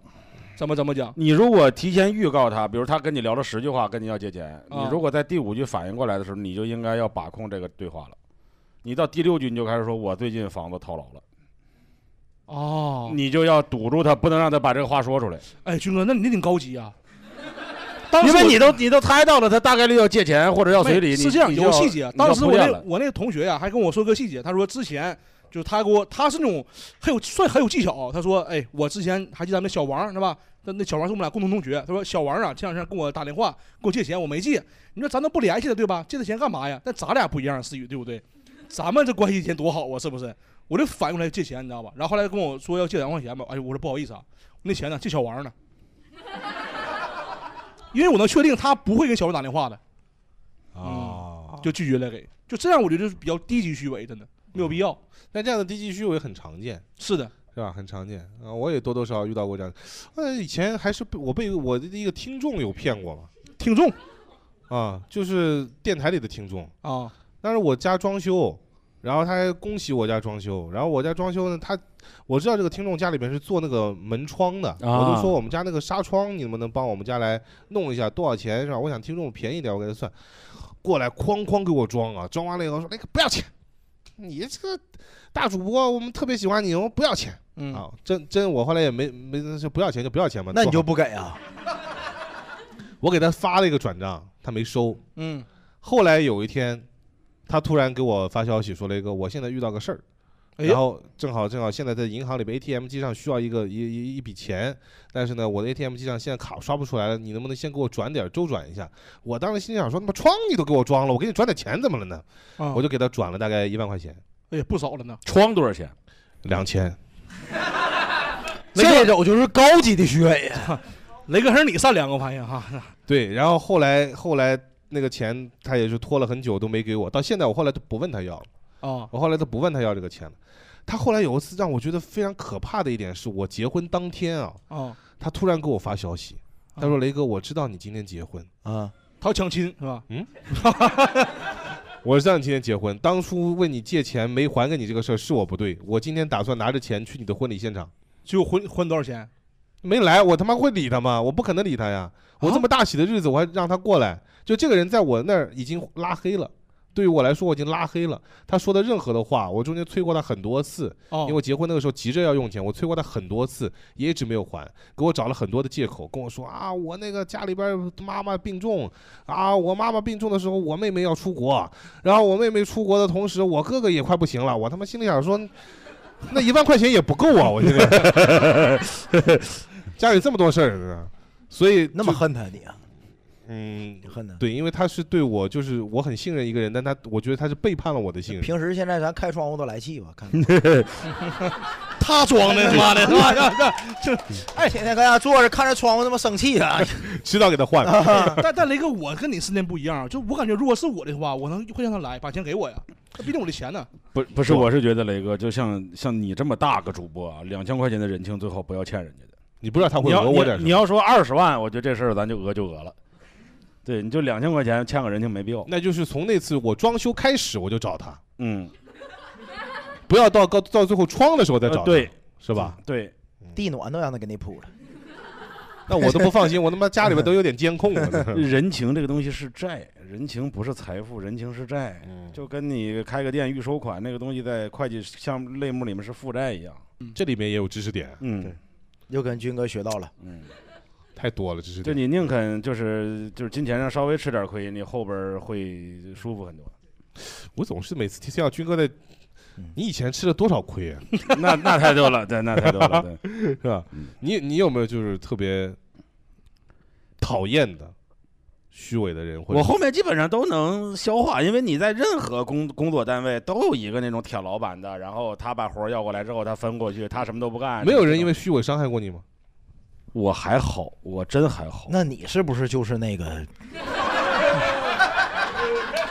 Speaker 5: 怎么怎么讲？
Speaker 6: 你如果提前预告他，比如他跟你聊了十句话，跟你要借钱，
Speaker 5: 啊
Speaker 6: 你如果在第五句反应过来的时候，你就应该要把控这个对话了。你到第六句你就开始说，我最近房子套牢了，
Speaker 5: 哦，
Speaker 6: 你就要堵住他，不能让他把这个话说出来，
Speaker 5: 哎，军哥，那你那挺高级啊。当时
Speaker 6: 因
Speaker 5: 我
Speaker 6: 为你都你都猜到了他大概率要借钱或者要随礼，
Speaker 5: 没
Speaker 6: 你
Speaker 5: 是这样，
Speaker 6: 你就
Speaker 5: 有
Speaker 6: 要
Speaker 5: 细节。啊
Speaker 6: 你就要
Speaker 5: 当时
Speaker 6: 铺
Speaker 5: 我
Speaker 6: 垫
Speaker 5: 那
Speaker 6: 了
Speaker 5: 我那个同学呀、啊还跟我说个细节，他说之前就是他给我，他是那种很有算很有技巧。他说，哎，我之前还记得咱们小王是吧？那那小王是我们俩共同同学。他说小王啊，前两天跟我打电话跟我借钱，我没借。你说咱都不联系了对吧？借他钱干嘛呀？但咱俩不一样，思雨对不对？咱们这关系以前多好啊，是不是？我就反应过来借钱，你知道吧？然后后来跟我说要借两万块钱吧，哎呦，我说不好意思啊，那钱呢借小王呢， 因为我能确定他不会给小王打电话的，
Speaker 1: 哦，
Speaker 5: 就拒绝了给，就这样我觉得就是比较低级虚伪，真的没有必要。
Speaker 1: 但这样的低级虚伪很常见，
Speaker 5: 是的，
Speaker 1: 是吧？很常见啊、我也多多少少遇到过这样的。呃，以前还是被我被我的一个听众有骗过嘛，
Speaker 5: 听众
Speaker 1: 啊，就是电台里的听众
Speaker 5: 啊。
Speaker 1: 但是我家装修，然后他还恭喜我家装修，然后我家装修呢，他我知道这个听众家里边是做那个门窗的，
Speaker 5: 啊
Speaker 1: 我就说我们家那个纱窗，你能不能帮我们家来弄一下，多少钱是吧？我想听众便宜点，我给他算，过来哐哐给我装啊，装完了以后说那个不要钱，你这个大主播我们特别喜欢你，我们不要钱，
Speaker 5: 嗯
Speaker 1: 啊，真真我后来也没没就不要钱就不要钱嘛，
Speaker 4: 那你就
Speaker 1: 不给啊？ 我给他发了一个转账，他没收，
Speaker 5: 嗯，
Speaker 1: 后来有一天，他突然给我发消息说了一个，我现在遇到个事儿，
Speaker 5: 哎呀
Speaker 1: 然后正好正好现在在银行里边 ATM 机上需要一个一一一笔钱，但是呢，我的 ATM 机上现在卡刷不出来了，你能不能先给我转点儿周转一下？我当时心里想说，他妈窗你都给我装了，我给你转点钱怎么了呢？
Speaker 5: 啊
Speaker 1: 我就给他转了大概一万块钱，
Speaker 5: 哎呀，不少了呢。
Speaker 1: 窗多少钱？两千。
Speaker 4: 这种就是高级的虚伪呀。
Speaker 5: 雷哥还是你善良，我发现哈。
Speaker 1: 对，然后后来后来那个钱他也是拖了很久都没给我，到现在我后来都不问他要了。
Speaker 5: 哦，
Speaker 1: 我后来都不问他要这个钱了。他后来有一次让我觉得非常可怕的一点是，我结婚当天啊，
Speaker 5: 哦，
Speaker 1: 他突然给我发消息，
Speaker 5: 啊
Speaker 1: 他说：“雷哥，我知道你今天结婚啊，
Speaker 5: 他要相亲是吧？
Speaker 1: 嗯， 我知道你今天结婚，当初问你借钱没还给你这个事儿是我不对，我今天打算拿着钱去你的婚礼现场。”
Speaker 5: 就婚婚多少钱？
Speaker 1: 没来，我他妈会理他吗？我不可能理他呀！我这么大喜的日子，我还让他过来，就这个人在我那儿已经拉黑了。对于我来说，我已经拉黑了。他说的任何的话，我中间催过他很多次，
Speaker 5: 哦
Speaker 1: 因为我结婚那个时候急着要用钱，我催过他很多次，也一直没有还，给我找了很多的借口，跟我说啊，我那个家里边儿妈妈病重，啊，我妈妈病重的时候，我妹妹要出国，然后我妹妹出国的同时，我哥哥也快不行了，我他妈心里想说，那一万块钱也不够啊，我现在家里这么多事儿呢，所以那么
Speaker 4: 恨他你啊？
Speaker 1: 嗯，
Speaker 4: 恨他。
Speaker 1: 对，因为他是对我，就是我很信任一个人，但他我觉得他是背叛了我的信任。
Speaker 4: 平时现在咱开窗户都来气吧，看
Speaker 5: 他
Speaker 1: 装 的他妈的
Speaker 4: 这哎，天天搁家坐着看着窗户，他妈生 气啊！
Speaker 1: 迟早给他换了。
Speaker 5: 但但雷哥，我跟你时间不一样，就我感觉，如果是我的话，我能会让他来，把钱给我呀，那毕竟我的钱呢。
Speaker 6: 不不是，我是觉得雷哥，就像像你这么大个主播啊，两千块钱的人情最好不要欠人家的。
Speaker 1: 你不知道他会讹我点什么
Speaker 6: 你要说二十万，我觉得这事儿咱就讹就讹了。对，你就两千块钱欠个人情没必要。
Speaker 1: 那就是从那次我装修开始，我就找他，
Speaker 6: 嗯，
Speaker 1: 不要到到到最后窗的时候再找他，
Speaker 6: 呃对，
Speaker 1: 是吧？
Speaker 6: 对，
Speaker 4: 地暖都让他给你铺了。
Speaker 1: 那我都不放心，我他妈家里边都有点监控了。
Speaker 6: 人情这个东西是债，人情不是财富，人情是债。
Speaker 1: 嗯
Speaker 6: 就跟你开个店预收款那个东西，在会计项目类目里面是负债一样。
Speaker 1: 这里面也有知识点，
Speaker 6: 嗯，
Speaker 4: 又跟军哥学到了，
Speaker 6: 嗯，
Speaker 1: 太多了，知识
Speaker 6: 就
Speaker 1: 点。
Speaker 6: 你宁肯就是就是金钱上稍微吃点亏，你后边儿会舒服很多。
Speaker 1: 我总是每次听到军哥在，你以前吃了多少亏啊？
Speaker 6: 嗯那那太多了对那太多了对 嗯
Speaker 1: 是吧？你你有没有就是特别讨厌的虚伪的人？或者
Speaker 6: 我后面基本上都能消化，因为你在任何工工作单位都有一个那种铁老板的，然后他把活儿要过来之后，他分过去，他什么都不干。
Speaker 1: 没有人因为虚伪伤害过你吗？
Speaker 6: 哎我还好，我真还好。
Speaker 4: 那你是不是就是那 个？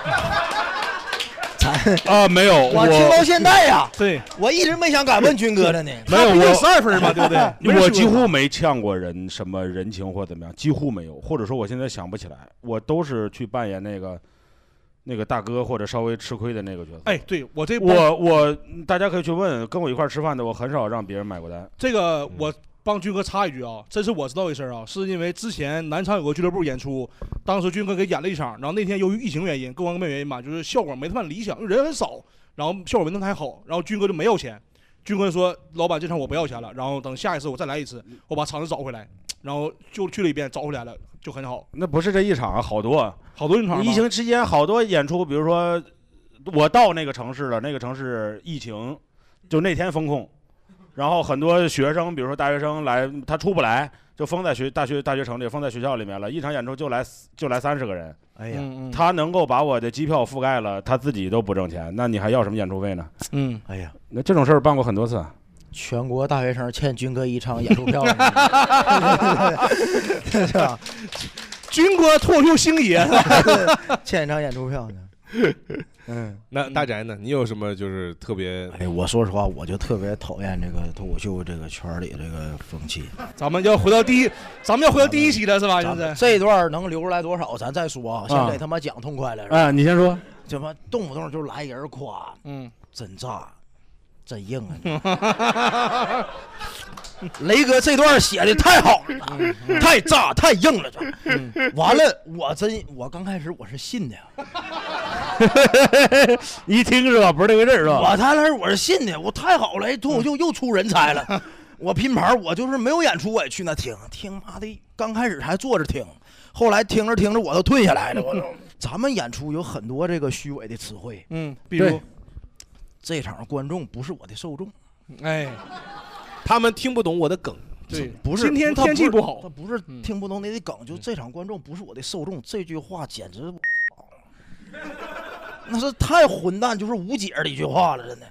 Speaker 4: 咱
Speaker 6: 啊，没有。
Speaker 4: 我听到现在呀，
Speaker 5: 对
Speaker 4: 我一直没想敢问军哥了呢
Speaker 6: 没有
Speaker 4: 他不就
Speaker 6: 我
Speaker 4: 12分吗对 不对 没人
Speaker 6: 我
Speaker 4: 说
Speaker 6: 几乎没欠过人什么人情或怎么样，几乎没有，或者说我现在想不起来，我都是去扮演那个那个大哥或者稍微吃亏的那个角色。
Speaker 5: 哎，对我这
Speaker 6: 我我大家可以去问跟我一块儿吃饭的，我很少让别人买过单。
Speaker 5: 这个
Speaker 4: 嗯
Speaker 5: 我帮军哥插一句啊，这是我知道一事儿啊，是因为之前南昌有个俱乐部演出，当时军哥给演了一场，然后那天由于疫情原因，各方面原因吧，就是效果没那么理想，因为人很少，然后效果没那么太好，然后军哥就没要钱，军哥说老板这场我不要钱了，然后等下一次我再来一次，
Speaker 4: 嗯
Speaker 5: 我把场子找回来，然后就去了一遍，找回来了就很好，
Speaker 6: 那不是这一场啊，好多
Speaker 5: 好多一场吗
Speaker 6: 疫情期间好多演出，比如说我到那个城市了，那个城市疫情就那天封控，然后很多学生，比如说大学生来，他出不来，就封在学大学大学城里，封在学校里面了。一场演出就来就来三十个人，
Speaker 4: 哎
Speaker 5: 呀，
Speaker 6: 他能够把我的机票覆盖了，他自己都不挣钱，那你还要什么演出费呢？
Speaker 5: 嗯，
Speaker 4: 哎呀，
Speaker 6: 那这种事儿办过很多次。
Speaker 4: 全国大学生欠军哥一场演出票呢， 是吧？
Speaker 5: 军哥脱口秀星爷
Speaker 4: 欠一场演出票呢。嗯，
Speaker 1: 那大宅呢？你有什么就是特别？
Speaker 4: 哎，我说实话，我就特别讨厌这个脱口秀这个圈儿里这个风气。
Speaker 5: 咱们要回到第一，咱们要回到第一期了是吧？现
Speaker 4: 咱
Speaker 5: 在
Speaker 4: 们这段儿能留出来多少，咱再说啊。
Speaker 6: 啊
Speaker 4: 先给他妈讲痛快了，是吧
Speaker 6: 啊，你先说。
Speaker 4: 怎么动不动就来人夸？
Speaker 5: 嗯，
Speaker 4: 真炸，真硬啊！雷哥这段写的太好了，太炸太硬了，这完了，我真我刚开始我是信的，
Speaker 6: 一听是吧？不是这回事儿是吧？嗯
Speaker 4: 我刚开始我是信的，我太好了，哎，脱口秀又出人才 了。我拼盘，我就是没有演出，我也去那听听，妈的，刚开始还坐着听，后来听着听着我都退下来了，我 都。咱们演出有很多这个虚伪的词汇，
Speaker 5: 嗯，
Speaker 1: 比如
Speaker 4: 这场观众不是我的受众，
Speaker 5: 哎，
Speaker 1: 他们听不懂 我的梗，
Speaker 5: 对
Speaker 4: 不是
Speaker 5: 今天
Speaker 4: 他不是
Speaker 5: 天气不好
Speaker 4: 他不是听不懂你的梗，就这场观众不是我的受众，这句话简直，那是太混蛋，就是无解的一句话了，真的。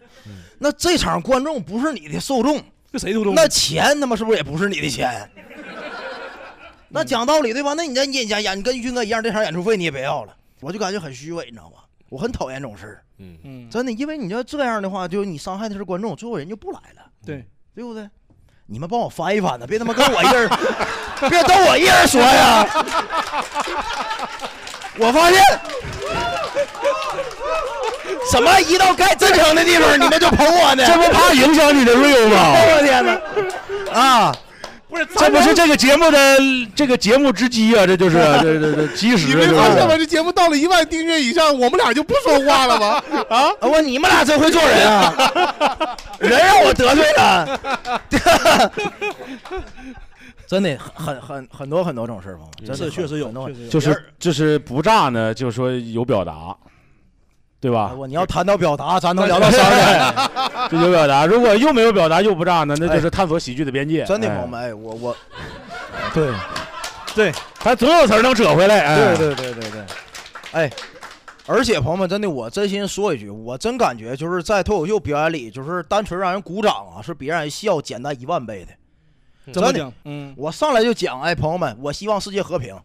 Speaker 4: 那这场观众不是你的受众，
Speaker 5: 那谁受众？
Speaker 4: 那钱他妈是不是也不是你的钱？那讲道理对吧？那你这你演演，你跟于军哥一样，这场演出费你也别要了，我就感觉很虚伪，你知道吗？我很讨厌这种事儿，
Speaker 1: 嗯
Speaker 5: 嗯，
Speaker 4: 真的，因为你要这样的话，就是你伤害的是观众，最后人就不来了，
Speaker 5: 对
Speaker 4: 对不对？你们帮我翻一翻呢，别他妈跟我一人儿，别都我一人说呀！我发现什么一到该真诚的地方，你们就捧我呢，
Speaker 6: 这不怕影响你的 real 吗
Speaker 4: 我天哪！啊，
Speaker 5: 不是，
Speaker 6: 这不是这个节目的这个节目之基啊，这就是这这这基石。
Speaker 1: 你没
Speaker 5: 啊
Speaker 1: 发现吗？
Speaker 6: 这
Speaker 1: 这节目到了一万订阅以上，我们俩就不说话 了吗？啊，
Speaker 4: 我你们俩真会做人啊！人让我得罪了，真的很很很很多很多这种事儿，朋友们，真的
Speaker 5: 是确实有
Speaker 4: 很多很
Speaker 5: 确实
Speaker 4: 多
Speaker 5: 有
Speaker 6: 就
Speaker 4: 别
Speaker 6: 是
Speaker 4: 人
Speaker 6: 就是不炸呢，就说有表达，对吧？
Speaker 4: 啊我你要谈到表达，咱能聊 到三儿点。
Speaker 6: 就有表达。如果又没有表达又不炸呢，那
Speaker 4: 哎
Speaker 6: 就是探索喜剧的边界。
Speaker 4: 真的，
Speaker 6: 哎
Speaker 4: 朋友们，哎，我我，对，
Speaker 5: 对，
Speaker 6: 咱总有词儿能扯回来。哎、
Speaker 4: 对对对对对，哎，而且朋友们，真的，我真心说一句，我真感觉就是在脱口秀表演里，就是单纯让人鼓掌啊，是比让人笑简单一万倍的。
Speaker 5: 怎么
Speaker 4: 真的
Speaker 5: 讲？嗯，
Speaker 4: 我上来就讲，哎，朋友们，我希望世界和平，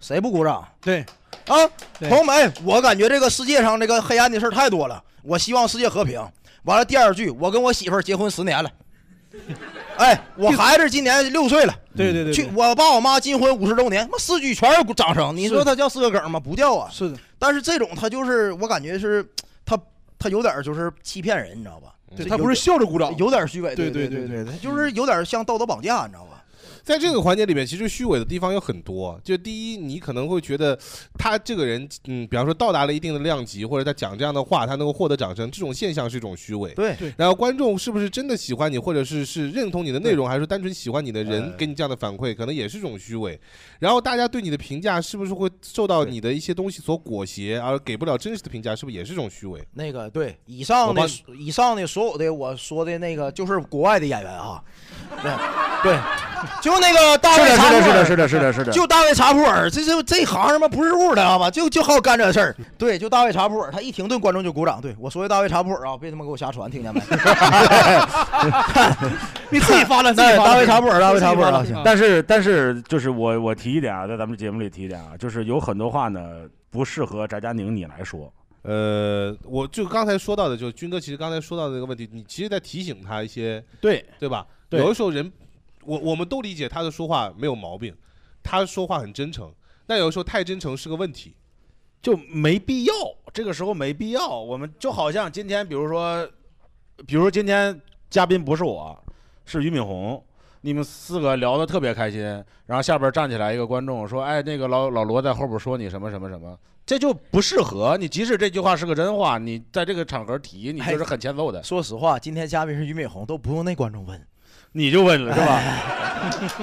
Speaker 4: 谁不鼓掌？
Speaker 5: 对，
Speaker 4: 啊，
Speaker 5: 对
Speaker 4: 朋友们，哎我感觉这个世界上这个黑暗的事儿太多了，我希望世界和平。完了，第二句，我跟我媳妇儿结婚 十年了，哎，我孩子今年六岁了，
Speaker 5: 对对对对
Speaker 4: 去我爸我妈金婚五十周年，妈四句全是掌声，你说
Speaker 5: 是
Speaker 4: 他叫四个梗吗？不叫啊。
Speaker 5: 是的，
Speaker 4: 但是这种他就是我感觉是他他有点儿就是欺骗人，你知道吧？
Speaker 5: 对
Speaker 4: 这
Speaker 5: 他
Speaker 4: 有
Speaker 5: 不是
Speaker 4: 点
Speaker 5: 笑着鼓掌，
Speaker 4: 有点虚伪，
Speaker 5: 对
Speaker 4: 对
Speaker 5: 对
Speaker 4: 对
Speaker 5: 对
Speaker 4: 他就是有点像道德绑架，你知道吧？
Speaker 1: 在这个环节里面，其实虚伪的地方有很多。就第一，你可能会觉得他这个人，嗯，比方说到达了一定的量级，或者他讲这样的话，他能够获得掌声，这种现象是一种虚伪。
Speaker 4: 对
Speaker 5: 对
Speaker 1: 然后观众是不是真的喜欢你，或者是是认同你的内容，还是单纯喜欢你的人
Speaker 4: 哎
Speaker 1: 给你这样的反馈，可能也是一种虚伪。然后大家对你的评价是不是会受到你的一些东西所裹挟，而给不了真实的评价，是不是也是一种虚伪？
Speaker 4: 那个对，以上
Speaker 1: 我
Speaker 4: 的
Speaker 1: 帮
Speaker 4: 以上的所有的我说的那个，就是国外的演员啊，对，对，就那个大卫
Speaker 6: 是的
Speaker 4: 查普尔，
Speaker 6: 是的是的是的是的
Speaker 4: 就大卫查普尔，这这这行他妈不是物的啊吧？就就好干这事儿，对，就大卫查普尔，他一停顿，观众就鼓掌。对我说的大卫查普尔啊，别他妈给我瞎传，听见没？
Speaker 5: 你自己发了，自己
Speaker 4: 对
Speaker 5: 发了
Speaker 4: 哎大卫查普尔，大卫查普尔啊，
Speaker 5: 自己发了
Speaker 6: 但是但是就是我我提一点啊，在咱们节目里提一点啊，就是有很多话呢不适合翟佳宁你来说。
Speaker 1: 呃，我就刚才说到的，就是军哥，其实刚才说到的那个问题，你其实在提醒他一些，
Speaker 6: 对
Speaker 1: 对吧？
Speaker 6: 对
Speaker 1: 有的时候人，我我们都理解他的说话没有毛病，他说话很真诚，但有的时候太真诚是个问题。
Speaker 6: 就没必要，这个时候没必要。我们就好像今天，比如说，比如说今天嘉宾不是我，是俞敏洪，你们四个聊得特别开心，然后下边站起来一个观众说：“哎，那个老老罗在后边说你什么什么什么。”这就不适合你，即使这句话是个真话，你在这个场合提，你就是很欠揍的。
Speaker 4: 说实话，今天嘉宾是俞敏洪，都不用那观众问。
Speaker 6: 你就问了是吧？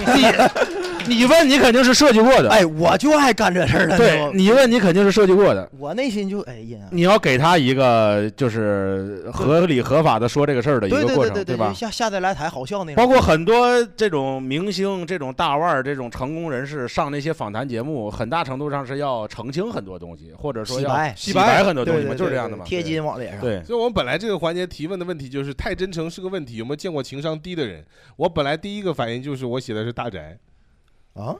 Speaker 6: 你你问你肯定是设计过的，
Speaker 4: 哎，我就爱干这事儿了。
Speaker 6: 对
Speaker 4: 你知
Speaker 6: 你问你肯定是设计过的。
Speaker 4: 道吗我内心就哎呀，
Speaker 6: 你要给他一个就是合理合法的说这个事儿的一
Speaker 4: 对
Speaker 6: 个
Speaker 4: 对
Speaker 6: 过
Speaker 4: 对
Speaker 6: 程，
Speaker 4: 对对，
Speaker 6: 吧
Speaker 4: 就？下下得来台好笑那种。
Speaker 6: 包括很多这种明星、这种大腕儿、这种成功人士上那些访谈节目，很大程度上是要澄清很多东西，或者说
Speaker 4: 洗
Speaker 6: 要
Speaker 4: 白
Speaker 6: 洗
Speaker 5: 洗
Speaker 6: 白
Speaker 5: 白
Speaker 6: 很多东
Speaker 4: 对
Speaker 6: 西嘛，
Speaker 4: 对
Speaker 6: 就是
Speaker 4: 对
Speaker 6: 这样的
Speaker 4: 对
Speaker 6: 嘛。
Speaker 4: 贴
Speaker 6: 对
Speaker 4: 金往脸上。
Speaker 6: 对，
Speaker 1: 所以我们本来这个环节提问的问题就是太真诚是个问题，有没有见过情商低的人？我本来第一个反应就是我写的是大宅，
Speaker 4: 啊，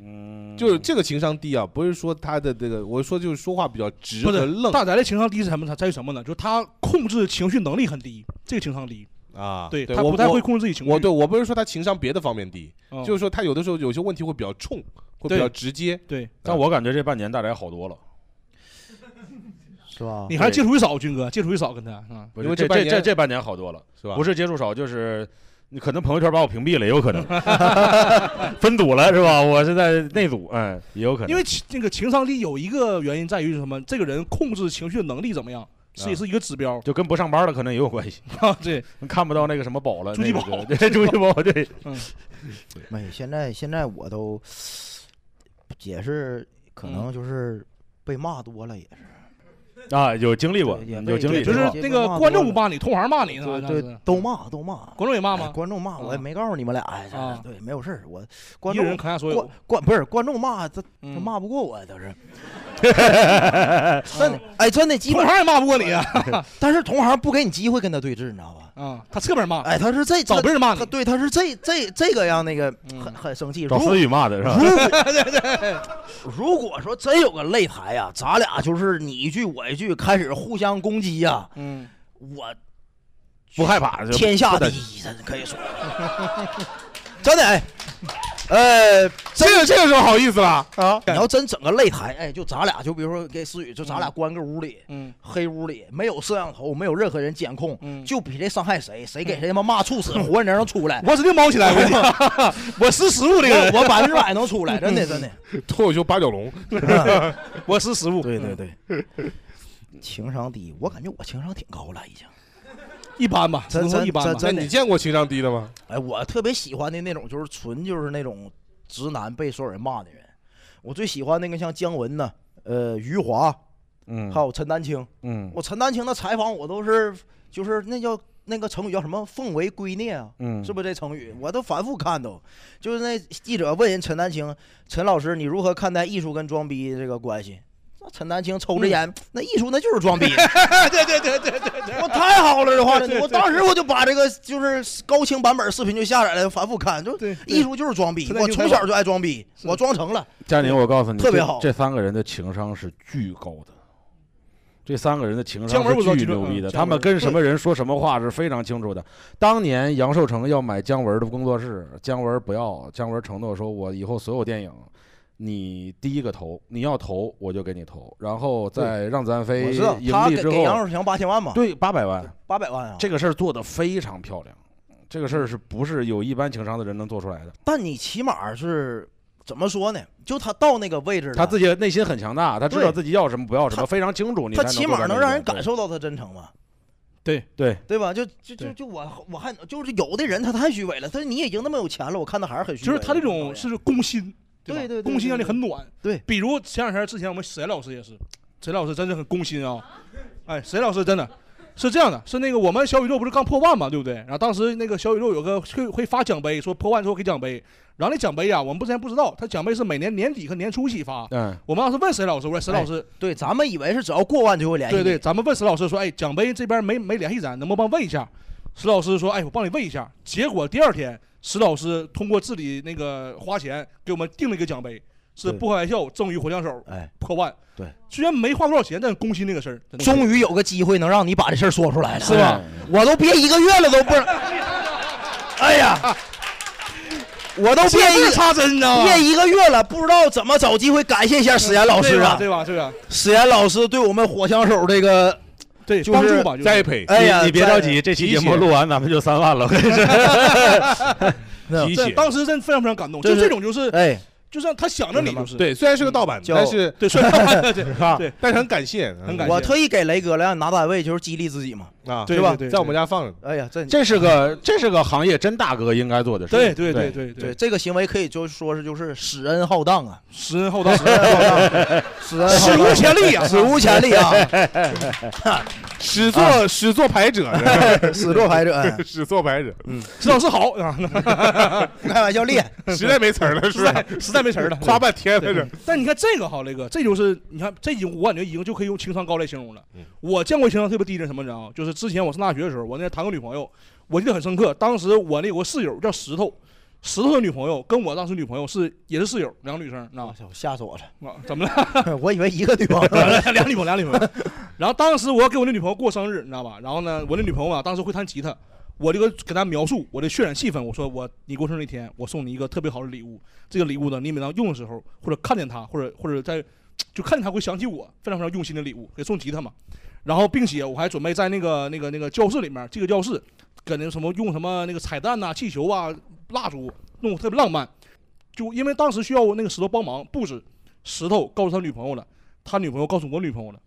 Speaker 6: 嗯，
Speaker 1: 就是这个情商低啊，不是说他的这个，我说就是说话比较直
Speaker 5: 不
Speaker 1: 和
Speaker 5: 是
Speaker 1: 愣
Speaker 5: 大宅的情商低是什么？在于什么呢？就是他控制情绪能力很低，这个情商低。
Speaker 1: 啊。
Speaker 5: 对他
Speaker 1: 我
Speaker 5: 不太
Speaker 1: 我
Speaker 5: 会控制自己情绪。
Speaker 1: 我对我不是说他情商别的方面低，
Speaker 5: 嗯
Speaker 1: 就是说他有的时候有些问题会比较冲，会比较
Speaker 5: 对
Speaker 1: 直接。啊
Speaker 5: 对，
Speaker 6: 但我感觉这半年大宅好多了。
Speaker 4: 是吧
Speaker 5: 你还接触一少，军哥接触一少跟他啊，
Speaker 6: 因为这这这这半年好多了，
Speaker 5: 是吧
Speaker 6: 不是接触少，就是你可能朋友圈把我屏蔽了，也有可能 分组了，是吧？我是在内组，嗯，也有可能。
Speaker 5: 因为情那个情商低有一个原因在于什么？这个人控制情绪的能力怎么样，
Speaker 6: 啊
Speaker 5: 是也是一个指标。
Speaker 6: 就跟不上班了可能也有关系
Speaker 5: 啊。对，
Speaker 6: 看不到那个什么宝了，
Speaker 5: 朱继
Speaker 6: 那个
Speaker 5: 宝
Speaker 6: 对，朱继宝，对，
Speaker 5: 嗯
Speaker 4: 没，现在现在我都也是
Speaker 6: 嗯
Speaker 4: 可能就是被骂多了，也是。
Speaker 6: 啊，有经历过，
Speaker 4: 也
Speaker 6: 有经历
Speaker 5: 就
Speaker 6: 过，
Speaker 5: 是那个观众不骂你，同行骂你呢，好像
Speaker 4: 对
Speaker 5: 是，
Speaker 4: 都骂都骂，哎
Speaker 5: 观众也骂吗？啊
Speaker 4: 观众骂我也没告诉你们俩，哎，对，没有事儿，我观
Speaker 5: 一
Speaker 4: 众
Speaker 5: 人扛下所有嗯
Speaker 4: 观观不是观众骂他，他骂不过我都 是。
Speaker 6: 嗯
Speaker 4: 真的，哎，真的，基本
Speaker 5: 哦同行也骂不过你，
Speaker 4: 但是同行不给你机会跟他对峙，你知道吧？
Speaker 6: 嗯
Speaker 5: 啊，他侧面骂，
Speaker 4: 哎，他是这
Speaker 5: 找别人骂嗯
Speaker 4: 你，他对，他是这这这个让那个很很生气。
Speaker 6: 找
Speaker 4: 如
Speaker 6: 思雨骂的是吧？
Speaker 4: 如果 如果说真有个擂台呀、咱俩就是你一句我一句，开始互相攻击呀、
Speaker 5: 嗯，
Speaker 4: 我
Speaker 6: 不害怕，就
Speaker 4: 天下
Speaker 6: 不
Speaker 4: 第
Speaker 6: 得
Speaker 4: 一，真的可以说，真的哎，呃，这
Speaker 6: 个这个时候好意思了
Speaker 4: 啊！你要真整个擂台，哎，就咱俩，就比如说给思雨，就咱俩关个屋里，
Speaker 5: 嗯，
Speaker 4: 黑屋里没有摄像头，没有任何人监控，就比谁伤害谁，谁给谁他妈骂猝死，活人能出来，
Speaker 5: 我指定猫起来，我我识时务这个人，
Speaker 4: 我我百分之百能出来，真的真的。
Speaker 1: 脱口秀八角龙，
Speaker 5: 嗯 我识时务，
Speaker 4: 对对对， 情商低，我感觉我情商挺高了，已经。
Speaker 5: 一般吧，
Speaker 4: 真
Speaker 5: 只能说
Speaker 4: 真
Speaker 5: 一般吧。
Speaker 4: 真真的
Speaker 1: 见过情商低的吗？
Speaker 4: 哎，我特别喜欢的那种就是纯就是那种直男被所有人骂的人，我最喜欢那个像姜文呐，呃，余华，
Speaker 6: 嗯
Speaker 4: 还有陈丹青，
Speaker 6: 嗯
Speaker 4: 我陈丹青的采访我都是就是那叫那个成语叫什么“奉为圭臬”啊，
Speaker 6: 嗯
Speaker 4: 是不是这成语？我都反复看都，就是那记者问人陈丹青，陈老师你如何看待艺术跟装逼这个关系？那陈丹青
Speaker 5: 嗯
Speaker 4: 抽着烟，那艺术那就是装 逼。
Speaker 5: 对对对对对对，
Speaker 4: 我太好了，这话
Speaker 5: 对对对
Speaker 4: 我当时我就把这个就是高清版本视频就下载了，反复看，就艺术就是装逼。
Speaker 5: 陈丹
Speaker 4: 我
Speaker 5: 青
Speaker 4: 从
Speaker 5: 太好
Speaker 4: 小就爱装逼，我装成了。
Speaker 6: 佳宁，我告诉你，
Speaker 4: 特别
Speaker 6: 这
Speaker 4: 好
Speaker 6: 这三个人的情商是巨高的，这三个人的情
Speaker 5: 姜
Speaker 6: 商
Speaker 5: 文我知道
Speaker 6: 是巨
Speaker 5: 姜文
Speaker 6: 牛逼的，
Speaker 4: 啊
Speaker 5: 嗯
Speaker 6: 他
Speaker 5: 姜
Speaker 6: 们
Speaker 5: 文
Speaker 6: 跟什么人说什么话是非常清楚的。当年杨受成要买姜文的工作室，姜文不要，姜文承诺说：“我以后所有电影，你第一个投，你要投我就给你投。”然后在《让子弹飞
Speaker 4: 我知道》
Speaker 6: 盈
Speaker 4: 他
Speaker 6: 利
Speaker 4: 给
Speaker 6: 之
Speaker 4: 给杨
Speaker 6: 后
Speaker 4: 树，强八千万嘛，
Speaker 6: 对八百万，
Speaker 4: 八百万啊。
Speaker 6: 这个事儿做得非常漂亮，这个事儿是不是有一般情商的人能做出来的？
Speaker 4: 但你起码是怎么说呢？就他到那个位置了，
Speaker 6: 他自己内心很强大，他知道
Speaker 4: 对
Speaker 6: 自己要什么不要什么，
Speaker 4: 他
Speaker 6: 非常清楚。你
Speaker 4: 他
Speaker 6: 才
Speaker 4: 起
Speaker 6: 做
Speaker 4: 码
Speaker 6: 到那
Speaker 4: 能
Speaker 6: 一
Speaker 4: 让
Speaker 6: 步
Speaker 4: 人感受到他真诚嘛，
Speaker 5: 对
Speaker 6: 对
Speaker 4: 对吧？就就就
Speaker 5: 对
Speaker 4: 就我我还就是有的人他太虚伪了，但是你已经那么有钱了，我看他还是很虚
Speaker 5: 就
Speaker 4: 伪
Speaker 5: 是
Speaker 4: 的。
Speaker 5: 他这种是攻心，吧
Speaker 4: 对对对
Speaker 5: 攻心让你很暖。
Speaker 4: 对，
Speaker 5: 比如前两天之前我们沈老师也是，沈老师真是很攻心啊，哎，沈老师真的。是这样的，是那个我们小宇宙不是刚破万嘛，对不对？然后当时那个小宇宙有个会会发奖杯，说破万之后给奖杯。然后那奖杯啊，我们不之前不知道，他奖杯是每年年底和年初一起发。
Speaker 6: 嗯，
Speaker 5: 我们当时问沈老师，我说沈老师，
Speaker 4: 哎对，咱们以为是只要过万就会联系
Speaker 5: 对
Speaker 4: 你。
Speaker 5: 对，咱们问石老师说，哎，奖杯这边没没联系咱，能不能帮问一下？石老师说，哎，我帮你问一下。结果第二天，石老师通过自己那个花钱给我们订了一个奖杯，是
Speaker 4: 对
Speaker 5: 不开玩笑，赠予火枪手，
Speaker 4: 哎，
Speaker 5: 破万。
Speaker 4: 对，
Speaker 5: 虽然没花多少钱，但是攻心那个事儿，真的
Speaker 4: 终于有个机会能让你把这事儿说出来了，
Speaker 5: 是吧？
Speaker 4: 我都憋一个月了，都不，哎 呀，我都憋
Speaker 5: 这
Speaker 4: 一
Speaker 5: 是插针呢
Speaker 4: 憋一个月了，不知道怎么找机会感谢一下史岩老师啊！
Speaker 5: 对吧？对吧？
Speaker 4: 史岩老师对我们火枪手这个
Speaker 5: 对
Speaker 4: 就
Speaker 5: 帮
Speaker 4: 是
Speaker 5: 助吧，就是
Speaker 6: 栽培
Speaker 4: 哎呀
Speaker 6: 你你别
Speaker 4: 栽
Speaker 6: 着
Speaker 4: 培
Speaker 6: 急，这期
Speaker 4: 提
Speaker 6: 节目
Speaker 4: 携
Speaker 6: 录完咱们就三万了，我跟你说。
Speaker 4: 那
Speaker 6: 提
Speaker 5: 这
Speaker 6: 携
Speaker 5: 当时真非常非常感动，就
Speaker 4: 这是
Speaker 5: 这种就是，
Speaker 4: 哎，
Speaker 5: 就像他想着你，就是嗯
Speaker 1: 对，虽然是个盗版，
Speaker 4: 叫
Speaker 1: 但是
Speaker 5: 对， 虽然对对
Speaker 1: 啊
Speaker 5: 对，
Speaker 1: 但是很感谢，嗯
Speaker 5: 很感谢
Speaker 4: 我特意给雷哥了，让你拿单位，就是激励自己嘛。
Speaker 1: 啊，
Speaker 5: 对
Speaker 1: 是吧
Speaker 5: 对对？
Speaker 1: 在我们家放着呢，
Speaker 4: 哎呀，这
Speaker 6: 这是个这是个行业真大哥应该做的事。
Speaker 5: 对对对
Speaker 6: 对，
Speaker 5: 对
Speaker 4: 对
Speaker 5: 对，
Speaker 4: 这个行为可以就说是就是使恩浩荡啊，
Speaker 5: 施恩浩荡，
Speaker 4: 使恩浩荡，使恩浩
Speaker 5: 史
Speaker 4: 荡
Speaker 5: 无前例啊！
Speaker 4: 史无前例 啊，
Speaker 1: 始作始作俑者，
Speaker 4: 始作俑者哎
Speaker 1: 始作俑者，嗯
Speaker 5: 石老师好啊，
Speaker 4: 开玩笑厉害。
Speaker 1: 实在没词儿了，是
Speaker 5: 哎实
Speaker 1: 吧
Speaker 5: 在？实在没词儿了，
Speaker 1: 夸半天在
Speaker 5: 对
Speaker 1: 这，
Speaker 5: 但你看这个哈，雷哥，这就是你看这已经我感觉已经就可以用情商高来形容了。我见过情商特别低的什么人啊？就是之前我上大学的时候，我那谈个女朋友，我记得很深刻。当时我那有个室友叫石头，石头的女朋友跟我当时女朋友是也是室友，两个女生，那
Speaker 4: 哎吓死我
Speaker 5: 啊怎么了？
Speaker 4: 了！ 我以为一个地方，
Speaker 5: 俩女朋友，俩女朋友。然后当时我给我那女朋友过生日，你知道吧？然后呢，我那女朋友啊，当时会弹吉他，我就给她描述我的渲染气氛。我说我你过生日那天，我送你一个特别好的礼物，这个礼物呢，你每当用的时候，或者看见它，或者或者在就看见他会想起我，非常非常用心的礼物，给送吉他嘛。然后，并且我还准备在那个那个那个教室里面，这个教室搁那个什么用什么那个彩蛋呐、气球啊、蜡烛，弄得特别浪漫。就因为当时需要那个石头帮忙布置，石头告诉他女朋友了，他女朋友告诉我女朋友了，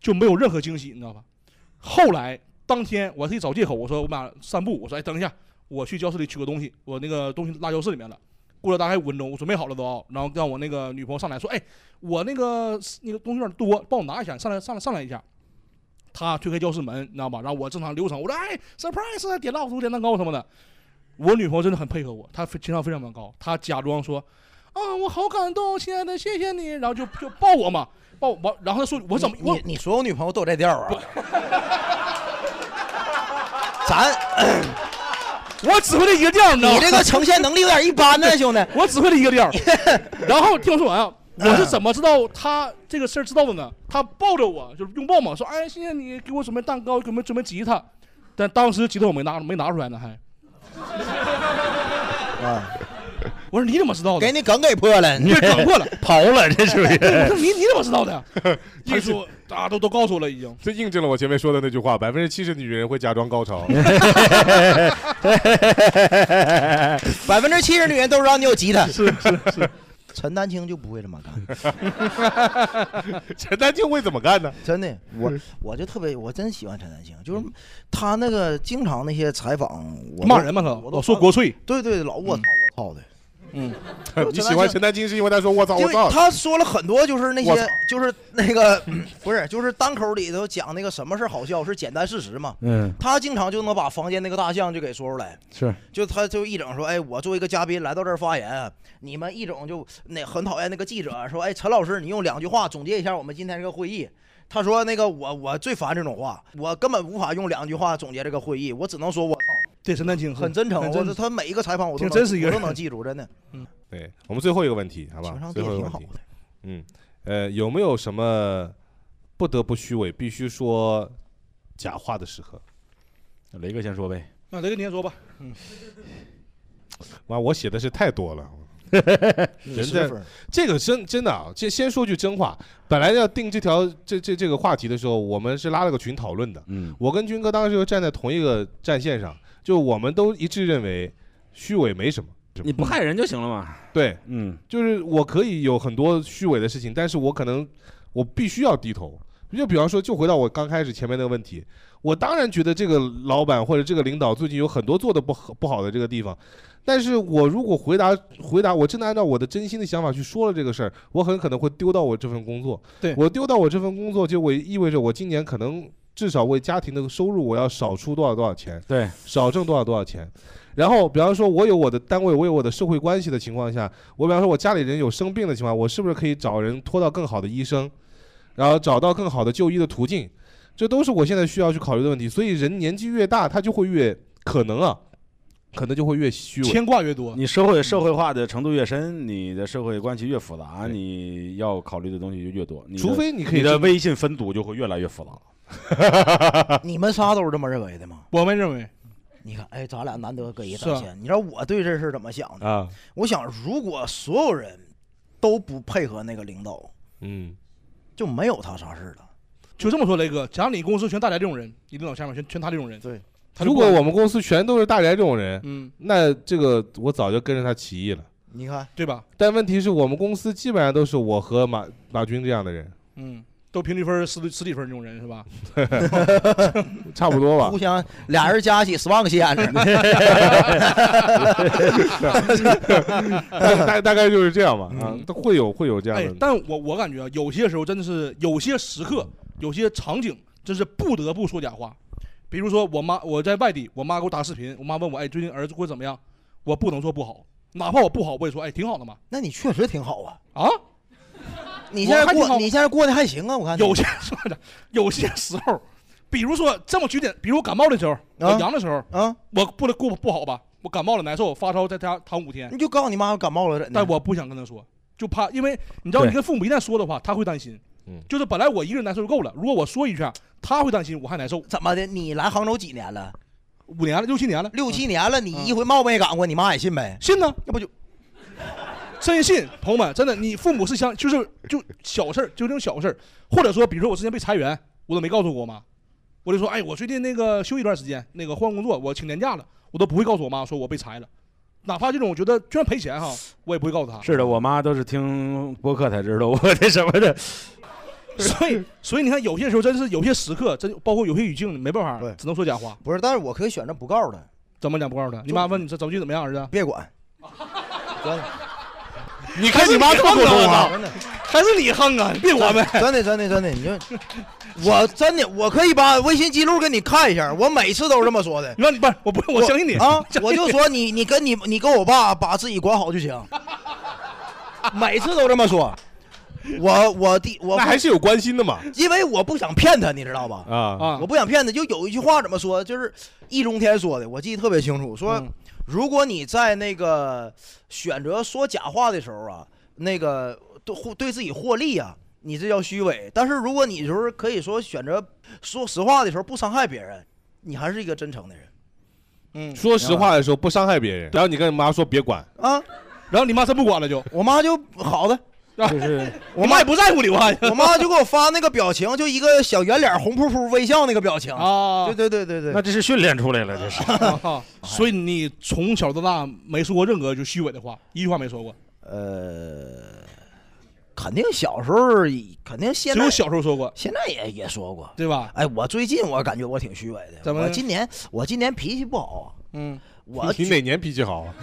Speaker 5: 就没有任何惊喜，你知道吧？后来当天我还特意找借口，我说我们俩散步，我说哎等一下，我去教室里取个东西，我那个东西落教室里面了。过了大概五分钟，我准备好了都啊，然后让我那个女朋友上来说，哎，我那个那个东西有点多，帮我拿一下，上来上来上来一下。他推开教室门，你知道吧？然后我正常流程，我说哎，surprise，点蜡烛、点蛋糕什么的。我女朋友真的很配合我，她非情商非常非常高，她假装说啊，我好感动，亲爱的，谢谢你，然后就就抱我嘛，抱我我，然后她 说我怎么我
Speaker 4: 你你所有女朋友都有这调啊？咱
Speaker 5: 我只会这一个调，你知道吗？
Speaker 4: 你这个呈现能力有点一 般呢，兄弟。
Speaker 5: 我只会这一个调。然后听我说完啊，我是怎么知道他这个事儿知道的呢？他抱着我就是拥抱嘛，说哎，谢谢你给我准备蛋糕，给我们准备吉他。但当时吉他我没拿，没拿出来呢， 还。
Speaker 4: 啊！
Speaker 5: 我说你怎么知道的？
Speaker 4: 给你梗给破了，
Speaker 5: 你这梗 破了，
Speaker 1: 刨了，这属于
Speaker 5: 我 说你你怎么知道的？他说大家都都告诉我了，已经。
Speaker 1: 这印证了我前面说的那句话：百分之七十女人会假装高 潮。
Speaker 4: 百分之七十女人都知道你有吉他，
Speaker 5: 是是是。
Speaker 4: 陈丹青就不会这么
Speaker 1: 干，陈丹青会怎么干呢？
Speaker 4: 真的，我我就特别，我真喜欢陈丹青，就是他那个经常那些采访，我
Speaker 5: 骂人嘛他
Speaker 4: 我都
Speaker 5: 老说国粹，
Speaker 4: 对对，老我操我操的，
Speaker 5: 嗯，
Speaker 1: 你喜欢陈丹青是因为他说我操
Speaker 4: 因
Speaker 1: 我
Speaker 4: 为
Speaker 1: 操，
Speaker 4: 他说了很多，就是那
Speaker 1: 我操
Speaker 4: 些，就是那个， 不是，就是单口里头讲那个什么是好笑，是简单事实嘛。
Speaker 6: 嗯
Speaker 4: 他经常就能把房间那个大象就给说出来，
Speaker 6: 是
Speaker 4: 就他就一整说，哎，我作为一个嘉宾来到这儿发言，啊你们一整就那很讨厌那个记者说，哎，陈老师，你用两句话总结一下我们今天这个会议。他说那个我我最烦这种话，我根本无法用两句话总结这个会议，我只能说我操，
Speaker 5: 对陈丹青
Speaker 4: 很真诚，
Speaker 5: 很
Speaker 4: 我
Speaker 5: 真
Speaker 4: 这他每一个采访我都
Speaker 5: 挺
Speaker 4: 能
Speaker 5: 真实一个
Speaker 4: 我都
Speaker 5: 人
Speaker 4: 能记住，真的。
Speaker 1: 对哎我们最后一个问题，好
Speaker 4: 情
Speaker 1: 吧？
Speaker 4: 商
Speaker 1: 最
Speaker 4: 低
Speaker 1: 后一
Speaker 4: 也
Speaker 1: 个
Speaker 4: 挺
Speaker 1: 问
Speaker 4: 好
Speaker 1: 题，嗯，呃，有没有什么不得不虚伪、必须说假话的时刻？
Speaker 6: 雷哥先说呗。
Speaker 5: 那雷哥你先说吧。嗯，
Speaker 1: 妈，我写的是太多 了。
Speaker 5: 你
Speaker 1: 人
Speaker 5: 是
Speaker 1: 在
Speaker 5: 粉儿
Speaker 1: 这个真真的啊，这先说句真话，本来要定这条这这这个话题的时候，我们是拉了个群讨论的。
Speaker 6: 嗯，
Speaker 1: 我跟军哥当时就站在同一个战线上，就我们都一致认为虚伪没什么，
Speaker 6: 你不害人就行了嘛。
Speaker 1: 对，
Speaker 6: 嗯，
Speaker 1: 就是我可以有很多虚伪的事情，但是我可能我必须要低头。就比方说，就回到我刚开始前面那个问题，我当然觉得这个老板或者这个领导最近有很多做的不好不好的这个地方，但是我如果回答回答，我真的按照我的真心的想法去说了这个事儿，我很可能会丢到我这份工作。
Speaker 5: 对
Speaker 1: 我丢到我这份工作，就我意味着我今年可能至少为家庭的收入我要少出多少多少钱。
Speaker 6: 对，
Speaker 1: 少挣多少多少钱。然后，比方说，我有我的单位，我有我的社会关系的情况下，我比方说我家里人有生病的情况下，我是不是可以找人拖到更好的医生，然后找到更好的就医的途径？这都是我现在需要去考虑的问题。所以，人年纪越大，他就会越可能啊，可能就会越虚伪，
Speaker 5: 牵挂越多。
Speaker 6: 你社会社会化的程度越深，你的社会关系越复杂，你要考虑的东西就越多。你的
Speaker 1: 除非你可以
Speaker 6: 你的
Speaker 1: 真的
Speaker 6: 微信分组就会越来越复杂。
Speaker 4: 你们仨都是这么认为的吗？
Speaker 5: 我们认为，
Speaker 4: 你看，哎，咱俩难得搁一
Speaker 5: 是啊
Speaker 4: 道歉。你知道我对这事儿怎么想的？
Speaker 1: 啊，
Speaker 4: 我想，如果所有人都不配合那个领导，
Speaker 1: 嗯，
Speaker 4: 就没有他啥事儿了。
Speaker 5: 就这么说，雷哥，假如你公司全大家这种人，你领导下面全全他这种人，
Speaker 4: 对。
Speaker 5: 他就
Speaker 1: 如
Speaker 5: 不
Speaker 1: 果
Speaker 5: 管
Speaker 1: 我们公司全都是大宅这种人，
Speaker 5: 嗯，
Speaker 1: 那这个我早就跟着他起义了。
Speaker 4: 你看，
Speaker 5: 对吧？
Speaker 1: 但问题是我们公司基本上都是我和马马军这样的 人，
Speaker 5: 嗯，都平均分儿十多十几分儿那种人是吧？
Speaker 1: 差不多吧
Speaker 4: 互。相俩人加起十万个心 眼子。
Speaker 1: 大大大概就是这样吧，啊，会有会有这样
Speaker 5: 嗯哎
Speaker 1: 的，，
Speaker 5: 但我我感觉啊，有些时候真的是有些时刻，有些场景，真是不得不说假话。比如说我妈，我在外地，我妈给我打视频，我妈问我，哎，最近儿子过得怎么样？我不能说不好，哪怕我不好，我也说，哎，挺好的嘛。
Speaker 4: 那你确实挺好啊。
Speaker 5: 啊，
Speaker 4: 你现在
Speaker 5: 我还挺
Speaker 4: 过，
Speaker 5: 好
Speaker 4: 你现在过得还行啊，我看你
Speaker 5: 有些说的，有些时候，比如说这么举点，比如我感冒的时候，我阳的时候，
Speaker 4: 啊，
Speaker 5: 我不能过不好吧？我感冒了难受，发烧在家躺五天
Speaker 4: 你，就告诉你妈我感冒了，
Speaker 5: 但我不想跟她说，就怕，因为你知道，
Speaker 4: 对
Speaker 5: 你跟父母一旦说的话，他会担心。
Speaker 1: 嗯，
Speaker 5: 就是本来我一个人难受就够了，如果我说一句，他会担心，我还难受。
Speaker 4: 怎么的？你来杭州几年了？
Speaker 5: 五年了，六七年了，嗯
Speaker 4: 六七年了，你一回冒没赶过，你妈也信呗？
Speaker 5: 信呢，
Speaker 4: 那不就
Speaker 5: 真信，朋友们，真的，你父母是相，就是就小事儿，就这种小事儿，或者说，比如说我之前被裁员，我都没告诉我妈，我就说，哎，我最近那个休息一段时间，那个换工作，我请年假了，我都不会告诉我妈说我被裁了，哪怕这种我觉得就算赔钱哈，我也不会告诉她。
Speaker 6: 是的，我妈都是听播客才知道我这什么的。
Speaker 5: 所以，所以你看，有些时候真是有些时刻，真包括有些语境，你没办法，只能说假话。
Speaker 4: 不是，但是我可以选择不告诉他。
Speaker 5: 怎么讲不告诉他？你妈问你这走句怎么样，儿子？
Speaker 4: 别管。
Speaker 5: 你看你妈这么普通
Speaker 4: 啊
Speaker 5: 话还是你横啊！你别管呗。
Speaker 4: 真的，真的，真的，你就我真的，我可以把微信记录给你看一下，我每次都是这么说的。
Speaker 5: 你说你不是，我不我相信你
Speaker 4: 啊
Speaker 5: 相信！你
Speaker 4: 我就说你，你跟你你跟我爸把自己管好就行，每次都这么说。我我第我
Speaker 17: 那还是有关心的嘛，
Speaker 4: 因为我不想骗他，你知道吧？
Speaker 17: 啊啊
Speaker 4: 我不想骗他，就有一句话怎么说，就是易中天说的，我记得特别清楚，说、
Speaker 5: 嗯
Speaker 4: 如果你在那个选择说假话的时候啊，那个对获对自己获利啊，你这叫虚伪；但是如果你就是可以说选择说实话的时候不伤害别人，你还是一个真诚的人
Speaker 5: 嗯，
Speaker 17: 说实话的时候不伤害别人，然后你跟你妈说别 管，
Speaker 4: 啊。
Speaker 5: 然后你妈真不管了就，
Speaker 4: 我妈就好的。
Speaker 6: 就是
Speaker 4: 我
Speaker 5: 妈也不在乎你吧
Speaker 4: 我妈就给我发那个表情，就一个小圆脸红扑扑微笑那个表情
Speaker 5: 啊，
Speaker 4: 对对对对对，
Speaker 6: 那这是训练出来了，这是。
Speaker 5: 所以你从小到大没说过任何就虚伪的话，一句话没说过。
Speaker 4: 呃，肯定小时候肯定现在
Speaker 5: 只有小时候说过，
Speaker 4: 现在也也说过，
Speaker 5: 对吧？
Speaker 4: 哎，我最近我感觉我挺虚伪的，
Speaker 5: 怎么
Speaker 4: 我今年我今年脾气不好啊，
Speaker 5: 嗯，
Speaker 4: 我？
Speaker 17: 你哪年脾气好 啊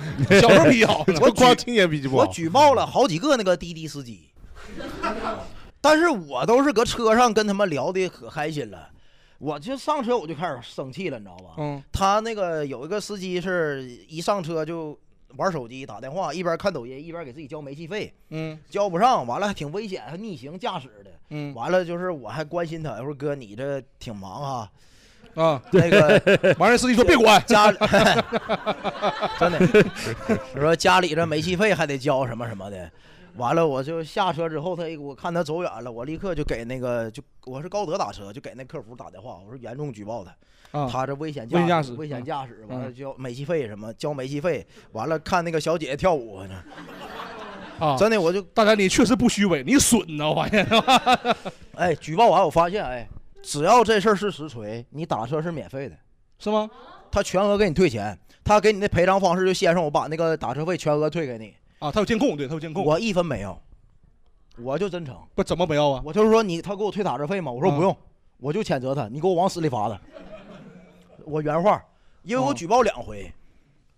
Speaker 4: 小时候
Speaker 5: 脾气好
Speaker 4: 我
Speaker 17: 我
Speaker 4: 举
Speaker 17: 光青年脾气不
Speaker 4: 我
Speaker 17: 好。
Speaker 4: 举报了好几个那个滴滴司 机，但是我都是搁车上跟他们聊的可开心了，我就上车我就开始生气了，你知道吧？
Speaker 5: 嗯，
Speaker 4: 他那个有一个司机是一上车就玩手机打电话，一边看抖音一边给自己交煤气费，
Speaker 5: 嗯，
Speaker 4: 交不上，完了还挺危险，还逆行驾驶的，
Speaker 5: 嗯，
Speaker 4: 完了就是我还关心他，哎我说哥你这挺忙啊，
Speaker 5: 啊，
Speaker 4: 那 个
Speaker 5: 完事司机说别管
Speaker 4: 家里 真的，我说家里这煤气费还得交什么什么的。完了，我就下车之后，他我看他走远了，我立刻就给那个就我是高德打车，就给那客服打电话，我说严重举报他，
Speaker 5: 啊
Speaker 4: 他这危险
Speaker 5: 危险驾
Speaker 4: 驶、
Speaker 5: 驶
Speaker 4: 危险驾驶，完了
Speaker 5: 嗯
Speaker 4: 交煤气费什么，交煤气费，完了看那个小姐姐跳舞呢，
Speaker 5: 啊，
Speaker 4: 真的，我就
Speaker 5: 大家你确实不虚伪，你损呐，我发现。
Speaker 4: 哎，举报完我发现，哎，只要这事儿是实锤，你打车是免费的，
Speaker 5: 是吗？
Speaker 4: 他全额给你退钱，他给你的赔偿方式就先上我把那个打车费全额退给你
Speaker 5: 啊，他有监控，对他有监控，
Speaker 4: 我一分没有，我就真诚，
Speaker 5: 不怎么不要啊？嗯
Speaker 4: 我就是说你他给我退打车费嘛，我说不用，我就谴责他，你给我往死里罚他，我原话，因为我举报两回，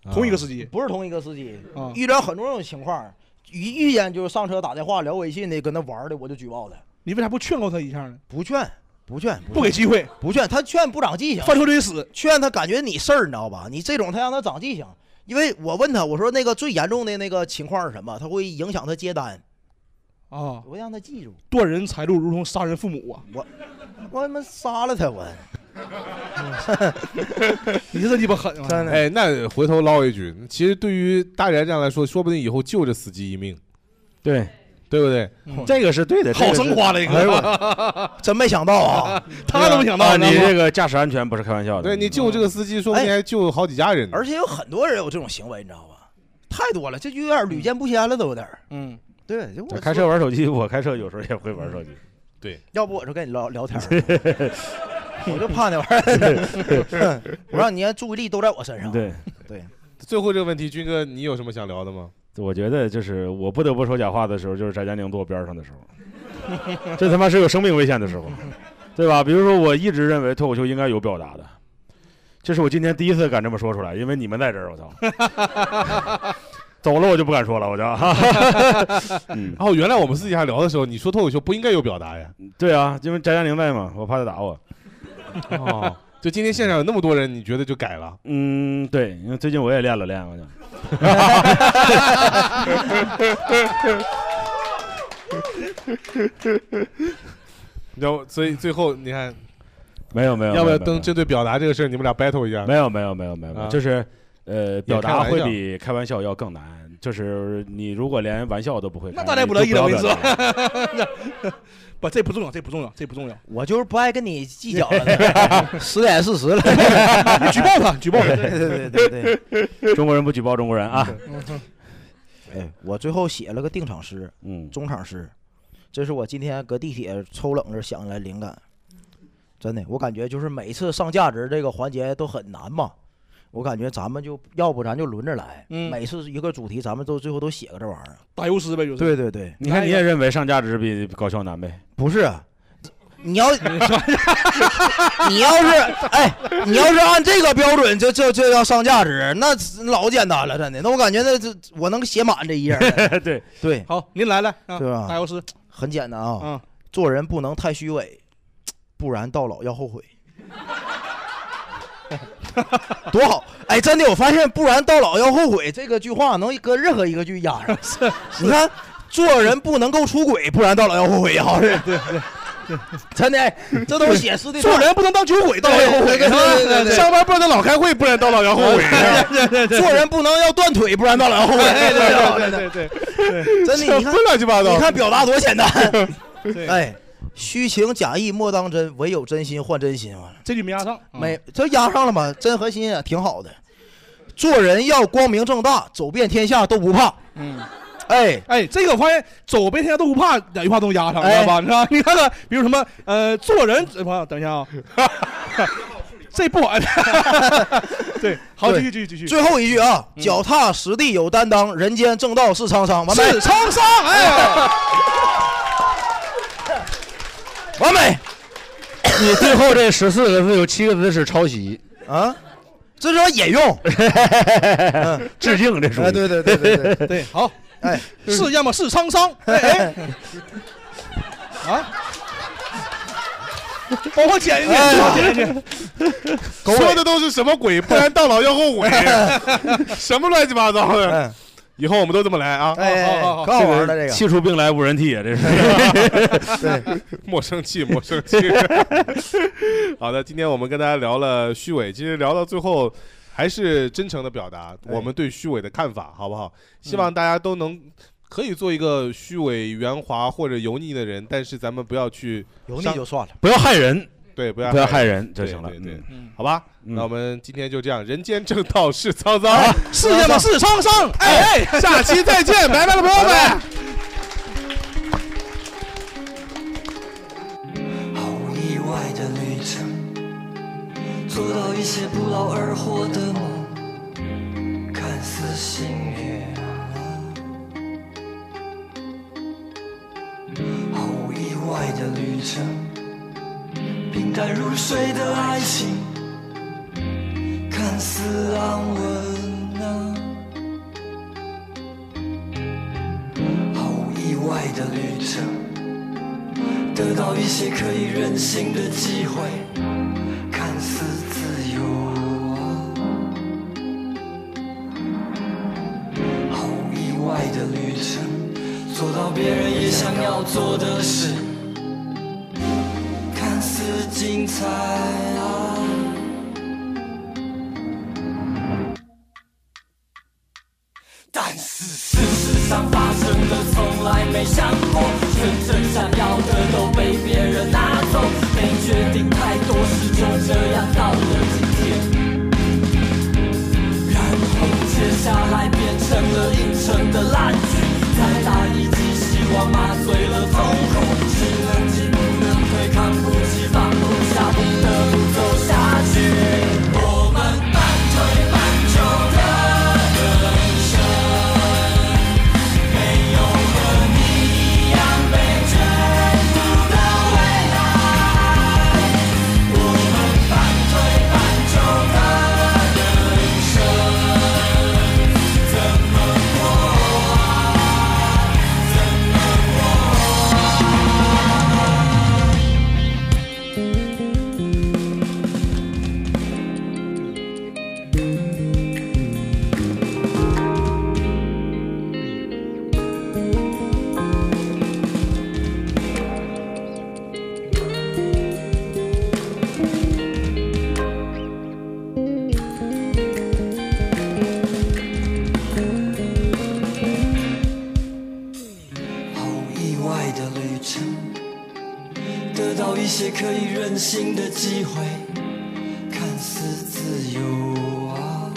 Speaker 5: 嗯
Speaker 4: 嗯
Speaker 5: 同一个司机
Speaker 4: 不是同一个司机
Speaker 5: 啊，
Speaker 4: 遇到很多种情况，一遇见就是上车打电话聊微信的，跟他玩儿的，我就举报他，
Speaker 5: 你为啥不劝告他一下呢？
Speaker 4: 不劝。不劝，
Speaker 5: 不给机会，
Speaker 4: 不劝他劝不长记性，
Speaker 5: 犯错得死。
Speaker 4: 劝他感觉你事儿，你知道吧？你这种他让他长记性，因为我问他，我说那个最严重的那个情况是什么？他会影响他接单。
Speaker 5: 啊，
Speaker 4: 我让他记住，
Speaker 5: 断人财路如同杀人父母啊！
Speaker 4: 我我他妈杀了他我。
Speaker 5: 你这鸡巴狠啊！
Speaker 17: 哎，那回头唠一句，其实对于大宅这样来说，说不定以后救这司机一命，
Speaker 6: 对
Speaker 17: 对不对？！
Speaker 1: 嗯
Speaker 6: 这个是对的好这个是生花了一个 哎
Speaker 4: 我真没想到 啊
Speaker 17: 他都没想到
Speaker 6: 哦啊
Speaker 17: 你知道
Speaker 6: 你
Speaker 17: 吗
Speaker 6: 这个驾驶安全不是开玩笑的。
Speaker 17: 对你救这个司机，说不定
Speaker 4: 哎
Speaker 17: 还救好几
Speaker 6: 嗯
Speaker 17: 家人呢。
Speaker 4: 而且有很多人有这种行为，你知道吧？太多了，这就有点屡见不鲜了，都有点儿。
Speaker 5: 嗯，
Speaker 4: 对，就我
Speaker 6: 开车玩手机，我开车有时候也会玩手机。
Speaker 17: 对，
Speaker 4: 要不我就跟你聊聊 天儿，我就怕那玩意儿， 我让你注意力都在我身上。
Speaker 6: 对
Speaker 4: 对，
Speaker 17: 最后这个问题，军哥，你有什么想聊的吗？
Speaker 6: 我觉得就是我不得不说假话的时候，就是翟佳宁坐我边上的时候， 这他妈是有生命危险的时候，对吧？比如说，我一直认为脱口秀应该有表达的，这是我今天第一次敢这么说出来，因为你们在这儿，我操，走了我就不敢说了，我就。嗯，
Speaker 17: 哦，原来我们私底下聊的时候，你说脱口秀不应该有表达呀？
Speaker 6: 对啊，因为翟佳宁在嘛，我怕他打我。
Speaker 17: 哦，就今天现场有那么多人，你觉得就改了？
Speaker 6: 嗯，对，因为最近我也练了练， 我就。
Speaker 17: 你知道，所以最后你看，
Speaker 6: 没有没有，
Speaker 17: 要不要
Speaker 6: 没有
Speaker 17: 登针对表达这个事儿，你们俩 battle 一下？
Speaker 6: 没有没有没有没有没有，就是呃，表达会比开玩笑要更难。就是你如果连玩笑都不会开，
Speaker 5: 那 大家不乐意
Speaker 6: 哎
Speaker 5: 了，我跟你
Speaker 6: 你就不要
Speaker 5: 说，
Speaker 6: 表达。
Speaker 5: 不，这不重要，这不重要，这不重要。
Speaker 4: 我就是不爱跟你计 较 了，十点 四十了，你
Speaker 5: 举报他，举报他。
Speaker 4: 对对对对对，
Speaker 5: 啊
Speaker 4: 嗯
Speaker 6: 中国人不举报中国人啊！
Speaker 4: 哎，我最后写了个定场诗，嗯，中场诗，这是我今天搁地铁抽冷子想来灵感，真的，我感觉就是每次上价值这个环节都很难嘛，我感觉咱们就要不咱就轮着来，
Speaker 5: 嗯
Speaker 4: 每次一个主题咱们都最后都写个这玩意儿，
Speaker 5: 打油诗呗，就是。
Speaker 4: 对对对，
Speaker 6: 你看你也认为上价值比搞笑难呗？
Speaker 4: 不是，
Speaker 6: 啊
Speaker 4: 你 要你要是哎，你要是按这个标准，这这这要上价值，那老简单了，真的。那我感觉那这我能写满这一 页儿。
Speaker 6: 对
Speaker 4: 对，
Speaker 5: 好，您来来，啊
Speaker 4: 对吧？
Speaker 5: 打油诗，
Speaker 4: 很简单啊，
Speaker 5: 嗯
Speaker 4: 做人不能太虚伪，不然到老要 后悔。多好！哎，真的，我发现“不然到老要后悔”这个句话能搁任何一个句压 上。你看，做人不能够出轨，不然到老要后悔呀。对对对。真的，哎这都是写诗的。
Speaker 5: 做人不能当酒鬼，到老要后悔，
Speaker 4: 对对对对对对
Speaker 1: 上班不能老开会，不然到老要后悔。
Speaker 4: 做人不能要断腿，不然到老要后悔。哎 对
Speaker 1: 对对
Speaker 4: 对， 真的，你看
Speaker 1: 这乱七八糟
Speaker 4: 你看表达多简单。
Speaker 5: 对
Speaker 4: 哎，虚情假意莫当真，唯有真心换真心。完了，
Speaker 5: 这句没压上，嗯
Speaker 4: 没这压上了吗？真核心啊，挺好的。做人要光明正大，走遍天下都不怕。
Speaker 5: 嗯。
Speaker 4: 哎
Speaker 5: 哎，这个我发现走遍天下都不怕，哪句话都压上，知
Speaker 4: 哎
Speaker 5: 道吧？你看，你看看，比如什么，呃，做人，呃不等一下啊，这不 好，对， 好，继续，继续，继续，嗯
Speaker 4: 最后一句啊，脚踏实地有担当，人间正道是 沧桑。完美，
Speaker 5: 是沧桑，哎 呀，
Speaker 4: 完美。
Speaker 6: 你最后这十四个字有七个字是抄袭
Speaker 4: 啊，这是引 用，
Speaker 6: 致敬这属于。
Speaker 4: 哎对对对对对
Speaker 5: 对，好，
Speaker 4: 哎，
Speaker 5: 是要么是沧桑，哎哎，啊，帮我
Speaker 4: 哎
Speaker 5: 剪一剪，
Speaker 1: 哎
Speaker 6: 哎
Speaker 5: 帮我剪一剪。
Speaker 1: 说的都是什么鬼？不然到老要后悔，
Speaker 6: 哎
Speaker 1: 什么乱七八糟
Speaker 6: 嗯
Speaker 1: 的。以后我们都这么来啊！
Speaker 4: 哎
Speaker 1: 好
Speaker 4: 哎
Speaker 1: 好好，
Speaker 4: 可好玩了这个
Speaker 6: 气出病来无人替啊， 这是。
Speaker 4: 对，
Speaker 1: 莫生气，莫生 气。好的，今天我们跟大家聊了虚伪，其实聊到最后还是真诚的表达我们对虚伪的看法，好不好？希望大家都能可以做一个虚伪、圆滑或者油腻的人，但是咱们不要去
Speaker 4: 油腻
Speaker 1: 伤
Speaker 4: 就算了，
Speaker 6: 不要害人，
Speaker 1: 对，不要
Speaker 6: 不要害
Speaker 1: 害
Speaker 6: 人就行了
Speaker 1: 对对，对
Speaker 6: 嗯
Speaker 1: 好吧？那我们今天就这样，人间正道是沧桑，
Speaker 5: 是要么是沧桑，哎哎，
Speaker 1: 下期再见，拜拜了，朋友们。
Speaker 2: 意外的旅程，做到一些不劳而获的梦，看似幸运。啊毫无意外的旅程，平淡如水的爱情，看似安稳啊。毫无意外的旅程。得到一些可以任性的机会，看似自由啊。毫无意外的旅程，做到别人也想要做的事，看似精彩啊。但是事实上发生的从来没想过，真正想要的都被别人拿走，没决定太多事就这样到了今天，然后接下来变成了阴沉的烂剧，再打一剂希望麻醉了痛苦，只能进不能退，扛不起放不下，不得不走下去，我们半推半就的人生。没有和你一样被卷入的未来，我们半推半就的人生怎么过啊？怎么意外的旅程，得到一些可以任性的机会，看似自由啊。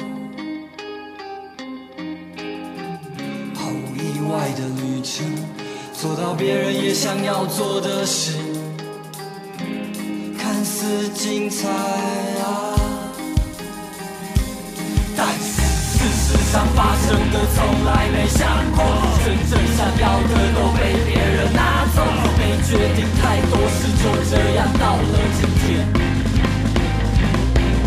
Speaker 2: 毫无
Speaker 12: 爱的旅程，做到别人也想要做的事，看似精彩啊，但是事实上发生的从来没想过，真正想要的都被别人拿走，没决定太多事就这样到了今天。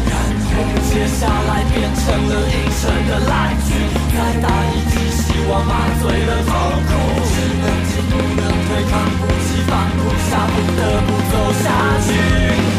Speaker 12: 然后接下来变成了阴沉的烂剧，再打一剂希望麻醉了痛苦，只能进不能退，扛不起放不下，不得不走下去。啊